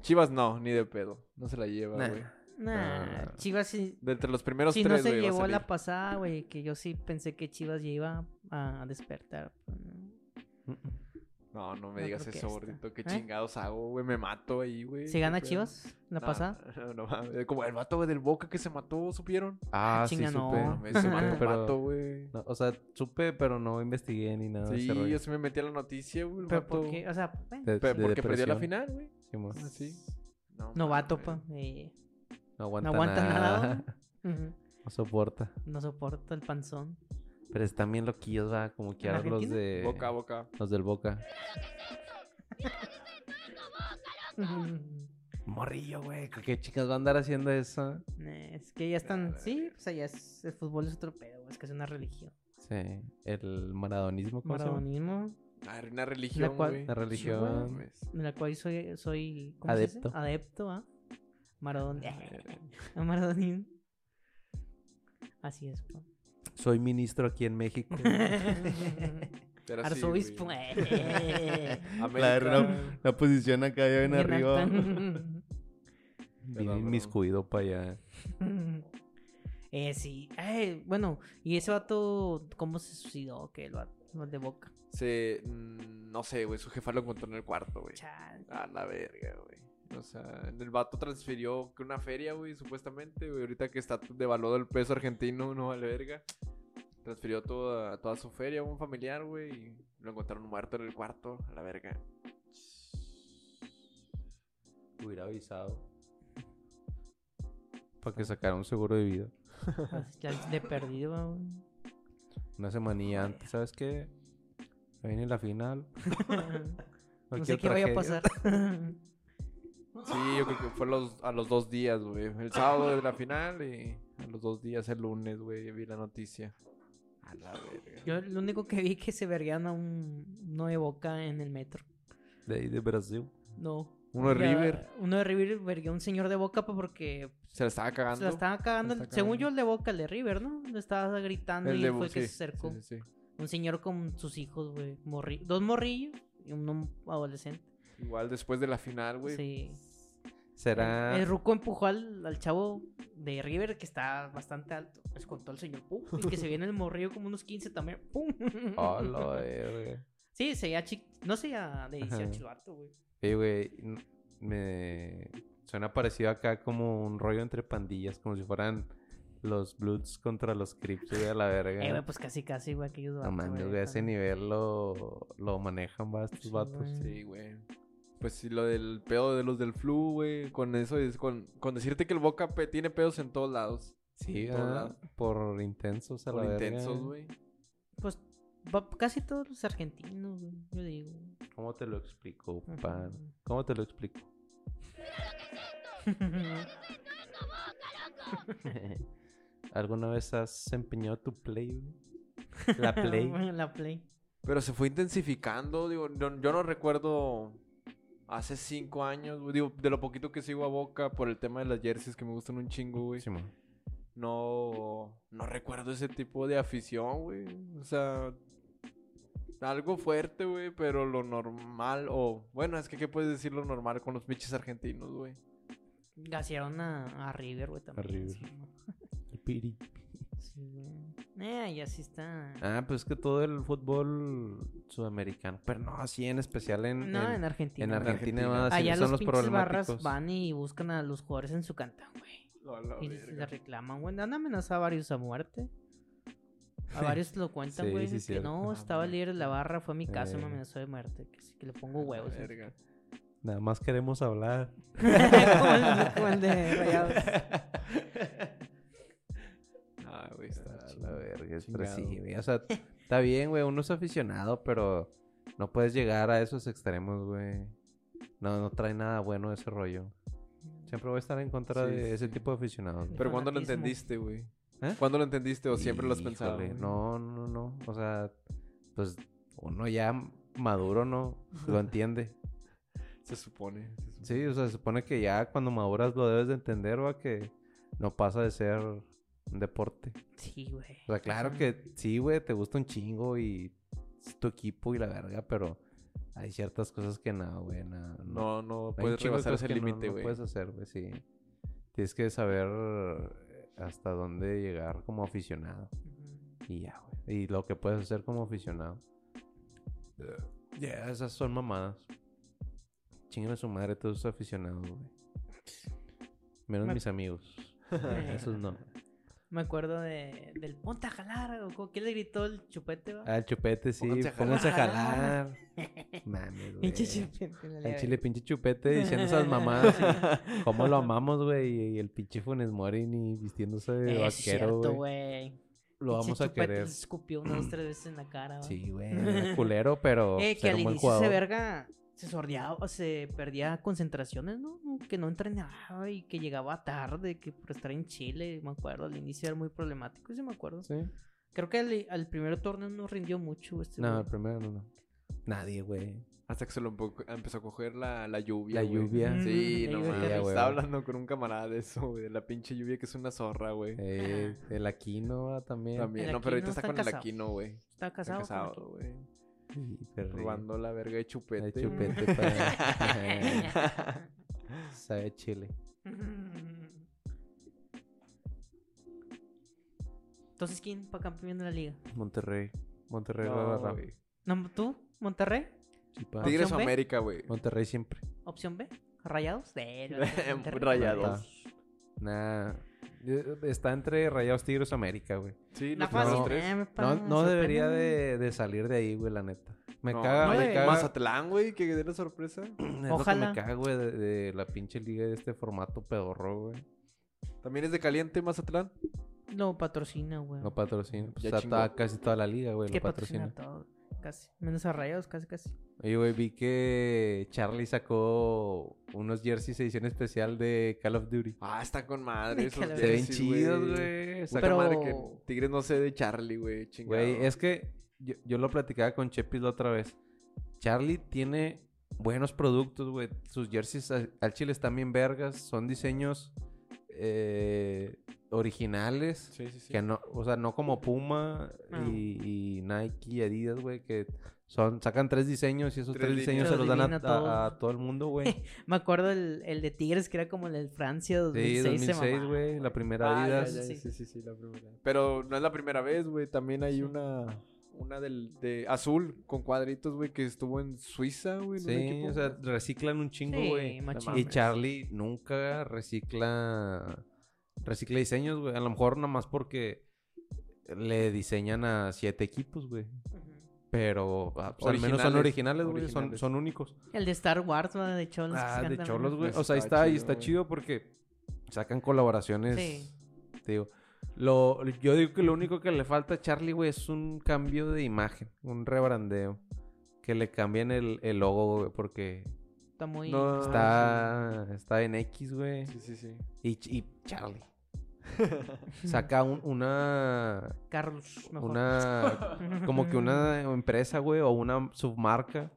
[SPEAKER 2] Chivas no, ni de pedo. No se la lleva,
[SPEAKER 3] Nah.
[SPEAKER 2] güey.
[SPEAKER 1] Nah,
[SPEAKER 3] Ah.
[SPEAKER 1] Chivas sí.
[SPEAKER 2] De entre los primeros
[SPEAKER 1] sí no
[SPEAKER 2] tres,
[SPEAKER 1] se
[SPEAKER 2] güey, va a
[SPEAKER 1] llevó la
[SPEAKER 2] salir.
[SPEAKER 1] pasada, güey, que yo sí pensé que Chivas ya iba a despertar. pero no.
[SPEAKER 2] No, no me
[SPEAKER 1] No
[SPEAKER 2] digas
[SPEAKER 1] creo que
[SPEAKER 2] eso,
[SPEAKER 1] esta.
[SPEAKER 2] gordito. ¿Qué
[SPEAKER 1] ¿Eh?
[SPEAKER 2] chingados hago, güey? Me mato ahí, güey.
[SPEAKER 1] ¿Se
[SPEAKER 2] ¿Qué
[SPEAKER 1] gana
[SPEAKER 2] pedo?
[SPEAKER 1] Chivas la
[SPEAKER 2] Nah,
[SPEAKER 1] pasada?
[SPEAKER 2] <laughs> No, pues, no mames. Como el vato güey, del Boca que se mató, ¿supieron?
[SPEAKER 3] Ah,
[SPEAKER 1] chinga,
[SPEAKER 3] sí,
[SPEAKER 1] no.
[SPEAKER 3] supe.
[SPEAKER 2] No mames,
[SPEAKER 3] <laughs>
[SPEAKER 2] se
[SPEAKER 3] supe,
[SPEAKER 2] mató un
[SPEAKER 3] pero-
[SPEAKER 2] vato, güey.
[SPEAKER 3] no, o sea, supe, pero no investigué ni nada. de
[SPEAKER 2] Sí,
[SPEAKER 3] ese rollo.
[SPEAKER 2] yo sí me metí a la noticia, güey. el
[SPEAKER 1] Pero
[SPEAKER 2] vato-
[SPEAKER 1] porque, o sea, bueno,
[SPEAKER 3] De-
[SPEAKER 2] Pe-
[SPEAKER 3] de
[SPEAKER 2] porque perdió la
[SPEAKER 3] depresión.
[SPEAKER 2] final, güey.
[SPEAKER 3] Simón.
[SPEAKER 2] Ah, sí. No,
[SPEAKER 1] novato,
[SPEAKER 3] Ah,
[SPEAKER 2] mames.
[SPEAKER 1] pa. eh,
[SPEAKER 3] No aguanta,
[SPEAKER 1] No aguanta
[SPEAKER 3] nada.
[SPEAKER 1] nada. ujú,
[SPEAKER 3] <laughs> No soporta.
[SPEAKER 1] no soporta el panzón.
[SPEAKER 3] Pero están bien loquillos, va, como que
[SPEAKER 1] ¿En
[SPEAKER 3] ahora los
[SPEAKER 1] Argentina?
[SPEAKER 3] de
[SPEAKER 2] Boca a boca.
[SPEAKER 3] los del Boca.
[SPEAKER 1] <laughs> Ujú.
[SPEAKER 3] Morrillo, güey, ¿qué chicas va a andar haciendo eso?
[SPEAKER 1] Eh, es que ya
[SPEAKER 2] Nah,
[SPEAKER 1] están,
[SPEAKER 2] la
[SPEAKER 1] sí, o sea, ya es, el fútbol es otro pedo, güey, es que es una religión.
[SPEAKER 3] Sí, el maradonismo, ¿cómo se llama?
[SPEAKER 1] Maradonismo,
[SPEAKER 2] Ah, era una religión,
[SPEAKER 1] cual-
[SPEAKER 2] güey.
[SPEAKER 3] La
[SPEAKER 2] No
[SPEAKER 3] religión.
[SPEAKER 1] <laughs>
[SPEAKER 2] mames.
[SPEAKER 1] de la cual soy, soy ¿cómo se dice?
[SPEAKER 3] Adepto.
[SPEAKER 1] Adepto, ¿ah? Maradon...
[SPEAKER 3] Ah.
[SPEAKER 1] <laughs> a Maradonismo. Así es, pues.
[SPEAKER 3] <laughs>
[SPEAKER 1] pa.
[SPEAKER 3] Soy ministro aquí en México.
[SPEAKER 1] <laughs>
[SPEAKER 2] Pero sí,
[SPEAKER 1] Arzobispo.
[SPEAKER 2] güey.
[SPEAKER 1] eh.
[SPEAKER 2] América,
[SPEAKER 3] la posición acá ya
[SPEAKER 1] Bien
[SPEAKER 3] <laughs> Bien
[SPEAKER 2] Perdón,
[SPEAKER 3] inmiscuido para allá.
[SPEAKER 1] alto. Mm. eh, sí. Eh, bueno, y ese vato, ¿cómo se suicidó? Que el vato el de boca.
[SPEAKER 2] se- mm, no sé, güey. Su jefa lo encontró en el cuarto, güey.
[SPEAKER 1] Chal.
[SPEAKER 2] A la verga, güey. O sea, el vato transfirió que una feria, güey, supuestamente, güey. Ahorita que está devaluado el peso argentino, no vale verga. Transfirió toda, toda su feria a un familiar, güey. Y lo encontraron muerto en el cuarto, a la verga.
[SPEAKER 3] Hubiera avisado. Para que sacara un seguro de vida.
[SPEAKER 1] Así, chal, De Pues, perdido, güey.
[SPEAKER 3] Una semanilla antes, ¿sabes qué? Se viene la final.
[SPEAKER 1] no sé qué vaya a pasar. <laughs>
[SPEAKER 2] Sí, yo creo que fue los- a los dos días, güey. El sábado de la final y a los dos días, el lunes, güey, vi la noticia. A la verga.
[SPEAKER 1] Yo lo único que vi que se verguían a un uno de Boca en el metro.
[SPEAKER 3] De ahí de Brasil.
[SPEAKER 1] No.
[SPEAKER 2] Uno de
[SPEAKER 1] Ya,
[SPEAKER 2] River
[SPEAKER 1] Uno de River vergué a un señor de Boca pues, porque
[SPEAKER 2] se la estaba cagando.
[SPEAKER 1] se la estaba cagando.
[SPEAKER 2] Se la estaba
[SPEAKER 1] Según
[SPEAKER 2] cagando.
[SPEAKER 1] yo, el de Boca, el de River, ¿no? Le estaba gritando y fue
[SPEAKER 2] sí,
[SPEAKER 1] que se acercó.
[SPEAKER 2] Sí, sí, sí.
[SPEAKER 1] Un señor con sus hijos, güey. morri- Dos morrillos y un adolescente.
[SPEAKER 2] Igual después de la final, güey.
[SPEAKER 1] Sí.
[SPEAKER 3] Será.
[SPEAKER 1] El, el Ruco empujó al, al chavo de River, que está bastante alto. Les contó el señor, pum. Y que se viene el morrillo como unos 15 también, pum.
[SPEAKER 3] Oh, la verga.
[SPEAKER 1] Sí, se veía chic... No se veía de 18 el vato, güey.
[SPEAKER 3] Ey, güey, n- me suena parecido acá como un rollo entre pandillas, como si fueran los Bloods contra los Crips, güey, a la verga.
[SPEAKER 1] Eh, güey, pues casi, casi, güey, aquellos
[SPEAKER 3] no
[SPEAKER 1] vatos,
[SPEAKER 3] mames,
[SPEAKER 1] güey,
[SPEAKER 3] güey, a ese
[SPEAKER 1] están-
[SPEAKER 3] nivel lo, lo manejan, va, estos
[SPEAKER 1] Sí,
[SPEAKER 3] vatos.
[SPEAKER 1] güey.
[SPEAKER 2] Sí, güey. Pues sí, lo del pedo de los del flu, güey. Con eso, es con, con decirte que el Boca pe- tiene pedos en todos lados.
[SPEAKER 3] Sí,
[SPEAKER 2] En todos
[SPEAKER 3] ah,
[SPEAKER 2] lados.
[SPEAKER 3] por intensos, a la
[SPEAKER 2] Por
[SPEAKER 3] verga. eh.
[SPEAKER 2] intensos, güey.
[SPEAKER 1] Pues va- casi todos los argentinos, güey, yo digo.
[SPEAKER 3] ¿Cómo te lo explico,
[SPEAKER 1] Ujú.
[SPEAKER 3] pan? ¿Cómo te
[SPEAKER 1] <laughs>
[SPEAKER 3] lo explico? ¿Alguna vez has empeñado tu play,
[SPEAKER 1] <laughs>
[SPEAKER 3] güey? La play.
[SPEAKER 1] Bueno, La Play.
[SPEAKER 2] Pero se fue intensificando, digo, yo, yo no recuerdo hace cinco años, güey, digo, de lo poquito que sigo a Boca por el tema de las jerseys que me gustan un chingo, güey.
[SPEAKER 3] Simón.
[SPEAKER 2] No, no recuerdo ese tipo de afición, güey. O sea, algo fuerte, güey, pero lo normal, o bueno, es que qué puedes decir lo normal con los pinches argentinos, güey.
[SPEAKER 1] Gasearon a, a River, güey, también.
[SPEAKER 3] River.
[SPEAKER 1] sí, ¿no?
[SPEAKER 3] El piri.
[SPEAKER 1] Sí, güey. Eh, y así está.
[SPEAKER 3] Ah, pues es que todo el fútbol sudamericano, pero no, así en especial en,
[SPEAKER 1] no, en,
[SPEAKER 3] en-
[SPEAKER 1] Argentina.
[SPEAKER 3] en
[SPEAKER 1] güey.
[SPEAKER 3] Argentina,
[SPEAKER 2] Argentina.
[SPEAKER 3] más,
[SPEAKER 1] Allá
[SPEAKER 3] sí
[SPEAKER 1] los
[SPEAKER 3] son los
[SPEAKER 1] pinches
[SPEAKER 3] problemáticos.
[SPEAKER 1] barras van y buscan a los jugadores en su cantón, güey. Y les- les reclaman, güey. Han amenazado a varios a muerte. A varios lo cuentan,
[SPEAKER 3] <laughs> Sí,
[SPEAKER 1] güey.
[SPEAKER 3] sí,
[SPEAKER 1] que
[SPEAKER 3] cierto.
[SPEAKER 1] no,
[SPEAKER 2] Ah,
[SPEAKER 1] estaba el líder de la barra, fue a mi casa,
[SPEAKER 3] Eh.
[SPEAKER 1] me amenazó de muerte. Que, sí, que le pongo huevos. y no sé
[SPEAKER 2] Verga.
[SPEAKER 3] Nada más queremos <laughs> hablar.
[SPEAKER 1] <laughs> como, el, como el
[SPEAKER 2] <laughs>
[SPEAKER 1] de Rayados.
[SPEAKER 3] <laughs>
[SPEAKER 2] Ah, güey, está
[SPEAKER 3] Ah, la
[SPEAKER 2] chingado.
[SPEAKER 3] verga, es
[SPEAKER 2] chingado.
[SPEAKER 3] sí, güey, O sea, está bien, güey, uno es aficionado, pero no puedes llegar a esos extremos, güey. No, no trae nada bueno ese rollo. Siempre voy a estar en contra
[SPEAKER 2] Sí,
[SPEAKER 3] de ese
[SPEAKER 2] sí.
[SPEAKER 3] tipo de aficionados. güey.
[SPEAKER 2] Pero ¿cuándo lo
[SPEAKER 1] fanatismo.
[SPEAKER 2] entendiste, güey?
[SPEAKER 3] ¿Eh?
[SPEAKER 2] ¿Cuándo lo entendiste o siempre lo has
[SPEAKER 3] Híjole,
[SPEAKER 2] pensado? güey?
[SPEAKER 3] No, no, no. O sea, pues uno ya maduro no
[SPEAKER 2] <laughs>
[SPEAKER 3] lo entiende.
[SPEAKER 2] Se supone. se supone.
[SPEAKER 3] Sí, o sea, se supone que ya cuando maduras lo debes de entender, va, que no pasa de ser un deporte.
[SPEAKER 1] Sí, güey.
[SPEAKER 3] O sea, claro que sí, güey, te gusta un chingo y es tu equipo y la verga, pero hay ciertas cosas que no, güey, no. no. Hay
[SPEAKER 2] No, no
[SPEAKER 3] un
[SPEAKER 2] puedes
[SPEAKER 3] chingo de
[SPEAKER 2] rebasar
[SPEAKER 3] cosas
[SPEAKER 2] ese
[SPEAKER 3] que no-
[SPEAKER 2] límite,
[SPEAKER 3] no
[SPEAKER 2] güey.
[SPEAKER 3] puedes hacer, güey, sí. Tienes que saber eh, hasta dónde llegar como aficionado.
[SPEAKER 1] Ujú.
[SPEAKER 3] Y ya, güey. Y lo que puedes hacer como aficionado. Ya, esas son mamadas. Chinguen a su madre todos esos aficionados, güey. Menos
[SPEAKER 1] Me-
[SPEAKER 2] <laughs>
[SPEAKER 3] mis amigos. Esos no.
[SPEAKER 1] Me acuerdo de, del ponte a jalar, o como que le gritó el chupete, va.
[SPEAKER 3] Ah, el chupete, sí.
[SPEAKER 2] Pónganse a
[SPEAKER 3] Pónganse a
[SPEAKER 1] jalar.
[SPEAKER 3] jalar. Mames,
[SPEAKER 1] <laughs>
[SPEAKER 3] güey.
[SPEAKER 1] Pinche chupete. la
[SPEAKER 3] Al
[SPEAKER 1] leve.
[SPEAKER 3] chile, pinche chupete diciendo
[SPEAKER 1] <laughs>
[SPEAKER 3] esas mamadas. y ¿Cómo lo amamos, güey? Y el pinche Funes Mori ni vistiéndose de
[SPEAKER 1] Eh, sí,
[SPEAKER 3] vaquero,
[SPEAKER 1] cierto,
[SPEAKER 3] güey.
[SPEAKER 1] güey. Pinche
[SPEAKER 3] Lo vamos a
[SPEAKER 1] chupete
[SPEAKER 3] querer.
[SPEAKER 1] le escupió unas dos, tres veces en la cara, va. <laughs>
[SPEAKER 3] Sí, güey. era Culero, pero.
[SPEAKER 1] Eh, que
[SPEAKER 3] era
[SPEAKER 1] al
[SPEAKER 3] un buen
[SPEAKER 1] inicio se
[SPEAKER 3] jugador.
[SPEAKER 1] verga se sordeaba, se perdía concentraciones, ¿no? Que no entrenaba y que llegaba tarde, que por estar en Chile, me acuerdo, al inicio era muy problemático, sí me acuerdo.
[SPEAKER 3] Sí.
[SPEAKER 1] Creo que al, al primer torneo no rindió mucho este
[SPEAKER 3] No,
[SPEAKER 1] güey.
[SPEAKER 3] el primero no, no. Nadie, güey.
[SPEAKER 2] Hasta que se lo empo- empezó a coger la, la lluvia.
[SPEAKER 3] La
[SPEAKER 2] güey.
[SPEAKER 3] lluvia.
[SPEAKER 2] Sí,
[SPEAKER 1] Mm,
[SPEAKER 2] no
[SPEAKER 1] la lluvia.
[SPEAKER 2] mames.
[SPEAKER 3] Ya, güey.
[SPEAKER 2] Estaba hablando con un camarada de eso, güey. De la pinche lluvia que es una zorra, güey.
[SPEAKER 1] <laughs>
[SPEAKER 3] Eh, el Aquino ah, también.
[SPEAKER 2] También.
[SPEAKER 1] El
[SPEAKER 2] No, pero
[SPEAKER 1] Aquino
[SPEAKER 2] ahorita está
[SPEAKER 1] está
[SPEAKER 2] con el
[SPEAKER 1] casado.
[SPEAKER 2] Aquino, güey.
[SPEAKER 1] Estaba
[SPEAKER 2] Está
[SPEAKER 1] casado. con
[SPEAKER 2] casado,
[SPEAKER 1] Aquino.
[SPEAKER 2] güey.
[SPEAKER 3] Sí, pero-
[SPEAKER 2] Robando la verga de
[SPEAKER 3] Ay,
[SPEAKER 2] chupete. güey.
[SPEAKER 1] <laughs>
[SPEAKER 2] <laughs>
[SPEAKER 3] chupete <laughs> para... Sabe a chile.
[SPEAKER 1] Entonces, ¿quién para campeón de la liga?
[SPEAKER 3] Monterrey. Monterrey
[SPEAKER 2] No,
[SPEAKER 3] va a agarrar.
[SPEAKER 2] güey.
[SPEAKER 1] ¿No, ¿Tú? ¿Monterrey?
[SPEAKER 3] Chipa.
[SPEAKER 1] Tigre-
[SPEAKER 2] Tigres o
[SPEAKER 1] Opción B.
[SPEAKER 2] América, güey. <laughs>
[SPEAKER 3] Monterrey siempre.
[SPEAKER 1] ¿Opción B? ¿Rayados? De
[SPEAKER 3] <laughs>
[SPEAKER 1] Monterrey.
[SPEAKER 2] Rayados.
[SPEAKER 3] Nah. eh, Está entre Rayados Tigres América, güey.
[SPEAKER 2] Sí,
[SPEAKER 1] La
[SPEAKER 2] los
[SPEAKER 3] fácil.
[SPEAKER 2] primeros
[SPEAKER 1] fácil.
[SPEAKER 2] tres.
[SPEAKER 3] No,
[SPEAKER 1] eh, me pa-
[SPEAKER 3] No,
[SPEAKER 1] me
[SPEAKER 3] no debería
[SPEAKER 1] sorprende.
[SPEAKER 3] de, de salir de ahí, güey, la neta. Me
[SPEAKER 2] No,
[SPEAKER 3] caga,
[SPEAKER 2] no,
[SPEAKER 3] me
[SPEAKER 2] eh,
[SPEAKER 3] caga. <clears throat>
[SPEAKER 2] Mazatlán, güey, que dé la sorpresa.
[SPEAKER 3] Ojalá.
[SPEAKER 1] Ojalá.
[SPEAKER 3] Me caga, güey, de, de la pinche liga de este formato pedorro, güey.
[SPEAKER 2] También es de caliente Mazatlán.
[SPEAKER 1] No, patrocina, güey.
[SPEAKER 3] No patrocina. Pues
[SPEAKER 2] Ya
[SPEAKER 3] está
[SPEAKER 2] chingó.
[SPEAKER 3] toda- casi toda la liga, güey,
[SPEAKER 1] que
[SPEAKER 3] lo patrocina.
[SPEAKER 1] patrocina todo. casi. Menos a rayados, casi, casi.
[SPEAKER 3] Oye, güey, vi que Charlie sacó unos jerseys edición especial de Call of Duty.
[SPEAKER 2] Ah, está con madre.
[SPEAKER 1] Ni
[SPEAKER 2] Esos
[SPEAKER 1] que la
[SPEAKER 3] Se ven
[SPEAKER 2] jerseys,
[SPEAKER 3] chidos, güey.
[SPEAKER 2] Está
[SPEAKER 3] Está
[SPEAKER 1] Pero-
[SPEAKER 2] con madre que Tigres no sé de Charlie, güey. Chingado.
[SPEAKER 3] Güey, es que yo, yo lo platicaba con Chepis la otra vez. Charlie tiene buenos productos, güey. Sus jerseys al al chile están bien vergas. Son diseños eh, originales.
[SPEAKER 2] Sí, sí, sí.
[SPEAKER 3] Que no, o sea, no como Puma
[SPEAKER 1] Ah.
[SPEAKER 3] y, y Nike y Adidas, güey, que son, sacan tres diseños y esos
[SPEAKER 2] Tres
[SPEAKER 3] tres, diseños
[SPEAKER 1] líneas.
[SPEAKER 3] se los dan a,
[SPEAKER 1] Se los divina
[SPEAKER 3] a- a
[SPEAKER 1] todo.
[SPEAKER 3] todo el
[SPEAKER 1] <laughs>
[SPEAKER 3] mundo, güey.
[SPEAKER 1] Me acuerdo el, el de Tigres, que era como el de Francia
[SPEAKER 3] Sí,
[SPEAKER 1] 2006. se
[SPEAKER 3] 2006,
[SPEAKER 1] mamaron,
[SPEAKER 3] güey, la primera
[SPEAKER 2] Ah, ya,
[SPEAKER 3] Adidas.
[SPEAKER 2] ya,
[SPEAKER 1] Sí.
[SPEAKER 2] sí, sí, sí, la primera. Pero no es la primera vez, güey. También hay
[SPEAKER 1] Sí.
[SPEAKER 2] una. Una del, de azul con cuadritos, güey, que estuvo en Suiza, güey. en un
[SPEAKER 3] Sí,
[SPEAKER 2] equipo.
[SPEAKER 3] o sea, reciclan un chingo,
[SPEAKER 1] Sí,
[SPEAKER 3] güey.
[SPEAKER 1] machín.
[SPEAKER 3] Y Charlie nunca recicla recicla diseños, güey. A lo mejor nomás porque le diseñan a siete equipos, güey.
[SPEAKER 1] Ujú.
[SPEAKER 3] Pero ah, pues, al menos son
[SPEAKER 2] Originales,
[SPEAKER 3] originales, güey. Son,
[SPEAKER 2] originales.
[SPEAKER 3] son únicos.
[SPEAKER 1] El de Star Wars, ¿no? de Cholos. que se
[SPEAKER 3] Ah, de
[SPEAKER 1] cantan, ¿no?
[SPEAKER 3] cholos, güey.
[SPEAKER 2] Eso
[SPEAKER 3] O sea, ahí
[SPEAKER 2] está
[SPEAKER 3] está, y
[SPEAKER 2] chido,
[SPEAKER 3] está
[SPEAKER 2] güey.
[SPEAKER 3] chido porque sacan colaboraciones.
[SPEAKER 1] Sí.
[SPEAKER 3] Te digo. Lo, yo digo que lo único que le falta a Charlie, güey, es un cambio de imagen, un rebrandeo. Que le cambien el, el logo, güey, porque
[SPEAKER 1] Está muy...
[SPEAKER 2] No,
[SPEAKER 3] está, está en X, güey.
[SPEAKER 2] Sí, sí, sí.
[SPEAKER 3] Y, Ch- y Charlie. Saca un- una.
[SPEAKER 1] Carlos, mejor.
[SPEAKER 3] Una. Como que una empresa, güey, o una submarca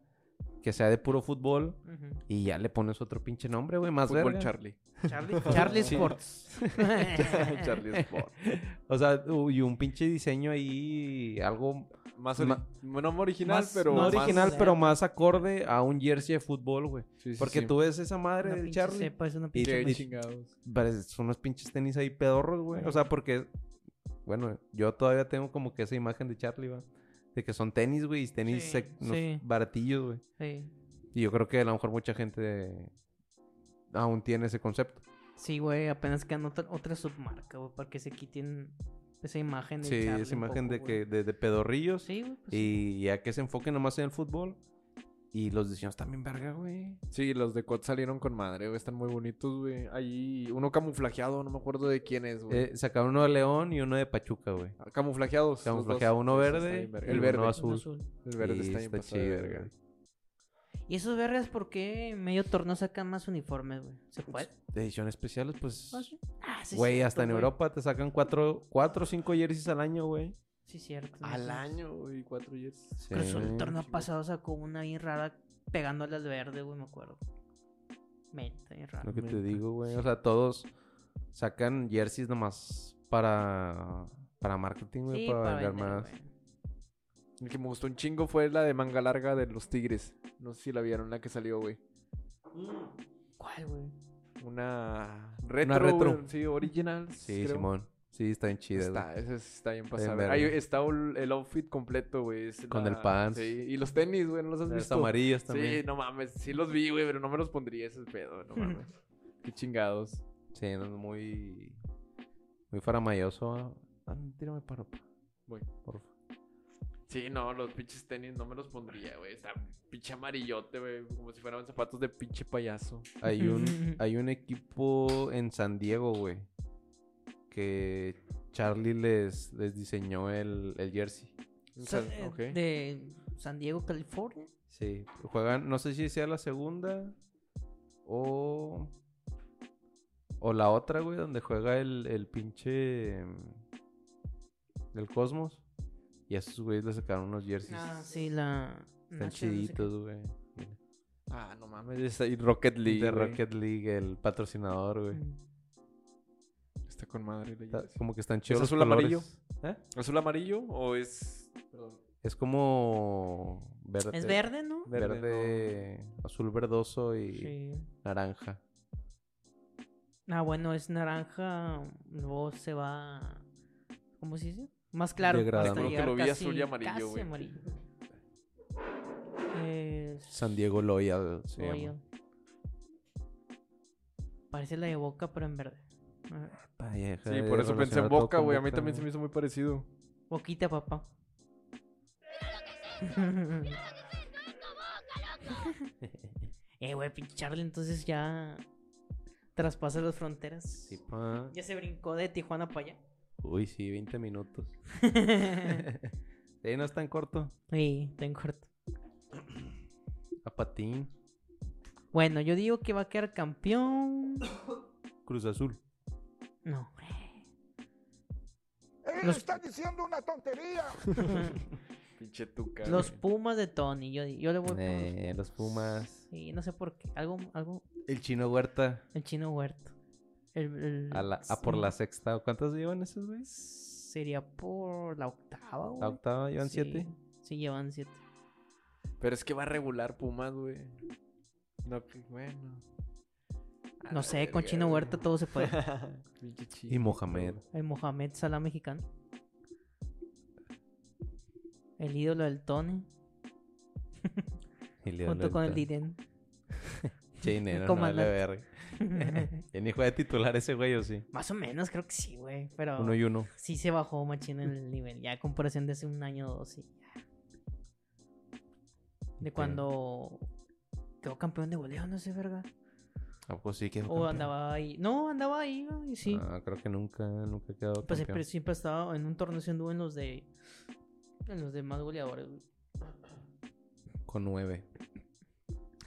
[SPEAKER 3] que sea de puro fútbol.
[SPEAKER 1] Ujú.
[SPEAKER 3] Y ya le pones otro pinche nombre, güey, más
[SPEAKER 2] Fútbol
[SPEAKER 3] verga.
[SPEAKER 2] Charlie. <laughs>
[SPEAKER 3] <laughs>
[SPEAKER 1] Charlie, Charlie
[SPEAKER 2] Sí.
[SPEAKER 1] Sports. <laughs>
[SPEAKER 2] Charlie Sport.
[SPEAKER 3] O sea, u- y un pinche diseño ahí, algo
[SPEAKER 2] Más ori-
[SPEAKER 3] Ma-
[SPEAKER 2] no más original,
[SPEAKER 1] más-
[SPEAKER 2] pero.
[SPEAKER 3] no
[SPEAKER 1] más-
[SPEAKER 3] original,
[SPEAKER 1] Sí.
[SPEAKER 3] pero más acorde a un jersey de fútbol, güey.
[SPEAKER 2] Sí, sí,
[SPEAKER 3] Porque
[SPEAKER 2] sí.
[SPEAKER 3] tú ves esa madre
[SPEAKER 1] Una
[SPEAKER 3] de
[SPEAKER 1] pinche
[SPEAKER 3] Charlie,
[SPEAKER 1] cepa, es una
[SPEAKER 3] y-
[SPEAKER 2] Qué
[SPEAKER 1] pinche-
[SPEAKER 2] chingados.
[SPEAKER 3] parece- son unos pinches tenis ahí pedorros, güey. O sea, porque, bueno, yo todavía tengo como que esa imagen de Charlie, va. De que son tenis, güey, y tenis
[SPEAKER 1] Sí,
[SPEAKER 3] sec- unos
[SPEAKER 1] sí.
[SPEAKER 3] baratillos, güey.
[SPEAKER 1] Sí.
[SPEAKER 3] Y yo creo que a lo mejor mucha gente aún tiene ese concepto.
[SPEAKER 1] Sí, güey, apenas quedan otra, otra submarca, güey, para que se quiten esa imagen de
[SPEAKER 3] Sí,
[SPEAKER 1] Charlie
[SPEAKER 3] esa
[SPEAKER 1] un
[SPEAKER 3] imagen
[SPEAKER 1] poco,
[SPEAKER 3] de
[SPEAKER 1] güey.
[SPEAKER 3] que de, de pedorrillos.
[SPEAKER 1] Sí, güey, pues sí.
[SPEAKER 3] Y ya que se enfoque nomás en el fútbol. Y los diseños también verga, güey.
[SPEAKER 2] Sí, los de COD salieron con madre, güey. Están muy bonitos, güey. Ahí, uno camuflajeado, no me acuerdo de quién es, güey.
[SPEAKER 3] Eh, sacaron uno de León y uno de Pachuca, güey.
[SPEAKER 2] Ah, Camuflajeados. los
[SPEAKER 3] Camuflajeado
[SPEAKER 2] dos.
[SPEAKER 3] uno
[SPEAKER 2] Eso está
[SPEAKER 3] verde
[SPEAKER 2] bien verga.
[SPEAKER 3] y
[SPEAKER 2] El
[SPEAKER 3] uno
[SPEAKER 2] verde.
[SPEAKER 3] azul.
[SPEAKER 1] Un azul.
[SPEAKER 2] El verde
[SPEAKER 3] Y
[SPEAKER 2] está bien
[SPEAKER 3] está
[SPEAKER 2] pasado de
[SPEAKER 3] chido,
[SPEAKER 2] verga.
[SPEAKER 3] güey.
[SPEAKER 1] Y esos vergas, ¿por qué medio torneo sacan más uniformes, güey? ¿Se puede?
[SPEAKER 3] De edición especiales, pues.
[SPEAKER 1] Ah, sí. Ah, sí,
[SPEAKER 3] Güey,
[SPEAKER 1] cierto,
[SPEAKER 3] hasta en Europa te sacan cuatro, cuatro o cinco jerseys al año, güey.
[SPEAKER 1] Sí, cierto. no
[SPEAKER 2] Al
[SPEAKER 1] sé.
[SPEAKER 2] año, güey, cuatro years.
[SPEAKER 3] Sí.
[SPEAKER 1] Creo que el torneo
[SPEAKER 2] Chingón.
[SPEAKER 1] pasado sacó una bien rara pegándole al verde, güey, me acuerdo. Men, está bien raro.
[SPEAKER 3] Lo que te
[SPEAKER 2] Neta.
[SPEAKER 3] digo, güey. O sea, todos sacan jerseys nomás para. Para marketing, güey,
[SPEAKER 1] Sí,
[SPEAKER 3] para,
[SPEAKER 1] para
[SPEAKER 3] vender
[SPEAKER 1] vender,
[SPEAKER 3] más.
[SPEAKER 1] güey.
[SPEAKER 2] El que me gustó un chingo fue la de manga larga de los Tigres. No sé si la vieron, la que salió, güey.
[SPEAKER 1] ¿Cuál, güey?
[SPEAKER 2] Una retro.
[SPEAKER 3] retro.
[SPEAKER 2] güey, Sí, original.
[SPEAKER 3] Sí, Simón. Sí, está en chida,
[SPEAKER 2] Está,
[SPEAKER 3] güey.
[SPEAKER 2] ese sí está bien
[SPEAKER 3] bien
[SPEAKER 2] pasado.
[SPEAKER 3] verga.
[SPEAKER 2] Ahí está el, el outfit completo, güey. es
[SPEAKER 3] Con
[SPEAKER 2] la-
[SPEAKER 3] el pants.
[SPEAKER 2] Sí, y los tenis, güey, no los has
[SPEAKER 3] Las
[SPEAKER 2] visto.
[SPEAKER 3] amarillas
[SPEAKER 2] Sí,
[SPEAKER 3] también.
[SPEAKER 2] no mames. Sí los vi, güey, pero no me los pondría ese pedo, no
[SPEAKER 3] <laughs>
[SPEAKER 2] mames. Qué chingados.
[SPEAKER 3] Sí, no, muy. Muy faramayoso. Ah, tírame para.
[SPEAKER 2] Voy.
[SPEAKER 3] Por favor.
[SPEAKER 2] Sí, no, los pinches tenis no me los pondría, güey. Está pinche amarillote, güey. Como si fueran zapatos de pinche payaso.
[SPEAKER 3] Hay
[SPEAKER 1] <laughs>
[SPEAKER 3] un, hay un equipo en San Diego, güey. Que Charlie les, les diseñó el, el jersey.
[SPEAKER 2] O sea,
[SPEAKER 1] Sa- eh,
[SPEAKER 2] ok.
[SPEAKER 1] De San Diego, California.
[SPEAKER 3] Sí. Juegan, no sé si sea la segunda o. O la otra, güey, donde juega el, el pinche. mm, El Cosmos. Y a esos güeyes le sacaron unos jerseys.
[SPEAKER 1] Ah, sí, la.
[SPEAKER 3] Están
[SPEAKER 1] Nacho, no sé qué.
[SPEAKER 3] chiditos, güey.
[SPEAKER 2] Ah, no mames. Está ahí Rocket League.
[SPEAKER 3] De
[SPEAKER 2] güey.
[SPEAKER 3] Rocket League, el patrocinador, güey.
[SPEAKER 1] Mm.
[SPEAKER 2] Está con madre. la
[SPEAKER 3] Está-
[SPEAKER 2] jersey.
[SPEAKER 3] Como que están
[SPEAKER 2] ¿Es
[SPEAKER 3] chidos los
[SPEAKER 2] azul amarillo?
[SPEAKER 3] colores. ¿Eh?
[SPEAKER 2] ¿Azul amarillo o es.? Perdón.
[SPEAKER 3] Es como verde.
[SPEAKER 1] Es verde, ¿no?
[SPEAKER 3] Verde,
[SPEAKER 2] Verde,
[SPEAKER 3] azul verdoso y
[SPEAKER 1] Sí.
[SPEAKER 3] naranja.
[SPEAKER 1] Ah, bueno, es naranja. Luego se va. ¿Cómo se dice? Más claro.
[SPEAKER 3] Degradando.
[SPEAKER 1] hasta
[SPEAKER 3] Creo que
[SPEAKER 1] llegar
[SPEAKER 2] lo vi azul y
[SPEAKER 1] casi-
[SPEAKER 2] amarillo,
[SPEAKER 1] casi
[SPEAKER 2] güey.
[SPEAKER 1] amarillo. Es-
[SPEAKER 3] San Diego Loyal se llama.
[SPEAKER 1] Royal. Parece la de boca, pero en verde. Ajá.
[SPEAKER 3] Pa, ya deja
[SPEAKER 2] Sí,
[SPEAKER 3] de
[SPEAKER 2] por eso pensé en
[SPEAKER 3] relacionar todo
[SPEAKER 2] Boca,
[SPEAKER 3] con
[SPEAKER 2] güey. A mí
[SPEAKER 3] Boca,
[SPEAKER 2] también se me hizo muy parecido.
[SPEAKER 1] Boquita, papá. <laughs> eh, güey, pinche Charlie, entonces ya traspasa las fronteras.
[SPEAKER 3] Sí, pa. <laughs>
[SPEAKER 1] <laughs> Ya se brincó de Tijuana para allá.
[SPEAKER 3] Uy, sí, 20 minutos. <laughs> Eh, no es tan corto.
[SPEAKER 1] Sí, ten corto.
[SPEAKER 3] A patín.
[SPEAKER 1] Bueno, yo digo que va a quedar campeón. <coughs>
[SPEAKER 3] Cruz Azul.
[SPEAKER 1] No.
[SPEAKER 3] <laughs>
[SPEAKER 4] Él
[SPEAKER 1] Los-
[SPEAKER 4] está diciendo una tontería.
[SPEAKER 2] Pinche tuca.
[SPEAKER 1] Los
[SPEAKER 2] güey.
[SPEAKER 1] Pumas de Tony. Yo, yo le voy por los-
[SPEAKER 3] Eh, los Pumas.
[SPEAKER 1] Sí, no sé por qué. Algo, algo.
[SPEAKER 3] El Chino Huerta.
[SPEAKER 1] El chino huerto. El, el-
[SPEAKER 3] A, la- a por
[SPEAKER 1] sí,
[SPEAKER 3] la sexta. ¿Cuántas llevan esos, güey?
[SPEAKER 1] Sería por la octava, güey.
[SPEAKER 3] La octava, llevan
[SPEAKER 1] Sí,
[SPEAKER 3] siete.
[SPEAKER 1] Sí, llevan siete.
[SPEAKER 2] Pero es que va a regular Pumas, güey. No, que- bueno. A
[SPEAKER 1] No
[SPEAKER 2] la
[SPEAKER 1] sé, con
[SPEAKER 2] verga,
[SPEAKER 1] Chino
[SPEAKER 2] güey.
[SPEAKER 1] Huerta todo se
[SPEAKER 3] <laughs>
[SPEAKER 1] puede.
[SPEAKER 2] Pinche chino,
[SPEAKER 3] Y Mohamed.
[SPEAKER 2] güey.
[SPEAKER 1] El Mohamed Salah mexicano. El ídolo del Tony.
[SPEAKER 3] Y le dio
[SPEAKER 1] Junto
[SPEAKER 3] la
[SPEAKER 1] con el
[SPEAKER 3] vuelta. <laughs>
[SPEAKER 1] Diden. <laughs>
[SPEAKER 3] Chine,
[SPEAKER 1] El
[SPEAKER 3] no, no,
[SPEAKER 1] <laughs>
[SPEAKER 3] vale verga. ¿Y ni juega de titular ese güey o sí?
[SPEAKER 1] Más o menos, creo que sí, güey. Pero
[SPEAKER 3] Uno y uno.
[SPEAKER 1] sí se bajó machín
[SPEAKER 3] <laughs>
[SPEAKER 1] el nivel. Ya a comparación de hace un año o dos, sí. ya. De
[SPEAKER 3] Ok.
[SPEAKER 1] cuando quedó campeón de goleo, no sé, verga.
[SPEAKER 3] ¿A poco sí
[SPEAKER 1] O
[SPEAKER 3] quedó campeón?
[SPEAKER 1] andaba ahí. No, andaba ahí, güey, y sí.
[SPEAKER 3] Ah, creo que nunca, nunca quedó
[SPEAKER 1] Pues siempre,
[SPEAKER 3] campeón.
[SPEAKER 1] siempre estaba en un torneo se anduvo en los de. En los de más goleadores, güey.
[SPEAKER 3] Con nueve.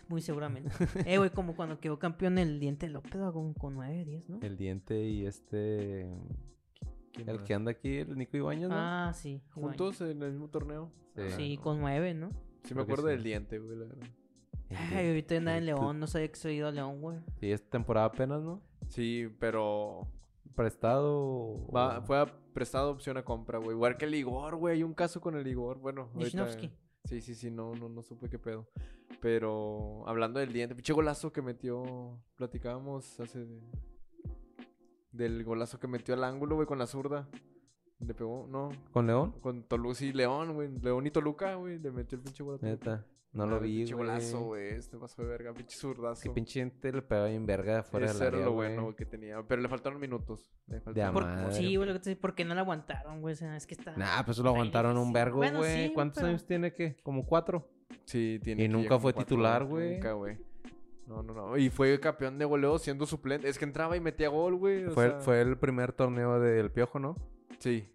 [SPEAKER 1] Muy seguramente.
[SPEAKER 3] <laughs>
[SPEAKER 1] eh, güey, como cuando quedó campeón el Diente López güey, con, con 9, 10, ¿no?
[SPEAKER 3] El diente y este...
[SPEAKER 2] ¿Quién
[SPEAKER 3] El
[SPEAKER 2] más?
[SPEAKER 3] que anda aquí, el Nico Ibañez, ¿no?
[SPEAKER 1] Ah, sí. Ibañez.
[SPEAKER 2] ¿Juntos en el mismo torneo?
[SPEAKER 3] Sí. <laughs>
[SPEAKER 1] Sí, con 9, ¿no?
[SPEAKER 2] Sí, me
[SPEAKER 3] Creo que
[SPEAKER 2] acuerdo
[SPEAKER 3] sí.
[SPEAKER 2] del diente, güey. la verdad.
[SPEAKER 3] El
[SPEAKER 1] Ay,
[SPEAKER 3] diente.
[SPEAKER 1] ahorita andaba en
[SPEAKER 3] Diente.
[SPEAKER 1] León, no sabía que soy ido a León, güey.
[SPEAKER 3] Sí, esta temporada apenas, ¿no?
[SPEAKER 2] Sí, pero.
[SPEAKER 3] Prestado. o-
[SPEAKER 2] va- fue a- prestado opción a compra, güey. Igual que el Igor, güey. Hay un caso con el Igor. Bueno, ahorita-
[SPEAKER 1] Nishnovsky.
[SPEAKER 2] Sí, sí, sí, no, no, no supe qué pedo. Pero hablando del diente, pinche golazo que metió. Platicábamos hace. de- del golazo que metió al ángulo, güey, con la zurda. Le pegó, no.
[SPEAKER 3] ¿Con León?
[SPEAKER 2] Con Toluca y León, güey. León y Toluca, güey. Le metió el pinche golazo.
[SPEAKER 3] Neta. No
[SPEAKER 2] Ah,
[SPEAKER 3] lo
[SPEAKER 2] el
[SPEAKER 3] vi,
[SPEAKER 2] Pinche
[SPEAKER 3] güey.
[SPEAKER 2] golazo, güey. Este pasó de verga, pinche zurdazo.
[SPEAKER 3] Que pinche gente le pegaba bien verga fuera
[SPEAKER 2] Eso
[SPEAKER 3] del
[SPEAKER 2] era
[SPEAKER 3] área,
[SPEAKER 2] lo
[SPEAKER 3] güey.
[SPEAKER 2] bueno güey, que tenía. Pero le faltaron minutos. Le
[SPEAKER 3] De
[SPEAKER 2] faltaron
[SPEAKER 3] a
[SPEAKER 1] Por-
[SPEAKER 3] madre.
[SPEAKER 1] sí, güey, lo que te porque no la aguantaron, güey. O sea, es que está.
[SPEAKER 3] Nah, pues lo aguantaron un
[SPEAKER 1] sí.
[SPEAKER 3] vergo, güey.
[SPEAKER 1] Bueno, sí,
[SPEAKER 3] ¿Cuántos
[SPEAKER 1] pero-
[SPEAKER 3] años tiene que? ¿Como cuatro?
[SPEAKER 2] Sí, tiene.
[SPEAKER 3] Y
[SPEAKER 2] que
[SPEAKER 3] nunca
[SPEAKER 2] ya
[SPEAKER 3] fue
[SPEAKER 2] cuatro,
[SPEAKER 3] titular, güey.
[SPEAKER 2] Nunca, güey. No, no, no. Y fue campeón de goleo siendo suplente. Es que entraba y metía gol, güey. o
[SPEAKER 3] Fue,
[SPEAKER 2] sea,
[SPEAKER 3] fue el primer torneo del Piojo, ¿no?
[SPEAKER 2] Sí.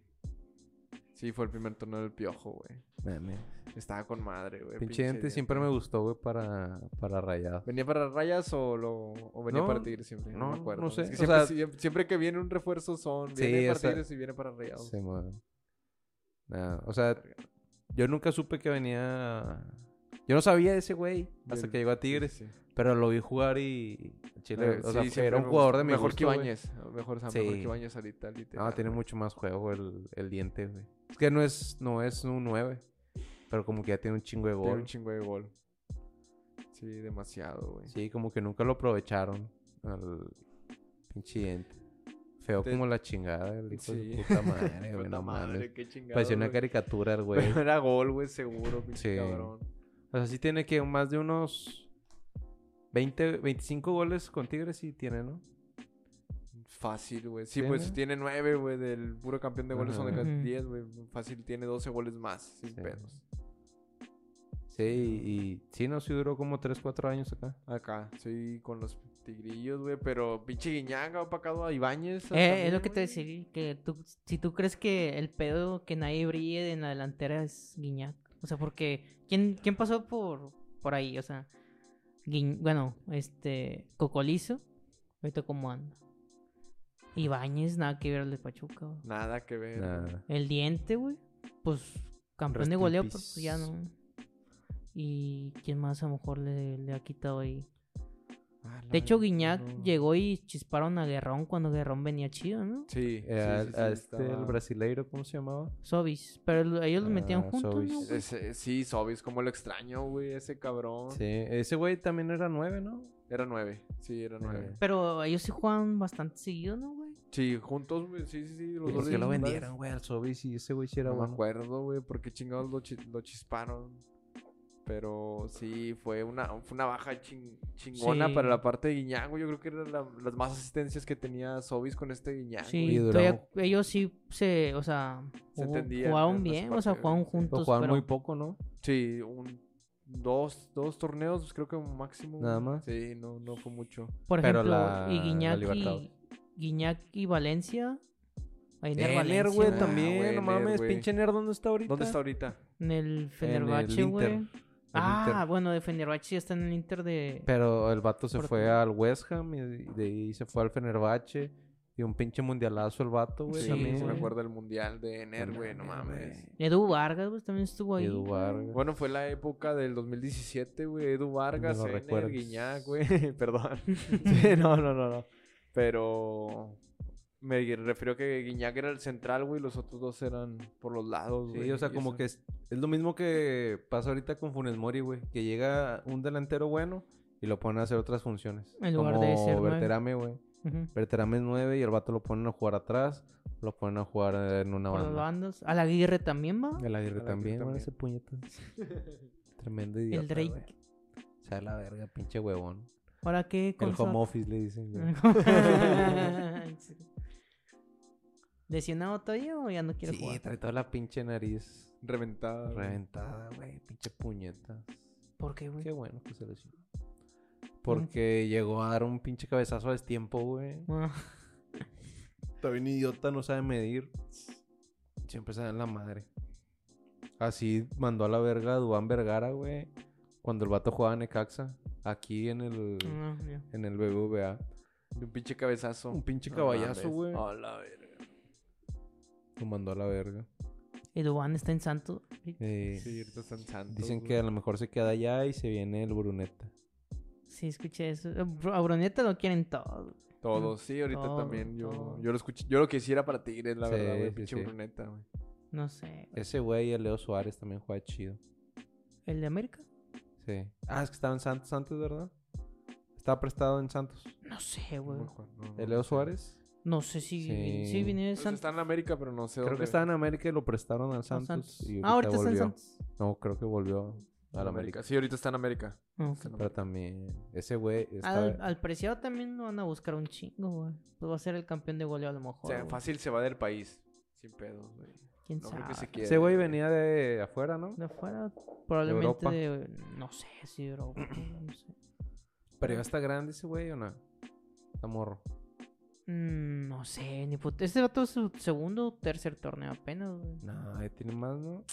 [SPEAKER 2] Sí, fue el primer torneo del piojo, güey. Estaba con madre, güey.
[SPEAKER 3] Pinche gente siempre me gustó, güey, para, para rayados.
[SPEAKER 2] ¿Venía para rayas o, lo, o venía
[SPEAKER 3] No,
[SPEAKER 2] para tigres siempre? No,
[SPEAKER 3] no,
[SPEAKER 2] me acuerdo.
[SPEAKER 3] no sé,
[SPEAKER 2] Es que
[SPEAKER 3] o
[SPEAKER 2] siempre,
[SPEAKER 3] sea-
[SPEAKER 2] sie- siempre que viene un refuerzo son.
[SPEAKER 3] Sí,
[SPEAKER 2] Viene
[SPEAKER 3] o
[SPEAKER 2] para
[SPEAKER 3] sea,
[SPEAKER 2] tigres y viene para rayados.
[SPEAKER 3] Se mueven. Nah, o sea, yo nunca supe que venía. Yo no sabía de ese güey hasta
[SPEAKER 2] Del-
[SPEAKER 3] que llegó a Tigres,
[SPEAKER 2] Sí, sí.
[SPEAKER 3] pero lo vi jugar y. Chile,
[SPEAKER 2] Eh,
[SPEAKER 3] o sea,
[SPEAKER 2] sí,
[SPEAKER 3] fue-
[SPEAKER 2] siempre
[SPEAKER 3] era un
[SPEAKER 2] me
[SPEAKER 3] jugador
[SPEAKER 2] gustó.
[SPEAKER 3] de mi
[SPEAKER 2] Mejor que
[SPEAKER 3] gusto, güey.
[SPEAKER 2] Ibáñez. Mejor, o sea, mejor que
[SPEAKER 3] Sí.
[SPEAKER 2] Ibáñez ahorita, literal.
[SPEAKER 3] No, tiene mucho más juego el, el diente, güey. Es que no es, no es un 9, pero como que ya tiene un chingo de
[SPEAKER 2] Tiene
[SPEAKER 3] gol.
[SPEAKER 2] un chingo de gol. Sí, demasiado, güey.
[SPEAKER 3] Sí, como que nunca lo aprovecharon al pinche diente. Feo
[SPEAKER 2] Te-
[SPEAKER 3] como la chingada, el hijo
[SPEAKER 2] Sí.
[SPEAKER 3] de su puta madre, güey.
[SPEAKER 2] <laughs> Puta
[SPEAKER 3] no mames.
[SPEAKER 2] madre, qué chingado.
[SPEAKER 3] Parecía una
[SPEAKER 2] güey.
[SPEAKER 3] caricatura el güey.
[SPEAKER 2] <laughs> Pero era gol, güey, seguro, pinche
[SPEAKER 3] Sí.
[SPEAKER 2] cabrón.
[SPEAKER 3] O sea, sí tiene que más de unos 20, 25 goles con Tigres sí tiene, ¿no?
[SPEAKER 2] Fácil, güey. Sí,
[SPEAKER 3] ¿Tiene?
[SPEAKER 2] pues tiene nueve, güey, del puro campeón de goles son
[SPEAKER 3] Ajá.
[SPEAKER 2] de
[SPEAKER 1] Ujú.
[SPEAKER 2] 10, güey. Fácil, tiene 12 goles más, sin
[SPEAKER 3] Sí.
[SPEAKER 2] pedos.
[SPEAKER 3] Sí, y, y sí, no, sí duró como 3, 4 años acá.
[SPEAKER 2] Acá, sí, con los tigrillos, güey, pero pinche Guiñaga, opacado a Ibáñez.
[SPEAKER 1] Eh, es lo
[SPEAKER 2] también,
[SPEAKER 1] que te
[SPEAKER 2] güey.
[SPEAKER 1] decía, que tú, si tú crees que el pedo que nadie brille en la delantera es Guiñac. O sea, porque ¿quién, quién pasó por, por ahí? O sea, Guiñ- bueno, este, Cocolizo, ahorita cómo anda. Ibáñez, nada que ver al de Pachuca. güey.
[SPEAKER 2] Nada que ver. güey.
[SPEAKER 3] Nada.
[SPEAKER 1] El diente, güey, pues campeón
[SPEAKER 3] Rest
[SPEAKER 1] de
[SPEAKER 3] in
[SPEAKER 1] goleo, pero
[SPEAKER 3] peace.
[SPEAKER 1] pues ya no. Y quién más a lo mejor le, le ha quitado ahí.
[SPEAKER 2] Ah, la
[SPEAKER 1] De hecho,
[SPEAKER 2] verga,
[SPEAKER 1] Guiñac
[SPEAKER 2] no.
[SPEAKER 1] llegó y chisparon a Guerrón cuando Guerrón venía chido, ¿no?
[SPEAKER 2] Sí,
[SPEAKER 3] Eh,
[SPEAKER 2] sí,
[SPEAKER 3] al-
[SPEAKER 2] sí, sí,
[SPEAKER 3] a este, el
[SPEAKER 2] estaba-
[SPEAKER 3] brasileiro, ¿cómo se llamaba?
[SPEAKER 1] Sobis, pero lo- ellos los metían
[SPEAKER 3] Ah,
[SPEAKER 1] juntos, ¿no?
[SPEAKER 3] Sobis.
[SPEAKER 1] güey?
[SPEAKER 2] Ese- sí, Sobis, como lo extraño, güey, ese cabrón.
[SPEAKER 3] Sí, ese güey también era 9, ¿no? Eh,
[SPEAKER 2] Era nueve, sí, era nueve.
[SPEAKER 3] Nueve.
[SPEAKER 1] Pero ellos sí juegan bastante seguido, ¿no, güey?
[SPEAKER 2] Sí, juntos, güey, sí, sí, sí. Los
[SPEAKER 3] ¿Y por
[SPEAKER 2] dos
[SPEAKER 3] qué lo
[SPEAKER 2] titulares.
[SPEAKER 3] vendieron, güey, al Sobis? Y ese güey sí era
[SPEAKER 2] No me
[SPEAKER 3] bueno.
[SPEAKER 2] acuerdo, güey, porque chingados lo, chi- lo chisparon. Pero sí, fue una, fue una baja chin- chingona
[SPEAKER 1] Sí.
[SPEAKER 2] para la parte de Guiñac, güey. Yo creo que eran la- las más asistencias que tenía Sobis con este
[SPEAKER 3] Ah,
[SPEAKER 2] Guiñac.
[SPEAKER 1] Sí,
[SPEAKER 3] güey,
[SPEAKER 1] todavía-
[SPEAKER 3] duró.
[SPEAKER 1] ellos sí se, o sea,
[SPEAKER 2] Se
[SPEAKER 1] jugó-
[SPEAKER 2] entendían en
[SPEAKER 1] jugaron
[SPEAKER 2] los
[SPEAKER 1] bien, o sea,
[SPEAKER 2] partidos,
[SPEAKER 1] jugaron
[SPEAKER 2] sí.
[SPEAKER 1] juntos,
[SPEAKER 3] Pero jugaban
[SPEAKER 1] pero
[SPEAKER 3] muy poco, ¿no?
[SPEAKER 2] Sí, un, dos, dos torneos, pues, creo que un máximo.
[SPEAKER 3] Nada
[SPEAKER 2] güey.
[SPEAKER 3] más.
[SPEAKER 2] Sí, no, no fue mucho.
[SPEAKER 1] por
[SPEAKER 3] pero
[SPEAKER 1] ejemplo,
[SPEAKER 3] la-
[SPEAKER 1] y
[SPEAKER 3] la
[SPEAKER 1] Guiñac y,
[SPEAKER 3] Libertadores.
[SPEAKER 1] Guiñac y Valencia, Ahí en
[SPEAKER 3] Ener,
[SPEAKER 1] Valencia,
[SPEAKER 3] güey,
[SPEAKER 1] güey.
[SPEAKER 3] también,
[SPEAKER 2] Ah, güey,
[SPEAKER 3] no mames.
[SPEAKER 2] Ener, güey.
[SPEAKER 3] Pinche Ener, ¿dónde está ahorita?
[SPEAKER 2] ¿Dónde está ahorita?
[SPEAKER 1] En el Fenerbahce,
[SPEAKER 3] Inter.
[SPEAKER 1] güey.
[SPEAKER 3] El
[SPEAKER 1] Ah,
[SPEAKER 3] Inter.
[SPEAKER 1] bueno, de Fenerbahce ya está en el Inter de...
[SPEAKER 3] Pero el vato se
[SPEAKER 1] Por
[SPEAKER 3] fue
[SPEAKER 1] tu-
[SPEAKER 3] al West Ham y y de ahí se fue al Fenerbahce. Y un pinche mundialazo el vato, güey.
[SPEAKER 1] Sí,
[SPEAKER 3] también,
[SPEAKER 2] Sí,
[SPEAKER 1] güey.
[SPEAKER 2] me
[SPEAKER 3] <laughs>
[SPEAKER 2] acuerdo del mundial de Ener, güey, no mames.
[SPEAKER 1] Edu Vargas, güey, también estuvo ahí.
[SPEAKER 3] Edu Vargas.
[SPEAKER 2] Bueno, fue la época del 2017, güey. Edu Vargas,
[SPEAKER 3] lo
[SPEAKER 2] Ener,
[SPEAKER 3] recuerdes.
[SPEAKER 2] Guiñac, güey. <laughs> Perdón. Sí, no, no, no, no. Pero me refiero que Guiñac era el central, güey. Los otros dos eran por los lados, güey.
[SPEAKER 3] Sí, o sea,
[SPEAKER 2] y
[SPEAKER 3] como
[SPEAKER 2] eso.
[SPEAKER 3] que es, es lo mismo que pasa ahorita con Funes Mori, güey. Que llega un delantero bueno y lo ponen a hacer otras funciones.
[SPEAKER 1] En lugar de
[SPEAKER 3] Como
[SPEAKER 1] ser nueve.
[SPEAKER 3] Berterame, güey.
[SPEAKER 1] Ujú.
[SPEAKER 3] Berterame es 9 y el vato lo ponen a jugar atrás. Lo ponen a jugar eh, en una
[SPEAKER 1] Por las
[SPEAKER 3] banda.
[SPEAKER 1] bandas. A la Aguirre también va.
[SPEAKER 2] Al
[SPEAKER 3] El Aguirre
[SPEAKER 2] Aguirre
[SPEAKER 3] también, güey.
[SPEAKER 2] también.
[SPEAKER 3] Ese puñetazo. <laughs> Tremendo idiota,
[SPEAKER 1] El Drake.
[SPEAKER 3] güey. O sea, la verga, pinche huevón.
[SPEAKER 1] Ahora qué
[SPEAKER 3] El
[SPEAKER 1] consola?
[SPEAKER 3] home office
[SPEAKER 1] <laughs>
[SPEAKER 3] le dicen, güey.
[SPEAKER 1] Sí. <laughs> ¿Lesionado todavía o ya no quiere
[SPEAKER 3] Sí,
[SPEAKER 1] jugar?
[SPEAKER 3] trae toda la pinche nariz
[SPEAKER 2] Reventada. güey.
[SPEAKER 3] reventada, güey. Pinche puñeta.
[SPEAKER 1] ¿Por qué, güey?
[SPEAKER 3] Qué bueno que
[SPEAKER 2] <laughs>
[SPEAKER 3] se lesionó. Porque llegó a dar un pinche cabezazo a destiempo, güey.
[SPEAKER 1] <laughs> Ah,
[SPEAKER 3] Todavía un idiota no sabe medir. Siempre se da en la madre. Así mandó a la verga a Dubán Vergara, güey. Cuando el vato jugaba en Necaxa. Aquí en el,
[SPEAKER 2] Mm.
[SPEAKER 1] ah, ya.
[SPEAKER 3] en el BBVA.
[SPEAKER 2] De un pinche cabezazo.
[SPEAKER 3] Un pinche
[SPEAKER 2] No
[SPEAKER 3] caballazo,
[SPEAKER 2] mames.
[SPEAKER 3] güey.
[SPEAKER 2] A la verga.
[SPEAKER 3] Lo mandó a la verga.
[SPEAKER 1] Y Dubán está en Santos.
[SPEAKER 3] Eh,
[SPEAKER 2] Sí, ahorita están santos.
[SPEAKER 3] Dicen
[SPEAKER 2] güey.
[SPEAKER 3] que a lo mejor se queda allá y se viene el Bruneta.
[SPEAKER 1] Sí, escuché eso. Eh, bro, A Bruneta lo quieren todo.
[SPEAKER 2] Todos, sí, ahorita
[SPEAKER 1] Todo,
[SPEAKER 2] también. Yo,
[SPEAKER 1] todo.
[SPEAKER 2] yo lo escuché. Yo lo quisiera para Tigres, la
[SPEAKER 3] Sí,
[SPEAKER 2] verdad, güey.
[SPEAKER 3] sí,
[SPEAKER 2] Pinche
[SPEAKER 3] sí.
[SPEAKER 2] bruneta, güey.
[SPEAKER 1] No sé.
[SPEAKER 3] Ese güey y el Leo Suárez también juega chido.
[SPEAKER 1] ¿El de América?
[SPEAKER 3] Sí. Ah, es que estaba en Santos antes, ¿verdad? Estaba prestado en Santos.
[SPEAKER 1] No sé,
[SPEAKER 2] No
[SPEAKER 1] güey.
[SPEAKER 2] me acuerdo, no, no
[SPEAKER 3] ¿El Leo
[SPEAKER 2] sé.
[SPEAKER 3] Suárez?
[SPEAKER 1] No sé si
[SPEAKER 3] Sí.
[SPEAKER 1] sí, vinieron de
[SPEAKER 2] Pues
[SPEAKER 1] Santos.
[SPEAKER 2] Está en América, pero no sé
[SPEAKER 3] Creo
[SPEAKER 2] dónde.
[SPEAKER 3] que estaba en América y lo prestaron al
[SPEAKER 1] Santos.
[SPEAKER 3] Santos. y
[SPEAKER 1] Ah, ahorita está en
[SPEAKER 3] volvió.
[SPEAKER 1] Santos.
[SPEAKER 3] No, creo que volvió
[SPEAKER 2] En
[SPEAKER 3] al América.
[SPEAKER 2] Sí, ahorita está en América.
[SPEAKER 1] Ah,
[SPEAKER 2] Está en
[SPEAKER 3] Pero
[SPEAKER 2] América.
[SPEAKER 3] también, ese güey está...
[SPEAKER 1] Al, al preciado también lo van a buscar un chingo, güey. Pues va a ser el campeón de goleo a lo mejor.
[SPEAKER 2] O sea,
[SPEAKER 1] güey.
[SPEAKER 2] fácil se va del país. Sin pedo, güey.
[SPEAKER 1] ¿Quién
[SPEAKER 2] No
[SPEAKER 1] sabe?
[SPEAKER 2] creo que se quiera.
[SPEAKER 3] Ese güey venía de afuera, ¿no?
[SPEAKER 1] De afuera, probablemente
[SPEAKER 3] Europa.
[SPEAKER 1] de, No sé si de Europa. no sé.
[SPEAKER 3] Pero ya está grande ese güey, ¿o no? Está morro.
[SPEAKER 1] Mm, no sé, ni puta. Este vato es su segundo o tercer torneo apenas, güey.
[SPEAKER 3] No, ya tiene más, ¿no?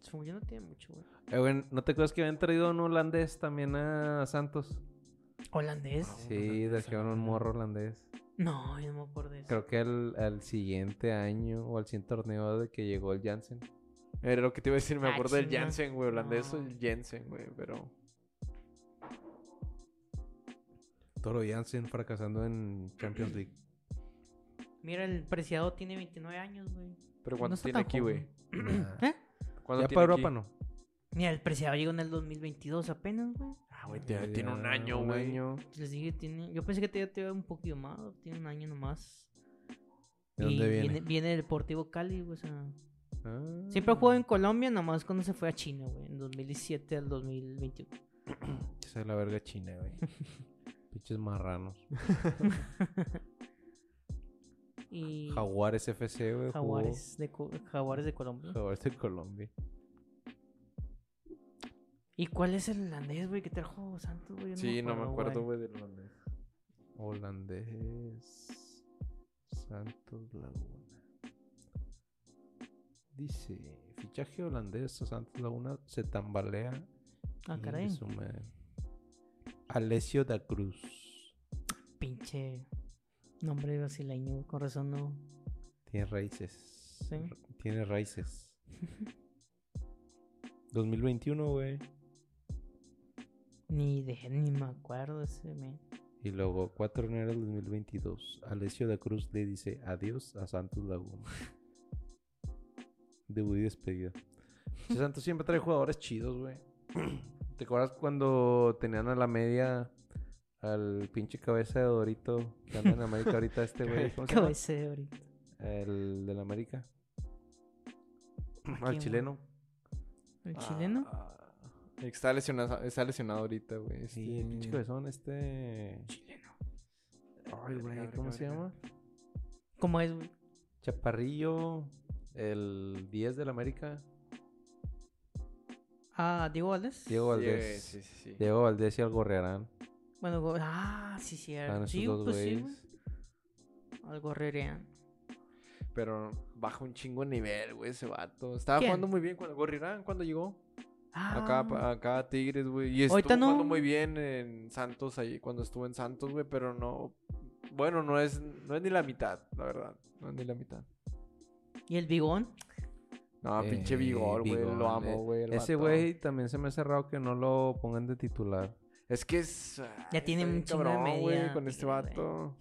[SPEAKER 1] Según yo no tiene mucho, güey.
[SPEAKER 3] Eh, güey, ¿no te acuerdas que habían traído un holandés también a Santos?
[SPEAKER 1] ¿Holandés?
[SPEAKER 2] Ah, un
[SPEAKER 3] Sí,
[SPEAKER 2] holandés,
[SPEAKER 3] trajeron un morro holandés.
[SPEAKER 1] No, yo no me acuerdo de eso.
[SPEAKER 3] Creo que al, al siguiente año o al siguiente torneo de que llegó el Jansen.
[SPEAKER 2] Era lo que te iba a decir. Me
[SPEAKER 1] Ah,
[SPEAKER 2] acuerdo del
[SPEAKER 1] chinga.
[SPEAKER 2] Jansen, güey. Holandés o
[SPEAKER 1] No.
[SPEAKER 2] el Jensen, güey. Pero.
[SPEAKER 3] Toro Jansen fracasando en Champions League.
[SPEAKER 1] Mira, el preciado tiene 29 años, güey.
[SPEAKER 2] Pero
[SPEAKER 1] No
[SPEAKER 2] ¿cuánto
[SPEAKER 1] está
[SPEAKER 2] tiene
[SPEAKER 1] tan
[SPEAKER 2] aquí, güey?
[SPEAKER 1] joven.
[SPEAKER 3] <clears throat> Nah.
[SPEAKER 1] ¿Eh?
[SPEAKER 2] ¿Cuándo
[SPEAKER 3] ya
[SPEAKER 2] tiene
[SPEAKER 3] para Europa
[SPEAKER 2] aquí?
[SPEAKER 3] no.
[SPEAKER 1] Mira, el preciado llegó en el 2022 apenas, güey.
[SPEAKER 2] Ah, güey, tiene, tiene un año, güey.
[SPEAKER 1] Les dije, tiene... Yo pensé que te te iba un poquito más, tiene un año nomás.
[SPEAKER 3] ¿De dónde
[SPEAKER 1] Y
[SPEAKER 3] viene?
[SPEAKER 1] Viene del Deportivo Cali, güey, o sea...
[SPEAKER 3] Ah.
[SPEAKER 1] Siempre jugó
[SPEAKER 2] Mm.
[SPEAKER 1] en Colombia, nomás cuando se fue a China, güey, en 2017 al 2021.
[SPEAKER 3] Esa es la verga china, <laughs> güey. Pinches marranos.
[SPEAKER 1] Y
[SPEAKER 3] Jaguares FC, güey. jugó.
[SPEAKER 1] Jaguares de, Co- Jaguares de Colombia.
[SPEAKER 3] Jaguares de Colombia.
[SPEAKER 1] ¿Y cuál es el holandés, güey, que trajo Santos, güey? Yo
[SPEAKER 2] Sí, no me acuerdo,
[SPEAKER 1] güey.
[SPEAKER 2] güey, del holandés.
[SPEAKER 3] Holandés. Santos Laguna. Dice, fichaje holandés a Santos Laguna se tambalea.
[SPEAKER 1] Ah,
[SPEAKER 3] y
[SPEAKER 1] caray.
[SPEAKER 3] su madre. Alessio da Cruz.
[SPEAKER 1] Pinche nombre brasileño, güey, con razón no.
[SPEAKER 3] Tiene raíces.
[SPEAKER 1] Sí.
[SPEAKER 3] R- Tiene raíces. <laughs> 2021, güey.
[SPEAKER 1] Ni de, ni me acuerdo ese,
[SPEAKER 2] <laughs>
[SPEAKER 1] men.
[SPEAKER 3] Y luego, 4 de enero del 2022, Alessio da Cruz le dice adiós a Santos Laguna. <laughs> Debut y despedida. Che, Santos siempre trae jugadores chidos, güey. <clears throat> ¿Te acuerdas cuando tenían a la media al pinche cabeza de Dorito que anda en América ahorita
[SPEAKER 1] <laughs>
[SPEAKER 3] este güey? ¿Cómo se llama?
[SPEAKER 1] Cabeceo ahorita.
[SPEAKER 3] El del América.
[SPEAKER 1] güey?
[SPEAKER 3] Al chileno.
[SPEAKER 1] ¿El chileno?
[SPEAKER 2] Ah, está, lesionado, está lesionado ahorita, güey. este
[SPEAKER 3] Sí, el pinche cabezón este...
[SPEAKER 1] Chileno.
[SPEAKER 3] Ay, güey, ¿cómo se llama?
[SPEAKER 1] ¿Cómo es, güey?
[SPEAKER 3] Chaparrillo, el 10 del América.
[SPEAKER 1] Ah, Diego Valdés.
[SPEAKER 3] Diego
[SPEAKER 2] Sí, güey,
[SPEAKER 3] Valdés.
[SPEAKER 2] sí, sí, sí.
[SPEAKER 3] Diego Valdés y Algorrearán.
[SPEAKER 1] Bueno, go- ah, sí, cierto.
[SPEAKER 3] Eran esos
[SPEAKER 1] Sí,
[SPEAKER 3] dos
[SPEAKER 1] pues sí,
[SPEAKER 3] güeyes.
[SPEAKER 1] güey. Algo rerean.
[SPEAKER 2] Pero baja un chingo de nivel, güey, ese vato. Estaba
[SPEAKER 1] ¿Quién?
[SPEAKER 2] jugando muy bien cuando Gorrirán, cuando llegó.
[SPEAKER 1] Ah,
[SPEAKER 2] Acá, pa- acá a Tigres, güey. Y estuvo
[SPEAKER 1] Ahorita no.
[SPEAKER 2] jugando muy bien en Santos ahí, cuando estuvo en Santos, güey, pero no. Bueno, no es, no es ni la mitad, la verdad. No es ni la mitad.
[SPEAKER 1] Ah, ¿Y el bigón?
[SPEAKER 2] No, pinche
[SPEAKER 3] Eh,
[SPEAKER 2] vigor, güey.
[SPEAKER 3] Vigor,
[SPEAKER 2] Lo amo,
[SPEAKER 3] eh.
[SPEAKER 2] güey. el
[SPEAKER 3] Ese
[SPEAKER 2] vato.
[SPEAKER 3] güey también se me ha cerrado que no lo pongan de titular.
[SPEAKER 2] Es que es.
[SPEAKER 1] Ya tiene un chingo de
[SPEAKER 2] cabrón, güey,
[SPEAKER 1] medida,
[SPEAKER 2] con este
[SPEAKER 1] Tigres, güey.
[SPEAKER 2] vato.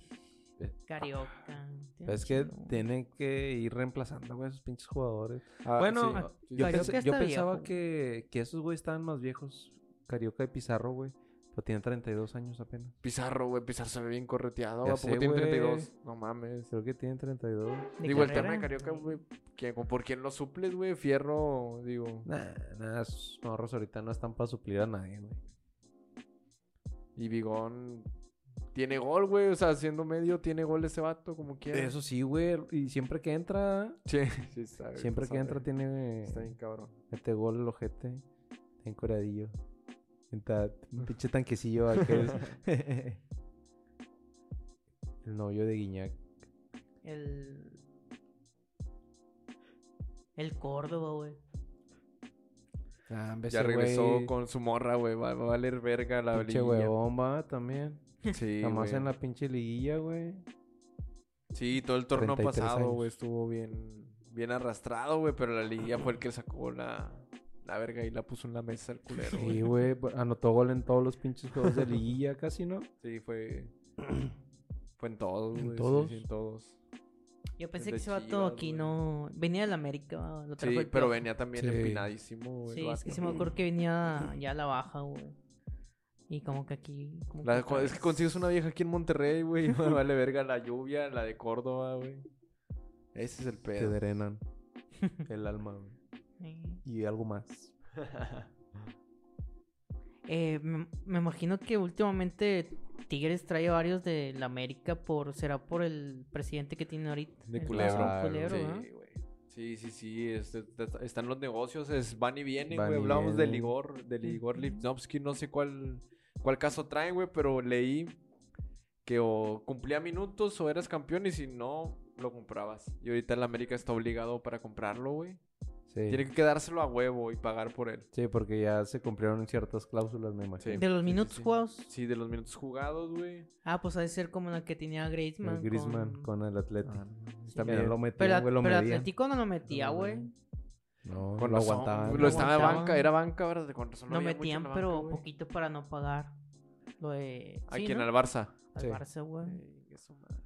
[SPEAKER 1] Carioca.
[SPEAKER 3] Pero es que tienen que ir reemplazando, güey, a esos pinches jugadores.
[SPEAKER 2] Ah,
[SPEAKER 3] bueno,
[SPEAKER 2] sí.
[SPEAKER 3] yo,
[SPEAKER 1] Carioca
[SPEAKER 3] pensé-
[SPEAKER 1] está
[SPEAKER 3] yo pensaba
[SPEAKER 1] viejo,
[SPEAKER 3] que, que esos güey estaban más viejos. Carioca y Pizarro, güey. Pero tienen 32 años apenas.
[SPEAKER 2] Pizarro, güey. Pizarro se ve bien correteado.
[SPEAKER 3] Ya
[SPEAKER 2] ¿A poco
[SPEAKER 3] sé,
[SPEAKER 2] tiene
[SPEAKER 3] güey.
[SPEAKER 2] 32? No mames.
[SPEAKER 3] Creo que tienen 32.
[SPEAKER 2] digo, el tema de Carioca, güey. ¿quién- ¿Por quién lo suples, güey? Fierro, digo.
[SPEAKER 3] Nah, nah, esos morros ahorita no están para suplir a nadie, güey.
[SPEAKER 2] Y Vigón tiene gol, güey. O sea, siendo medio, tiene gol ese vato, como quiera.
[SPEAKER 3] Eso sí, güey. Y siempre que entra, <laughs>
[SPEAKER 2] Sí, sí, está bien,
[SPEAKER 3] siempre
[SPEAKER 2] está
[SPEAKER 3] que entra
[SPEAKER 2] bien.
[SPEAKER 3] tiene...
[SPEAKER 2] Está bien, cabrón.
[SPEAKER 3] Mete gol el ojete. Está encueradillo. Está <laughs> un pinche tanquecillo aquel. <laughs> el novio de Guiñac.
[SPEAKER 1] El. El Córdoba, güey.
[SPEAKER 3] Ah, hombre,
[SPEAKER 2] Ya
[SPEAKER 3] ese
[SPEAKER 2] regresó
[SPEAKER 3] güey,
[SPEAKER 2] con su morra, güey. Va, va a valer verga la
[SPEAKER 3] Pinche
[SPEAKER 2] liguilla.
[SPEAKER 3] huevón va también.
[SPEAKER 2] <laughs> Sí,
[SPEAKER 3] Nada más
[SPEAKER 2] güey.
[SPEAKER 3] en la pinche liguilla, güey.
[SPEAKER 2] Sí, todo el torneo
[SPEAKER 3] 33
[SPEAKER 2] pasado,
[SPEAKER 3] años.
[SPEAKER 2] güey, estuvo bien, bien arrastrado, güey, pero la liguilla fue el que sacó la, la verga y la puso en la mesa el culero, güey.
[SPEAKER 3] Sí, güey. bu- Anotó gol en todos los pinches juegos <laughs> de liguilla casi, ¿no?
[SPEAKER 2] Sí, fue. Fue en todos,
[SPEAKER 3] ¿En
[SPEAKER 2] güey. sí,
[SPEAKER 3] todos?
[SPEAKER 2] Sí, en todos.
[SPEAKER 1] Yo pensé
[SPEAKER 2] de
[SPEAKER 1] que ese vato
[SPEAKER 2] Chivas,
[SPEAKER 1] aquí
[SPEAKER 2] güey.
[SPEAKER 1] no. Venía del América, va, lo trajo
[SPEAKER 2] Sí,
[SPEAKER 1] el
[SPEAKER 2] pero
[SPEAKER 1] Piojo.
[SPEAKER 2] venía también
[SPEAKER 3] Sí.
[SPEAKER 2] empinadísimo, güey.
[SPEAKER 1] Sí,
[SPEAKER 2] el
[SPEAKER 1] es que
[SPEAKER 2] vato.
[SPEAKER 1] sí me acuerdo que
[SPEAKER 2] <laughs>
[SPEAKER 1] venía ya a la baja, güey. Y como que aquí. como
[SPEAKER 2] La-
[SPEAKER 1] que otra
[SPEAKER 2] es que
[SPEAKER 1] vez.
[SPEAKER 2] consigues una vieja aquí en Monterrey, güey. Vale verga la lluvia, la de Córdoba, güey. Ese es el
[SPEAKER 3] Te
[SPEAKER 2] pedo.
[SPEAKER 3] <laughs> drenan el alma, güey.
[SPEAKER 1] Sí.
[SPEAKER 3] Y algo más.
[SPEAKER 1] Eh, me, me imagino que últimamente Tigres trae varios de la América por. Será por el presidente que tiene ahorita.
[SPEAKER 2] De
[SPEAKER 1] el
[SPEAKER 2] Culebro.
[SPEAKER 1] Wilson
[SPEAKER 3] Claro,
[SPEAKER 1] Culebro, ¿verdad?
[SPEAKER 2] Ah, Sí, güey. Sí, sí, sí, este, te- te- están los negocios, es van y vienen,
[SPEAKER 3] Van
[SPEAKER 2] güey.
[SPEAKER 3] y
[SPEAKER 2] Hablábamos del
[SPEAKER 3] vienen.
[SPEAKER 2] Igor, del Igor
[SPEAKER 1] Ujú.
[SPEAKER 2] Lipnovsky, no sé cuál, cuál caso traen, güey, pero leí que o cumplía minutos o eras campeón y si no, lo comprabas. Y ahorita el América está obligado para comprarlo, güey.
[SPEAKER 3] Sí.
[SPEAKER 2] Tiene que quedárselo a huevo y pagar por él.
[SPEAKER 3] Sí, porque ya se cumplieron ciertas cláusulas, me imagino.
[SPEAKER 2] Sí.
[SPEAKER 1] De los minutos
[SPEAKER 2] sí.
[SPEAKER 1] jugados.
[SPEAKER 2] Sí, de los minutos jugados, güey.
[SPEAKER 1] Ah, pues ha de ser como la que tenía Griezmann.
[SPEAKER 3] El Griezmann con, el Atlético. También
[SPEAKER 2] Ah, Pero-
[SPEAKER 3] lo
[SPEAKER 1] Pero,
[SPEAKER 3] metía,
[SPEAKER 1] at-
[SPEAKER 3] güey, lo
[SPEAKER 1] pero
[SPEAKER 3] medían.
[SPEAKER 1] Atlético no lo metía,
[SPEAKER 3] lo
[SPEAKER 1] güey.
[SPEAKER 3] medían. No,
[SPEAKER 2] Con
[SPEAKER 3] lo
[SPEAKER 2] razón,
[SPEAKER 3] aguantaban.
[SPEAKER 2] Lo estaba de
[SPEAKER 1] aguantaban.
[SPEAKER 2] banca, era banca, ¿verdad? Con razón
[SPEAKER 1] Lo
[SPEAKER 2] había mucho en
[SPEAKER 1] metían,
[SPEAKER 2] la banca,
[SPEAKER 1] pero
[SPEAKER 2] güey.
[SPEAKER 1] poquito para no pagar. Lo de.
[SPEAKER 2] ¿A
[SPEAKER 1] sí,
[SPEAKER 2] quién?
[SPEAKER 1] ¿no?
[SPEAKER 2] Al Barça.
[SPEAKER 1] Al
[SPEAKER 3] Sí.
[SPEAKER 1] Barça, güey.
[SPEAKER 2] Ey, su madre.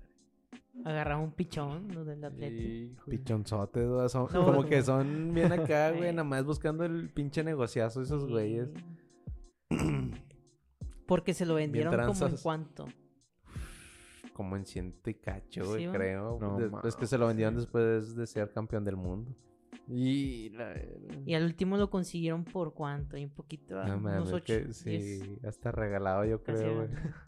[SPEAKER 1] Agarraba un pichón, ¿no? Del Atlético.
[SPEAKER 2] Hijo de-
[SPEAKER 3] Pichonzotes, güey, son-
[SPEAKER 1] No,
[SPEAKER 3] como
[SPEAKER 1] no.
[SPEAKER 3] que son bien
[SPEAKER 1] <laughs>
[SPEAKER 3] acá, güey,
[SPEAKER 1] Sí.
[SPEAKER 3] nada más buscando el pinche negociazo esos güeyes.
[SPEAKER 1] <clears throat> Porque se lo vendieron como en
[SPEAKER 3] tranzas.
[SPEAKER 1] cuánto.
[SPEAKER 3] Como en ciento y cacho,
[SPEAKER 1] Sí,
[SPEAKER 3] güey,
[SPEAKER 1] güey.
[SPEAKER 3] creo.
[SPEAKER 2] No
[SPEAKER 3] De- pues,
[SPEAKER 2] mames.
[SPEAKER 3] es que se lo vendían después de ser campeón del mundo.
[SPEAKER 2] Y la...
[SPEAKER 1] Y al último lo consiguieron por cuánto. Y un poquito. ah,
[SPEAKER 3] No mames,
[SPEAKER 1] unos ocho.
[SPEAKER 3] que
[SPEAKER 1] diez. <laughs>
[SPEAKER 3] sí, hasta regalado yo
[SPEAKER 1] Casi
[SPEAKER 3] creo,
[SPEAKER 1] <laughs>
[SPEAKER 3] güey.
[SPEAKER 1] era.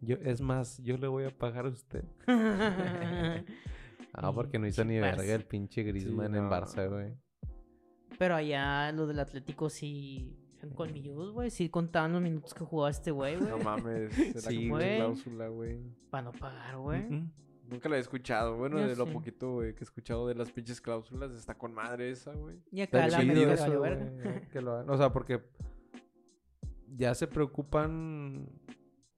[SPEAKER 3] Yo, es más, yo le voy a pagar a usted. Ah,
[SPEAKER 1] Sí,
[SPEAKER 3] porque no hizo ni
[SPEAKER 1] pinche
[SPEAKER 3] verga
[SPEAKER 1] Barça.
[SPEAKER 3] el pinche Griezmann en
[SPEAKER 2] no.
[SPEAKER 3] Barça, güey.
[SPEAKER 1] Pero allá los del Atlético sí. Eran colmilludos, güey. Sí contaban los minutos que jugaba este güey, güey.
[SPEAKER 2] No <laughs> mames, será
[SPEAKER 3] Sí,
[SPEAKER 2] como una
[SPEAKER 1] güey.
[SPEAKER 2] cláusula, güey.
[SPEAKER 1] Para no pagar, güey.
[SPEAKER 3] Mm-mm.
[SPEAKER 2] Nunca la he escuchado. Bueno,
[SPEAKER 1] Ya
[SPEAKER 2] de lo
[SPEAKER 1] sé.
[SPEAKER 2] poquito, güey, que he escuchado de las pinches cláusulas, está con madre esa, güey.
[SPEAKER 1] Y acá
[SPEAKER 3] Está
[SPEAKER 1] la
[SPEAKER 3] chido
[SPEAKER 1] América
[SPEAKER 3] eso,
[SPEAKER 1] valió
[SPEAKER 3] güey, eh,
[SPEAKER 1] verga.
[SPEAKER 3] que lo hagan. O sea, porque ya se preocupan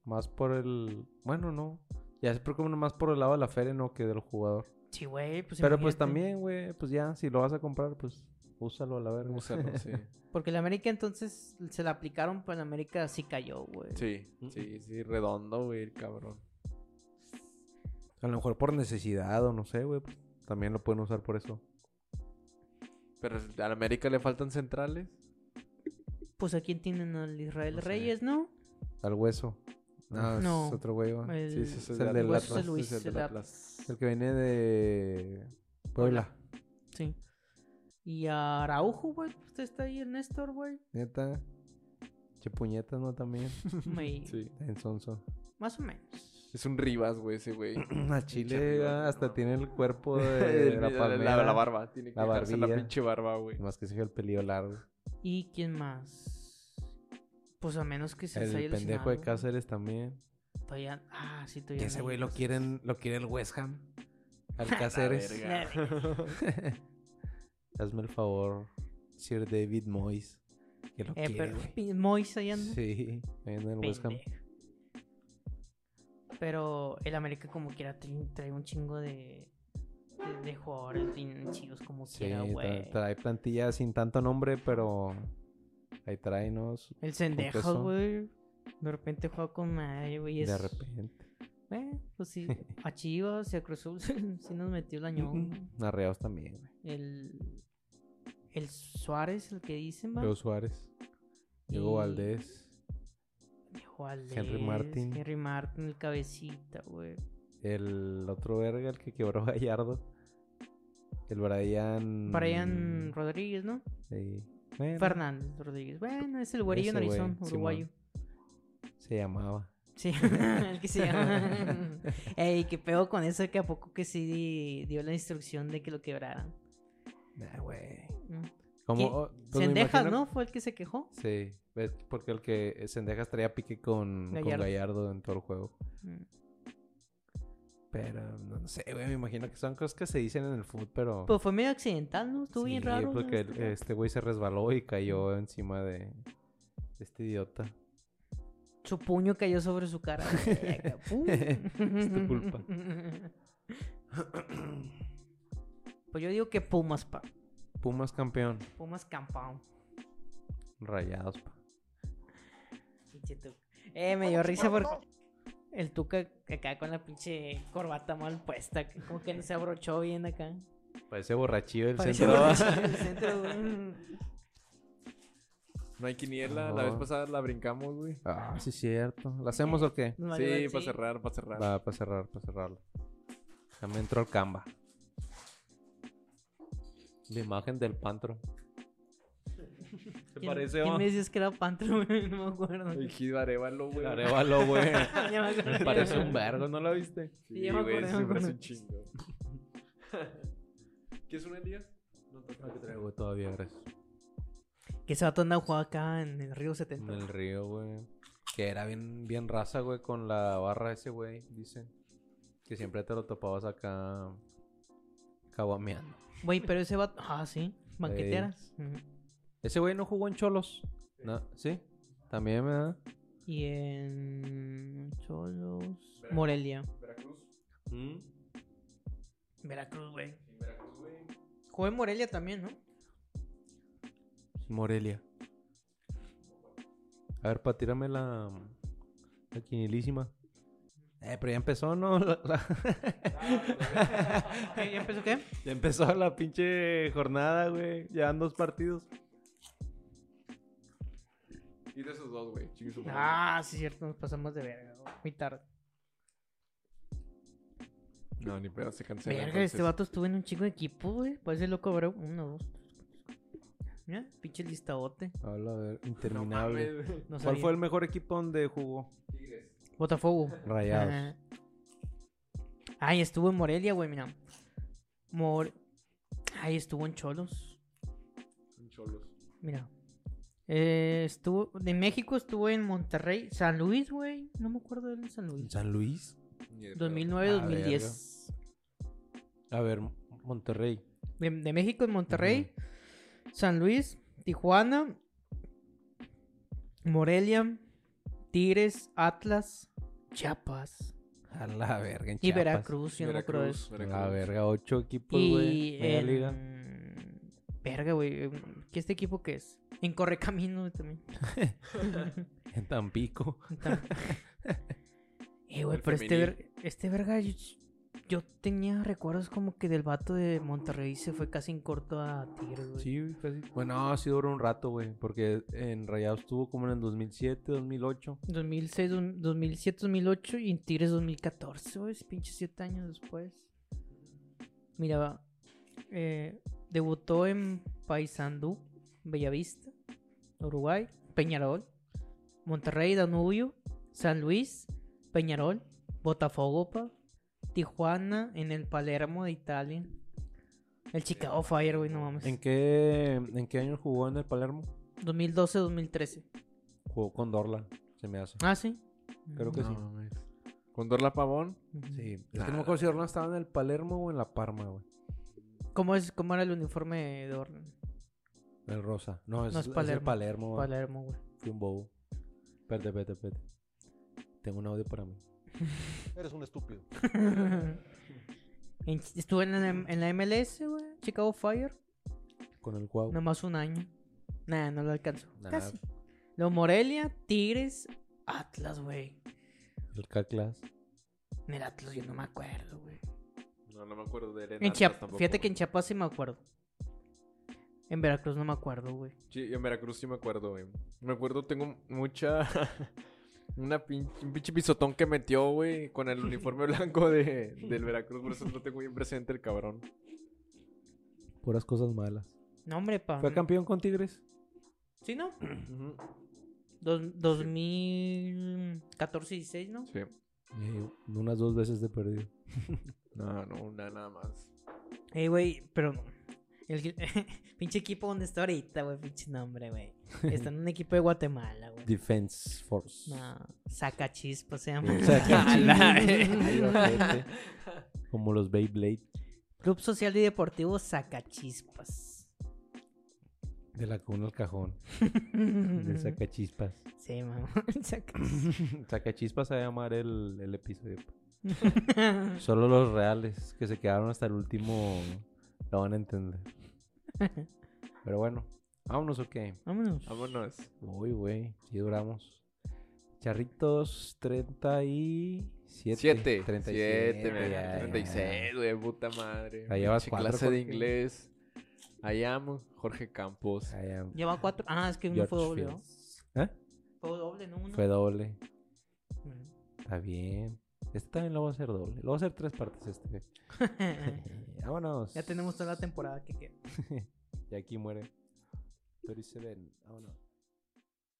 [SPEAKER 3] más por el. Bueno, no. Ya se preocupan más por el lado de la feria, no que del jugador.
[SPEAKER 1] Sí, güey, pues
[SPEAKER 3] Pero pues
[SPEAKER 1] imagínate.
[SPEAKER 3] también, güey, pues ya, si lo vas a comprar, pues úsalo a la verga.
[SPEAKER 2] Úsalo, sí. <laughs>
[SPEAKER 1] Porque la América entonces se la aplicaron, pero la América sí cayó, güey.
[SPEAKER 2] Sí, sí, sí, redondo, güey, el cabrón.
[SPEAKER 3] A lo mejor por necesidad o no sé, güey. pues, también lo pueden usar por eso.
[SPEAKER 2] Pero a la América le faltan centrales.
[SPEAKER 1] Pues aquí tienen al Israel
[SPEAKER 3] Pues,
[SPEAKER 2] No sé.
[SPEAKER 1] Reyes, ¿no?
[SPEAKER 3] Al hueso. No, ese
[SPEAKER 1] No.
[SPEAKER 3] es otro güey, güey.
[SPEAKER 1] El-
[SPEAKER 2] Sí, sí, es
[SPEAKER 3] Es
[SPEAKER 2] el del
[SPEAKER 3] el del
[SPEAKER 1] Huesos de
[SPEAKER 3] Atlas.
[SPEAKER 1] Luis,
[SPEAKER 2] es el del
[SPEAKER 1] el
[SPEAKER 2] Atlas.
[SPEAKER 1] Atlas.
[SPEAKER 3] El que viene de Puebla.
[SPEAKER 1] Sí. Y a Araujo, güey. Usted está ahí, el Néstor, güey.
[SPEAKER 3] Neta. Che puñetas, ¿no? También. <laughs>
[SPEAKER 1] Me-
[SPEAKER 2] Sí.
[SPEAKER 3] En Sonso.
[SPEAKER 1] Más o menos.
[SPEAKER 2] Es un Rivas, güey, ese güey.
[SPEAKER 3] A
[SPEAKER 2] Pinche
[SPEAKER 3] Chile
[SPEAKER 2] Rivas,
[SPEAKER 3] hasta
[SPEAKER 2] no.
[SPEAKER 3] tiene el cuerpo
[SPEAKER 2] <laughs>
[SPEAKER 3] de
[SPEAKER 2] El-
[SPEAKER 3] la
[SPEAKER 2] la, la-
[SPEAKER 3] palmera.
[SPEAKER 2] la barba, tiene que
[SPEAKER 3] La
[SPEAKER 2] dejarse la
[SPEAKER 3] barbilla.
[SPEAKER 2] pinche barba, güey.
[SPEAKER 3] Más que se ve el pelillo largo.
[SPEAKER 1] ¿Y quién más? Pues a menos que se
[SPEAKER 3] el
[SPEAKER 1] les haya
[SPEAKER 3] pendejo de
[SPEAKER 1] lesionado.
[SPEAKER 3] Cáceres también.
[SPEAKER 1] Todavía- Ah, sí, todavía.
[SPEAKER 3] Que ese
[SPEAKER 1] no.
[SPEAKER 3] güey lo quieren, lo quiere el West Ham. Alcáceres.
[SPEAKER 2] verga.
[SPEAKER 3] <laughs> Hazme el favor, Sir David Moyes. Que lo
[SPEAKER 1] Eh,
[SPEAKER 3] quiere,
[SPEAKER 1] pero <laughs>
[SPEAKER 3] güey.
[SPEAKER 1] pin- Moyes ahí anda.
[SPEAKER 3] Sí, ahí anda en el West Ham.
[SPEAKER 1] Pendejo. Pero el América como quiera trae, trae un chingo de, de, de jugadores bien chidos como
[SPEAKER 3] Sí,
[SPEAKER 1] quiera,
[SPEAKER 3] tra-
[SPEAKER 1] güey.
[SPEAKER 3] trae plantilla sin tanto nombre, pero ahí trae, ¿no? Su-
[SPEAKER 1] El
[SPEAKER 3] queso.
[SPEAKER 1] Sendejas, güey. De repente juega con nadie, güey. y
[SPEAKER 3] De
[SPEAKER 1] es-
[SPEAKER 3] repente.
[SPEAKER 1] Eh, pues sí. A Chivas y a Cruz Azul <laughs> sí nos metió el añón. güey.
[SPEAKER 3] Arreados también, güey.
[SPEAKER 1] El, el Suárez, el que dicen, va.
[SPEAKER 3] Leo Suárez. Diego
[SPEAKER 1] Y-
[SPEAKER 3] Valdés.
[SPEAKER 1] Diego Valdés,
[SPEAKER 3] Henry Martin.
[SPEAKER 1] Henry Martin, el cabecita, güey.
[SPEAKER 3] El otro verga, el que quebró <laughs> Gallardo. El Brian.
[SPEAKER 1] Brian Rodríguez, ¿no?
[SPEAKER 3] Sí. Bueno,
[SPEAKER 1] Fernández Rodríguez. Bueno, es el güerillo
[SPEAKER 3] Ese güey,
[SPEAKER 1] narizón, uruguayo.
[SPEAKER 3] Se llamaba. <laughs>
[SPEAKER 1] Sí, <laughs> el que se llama. Ey, qué pedo con eso que a poco que sí di- dio la instrucción de que lo quebraran.
[SPEAKER 3] Nah, güey.
[SPEAKER 1] ¿no?
[SPEAKER 3] Como.
[SPEAKER 1] ¿Qué?
[SPEAKER 3] oh, pues me
[SPEAKER 1] Sendejas,
[SPEAKER 3] imagino-
[SPEAKER 1] ¿no? Fue el que se quejó.
[SPEAKER 3] Sí. ¿Ves? Porque el que eh, Sendejas traía pique con con
[SPEAKER 1] Gallardo.
[SPEAKER 3] Gallardo en todo el juego.
[SPEAKER 1] Mm.
[SPEAKER 3] Pero no no sé, güey, me imagino que son cosas que se dicen en el fútbol, pero...
[SPEAKER 1] Pues fue medio accidental, ¿no? Estuvo bien
[SPEAKER 3] sí,
[SPEAKER 1] raro. ¿no?
[SPEAKER 3] porque el-
[SPEAKER 1] Este-
[SPEAKER 3] este güey se resbaló y cayó encima de, de este idiota.
[SPEAKER 1] Su puño cayó sobre su
[SPEAKER 3] <laughs>
[SPEAKER 1] cara. güey, acá, ¡pum!
[SPEAKER 3] Es tu culpa.
[SPEAKER 1] <laughs> Pues yo digo que Pumas, pa.
[SPEAKER 3] Pumas campeón.
[SPEAKER 1] Pumas campao.
[SPEAKER 3] Rayados, pa.
[SPEAKER 1] Pinche Tuca. Eh, me dio risa porque el Tuca acá con la pinche corbata mal puesta. que Como que no se abrochó bien acá.
[SPEAKER 3] Parece borrachillo el
[SPEAKER 1] Parece
[SPEAKER 3] centro. <laughs>
[SPEAKER 1] borrachillo el centro, güey.
[SPEAKER 2] No hay quiniela, la vez
[SPEAKER 3] No.
[SPEAKER 2] pasada la brincamos, güey.
[SPEAKER 3] Ah, sí, cierto. ¿La hacemos o qué?
[SPEAKER 1] Nos valió
[SPEAKER 2] Sí,
[SPEAKER 3] pues,
[SPEAKER 1] ver,
[SPEAKER 2] para cerrar, para cerrar.
[SPEAKER 3] Va, para cerrar, para cerrarlo. Ya me entró el Canva. La imagen del Pantro. ¿Te
[SPEAKER 1] ¿Quién-
[SPEAKER 3] parece,
[SPEAKER 1] ¿Quién
[SPEAKER 3] va?
[SPEAKER 1] me decías que era Pantro? <laughs> güey? No me acuerdo.
[SPEAKER 2] El Gil Arevalo, güey.
[SPEAKER 3] Arévalo, güey.
[SPEAKER 1] <laughs> Ya me acordé.
[SPEAKER 3] Parece un vergo, ¿no lo viste?
[SPEAKER 1] Sí, ya Este. me
[SPEAKER 2] güey,
[SPEAKER 1] acordé,
[SPEAKER 2] se
[SPEAKER 1] ya me
[SPEAKER 2] me hace
[SPEAKER 1] acordé.
[SPEAKER 2] un chingo. <laughs> ¿Quieres una, Elías? No, te
[SPEAKER 3] No te traigo todavía, gracias.
[SPEAKER 1] Que ese vato anda jugando acá en el Río
[SPEAKER 3] En
[SPEAKER 1] 70.
[SPEAKER 3] el río, güey. Que era bien, bien raza, güey, con la barra ese, güey, dicen. Que siempre te lo topabas acá caguameando.
[SPEAKER 1] Güey, pero ese vato... Ah, sí. Banqueteras. Ujú.
[SPEAKER 3] Ese güey no jugó en Cholos. No, ¿sí? También, ¿verdad?
[SPEAKER 1] Y en... Cholos... Morelia.
[SPEAKER 2] Veracruz. Mm.
[SPEAKER 1] Veracruz, güey.
[SPEAKER 2] En Veracruz, güey.
[SPEAKER 1] Jugó en Morelia también, ¿no?
[SPEAKER 3] Morelia. A ver, pa, tírame la... La quinilísima. Eh, pero ya empezó, ¿no? <laughs> La- la-
[SPEAKER 1] ¿Qué, ¿Ya empezó qué?
[SPEAKER 3] ya empezó la pinche jornada, güey. Ya van dos partidos.
[SPEAKER 2] Y de esos dos, güey. Chingue su madre.
[SPEAKER 1] Ah, sí, cierto. Nos pasamos de verga. güey. Muy tarde.
[SPEAKER 2] No, ni pedo, se cancela.
[SPEAKER 1] Verga,
[SPEAKER 2] entonces.
[SPEAKER 1] este vato estuvo en un chingo de equipo, güey. Parece loco, bro. Uno, dos. tres, cuatro, cinco. Mira, pinche listadote.
[SPEAKER 3] Habla, a ver,
[SPEAKER 2] No
[SPEAKER 3] interminable.
[SPEAKER 2] mames, güey.
[SPEAKER 1] No
[SPEAKER 3] ¿Cuál
[SPEAKER 1] sabía.
[SPEAKER 3] fue el mejor equipo donde jugó?
[SPEAKER 2] Tigres.
[SPEAKER 1] Botafogo.
[SPEAKER 2] Ah.
[SPEAKER 3] Rayados.
[SPEAKER 1] Ajá. Ay, estuvo en Morelia, güey, mira. Mor... Ay, estuvo en Cholos.
[SPEAKER 2] En Cholos.
[SPEAKER 1] Mira. Eh, estuvo... De México estuvo en Monterrey. San Luis, güey. No me acuerdo del San Luis.
[SPEAKER 3] San Luis?
[SPEAKER 2] Ni de pedo.
[SPEAKER 1] 2009-2010.
[SPEAKER 3] A ver, Monterrey.
[SPEAKER 1] De, de México en Monterrey. San Luis. Tijuana. Morelia. Tigres. Atlas. Chiapas.
[SPEAKER 3] A la verga, en
[SPEAKER 1] Y
[SPEAKER 3] Chiapas.
[SPEAKER 1] Veracruz, yo no me acuerdo de eso.
[SPEAKER 2] Veracruz.
[SPEAKER 3] A
[SPEAKER 2] Veracruz.
[SPEAKER 3] la verga, ocho equipos, güey.
[SPEAKER 1] Y
[SPEAKER 3] Media
[SPEAKER 1] en-
[SPEAKER 3] liga.
[SPEAKER 1] Verga, güey. em, ¿Qué este equipo qué es? En Correcamino también.
[SPEAKER 3] En
[SPEAKER 1] <laughs>
[SPEAKER 3] Tampico.
[SPEAKER 1] Tam- eh, güey,
[SPEAKER 2] El
[SPEAKER 1] pero este, ver- este verga... Yo, yo tenía recuerdos como que del vato de Monterrey se fue casi en corto a Tigres, güey.
[SPEAKER 3] Sí, güey, casi. Bueno, sí duró un rato, güey. Porque en Rayados estuvo como en el 2007, 2008.
[SPEAKER 1] 2006, dos- 2007, 2008 y en Tigres 2014, güey. es Pinche 7 años después. Mira, va, eh, debutó en Paysandú, Bellavista, Uruguay, Peñarol, Monterrey, Danubio, San Luis, Peñarol, Botafogo, pa, Tijuana, en el Palermo de Italia. El Chicago Fire, güey, no mames.
[SPEAKER 3] ¿En qué, ¿En qué año jugó en el Palermo?
[SPEAKER 1] 2012, 2013.
[SPEAKER 3] Jugó con Dorla, se me hace.
[SPEAKER 1] Ah, sí.
[SPEAKER 3] Creo que
[SPEAKER 2] No
[SPEAKER 3] sí.
[SPEAKER 2] mames. Con Dorla Pavón.
[SPEAKER 3] Sí. Es que no me acuerdo si Orlando estaba en el Palermo o en la Parma, güey.
[SPEAKER 1] ¿Cómo, es, ¿Cómo era el uniforme de Orlan?
[SPEAKER 3] El Rosa. No, es,
[SPEAKER 1] No, es
[SPEAKER 3] el
[SPEAKER 1] Palermo.
[SPEAKER 3] Palermo. güey.
[SPEAKER 1] Palermo,
[SPEAKER 3] <laughs>
[SPEAKER 1] güey.
[SPEAKER 3] Fui un bobo. Espérate, espérate, espérate. Tengo un audio para mí.
[SPEAKER 5] Eres un estúpido.
[SPEAKER 1] En- Estuve en la, en la MLS, güey. Chicago Fire.
[SPEAKER 3] Con el guau.
[SPEAKER 1] Nomás un año. Nah, no lo alcanzó.
[SPEAKER 3] Nah.
[SPEAKER 1] Casi. Luego Morelia, Tigres, Atlas, güey.
[SPEAKER 3] El K-Class.
[SPEAKER 1] En el Atlas yo no me acuerdo, güey.
[SPEAKER 2] No, no me acuerdo de pues, él.
[SPEAKER 1] En Chiapas, fíjate que en Chiapas sí me acuerdo. En Veracruz no me acuerdo, güey.
[SPEAKER 2] Sí, en Veracruz sí me acuerdo, güey. Me acuerdo, tengo mucha. <laughs> Una pinche, un pinche pisotón que metió, güey, con el uniforme blanco de, del Veracruz. Por eso lo tengo bien presente, el cabrón.
[SPEAKER 3] Puras cosas malas.
[SPEAKER 1] Ah, No, hombre, pa.
[SPEAKER 3] ¿Fue campeón con Tigres?
[SPEAKER 1] ¿Sí, no?
[SPEAKER 2] Ujú.
[SPEAKER 1] Dos, 2014 y 16, ¿no?
[SPEAKER 2] Sí.
[SPEAKER 3] Eh, unas dos veces de perdido.
[SPEAKER 2] No, no, una nada más.
[SPEAKER 1] Ey, Eh, güey, pero no. El <laughs> pinche equipo donde está ahorita, güey, pinche nombre, güey. Está
[SPEAKER 3] <laughs>
[SPEAKER 1] en un equipo de Guatemala, güey.
[SPEAKER 3] Defense Force.
[SPEAKER 1] No, Sacachispa se
[SPEAKER 3] <laughs>
[SPEAKER 1] llama. <laughs>
[SPEAKER 3] Ay, ojete. Como los Beyblade
[SPEAKER 1] Club Social y Deportivo Sacachispas.
[SPEAKER 3] de la cuna al cajón.
[SPEAKER 1] Mm.
[SPEAKER 3] De Sacachispas.
[SPEAKER 1] Sí, <laughs> mamá.
[SPEAKER 3] <laughs> Sacachispas se va a llamar el, el episodio. Solo los reales que se quedaron hasta el último lo van a entender. Pero bueno, vámonos, ok.
[SPEAKER 1] Vámonos.
[SPEAKER 2] Vámonos.
[SPEAKER 3] Uy, güey, sí duramos. Charritos 37.
[SPEAKER 2] Siete. Siete,
[SPEAKER 3] 37, ya, ya,
[SPEAKER 2] me-
[SPEAKER 3] ya.
[SPEAKER 2] 36, güey, puta madre.
[SPEAKER 3] Ahí llevas
[SPEAKER 2] Pinche
[SPEAKER 3] cuatro,
[SPEAKER 2] clase de
[SPEAKER 3] Jorge.
[SPEAKER 2] inglés. I am Jorge Campos.
[SPEAKER 3] I am
[SPEAKER 1] Lleva cuatro. Ah, es que uno
[SPEAKER 3] George
[SPEAKER 1] fue doble, ¿no?
[SPEAKER 3] Fields. ¿Eh?
[SPEAKER 1] Fue doble, ¿no? Uno. <laughs>
[SPEAKER 3] Fue doble.
[SPEAKER 1] Bueno.
[SPEAKER 3] Está bien. Este también lo voy a hacer doble. Lo voy a hacer tres partes este.
[SPEAKER 1] Ah.
[SPEAKER 3] <laughs> Vámonos.
[SPEAKER 1] ya tenemos toda la temporada que queda.
[SPEAKER 3] Y aquí muere. 37. Vámonos.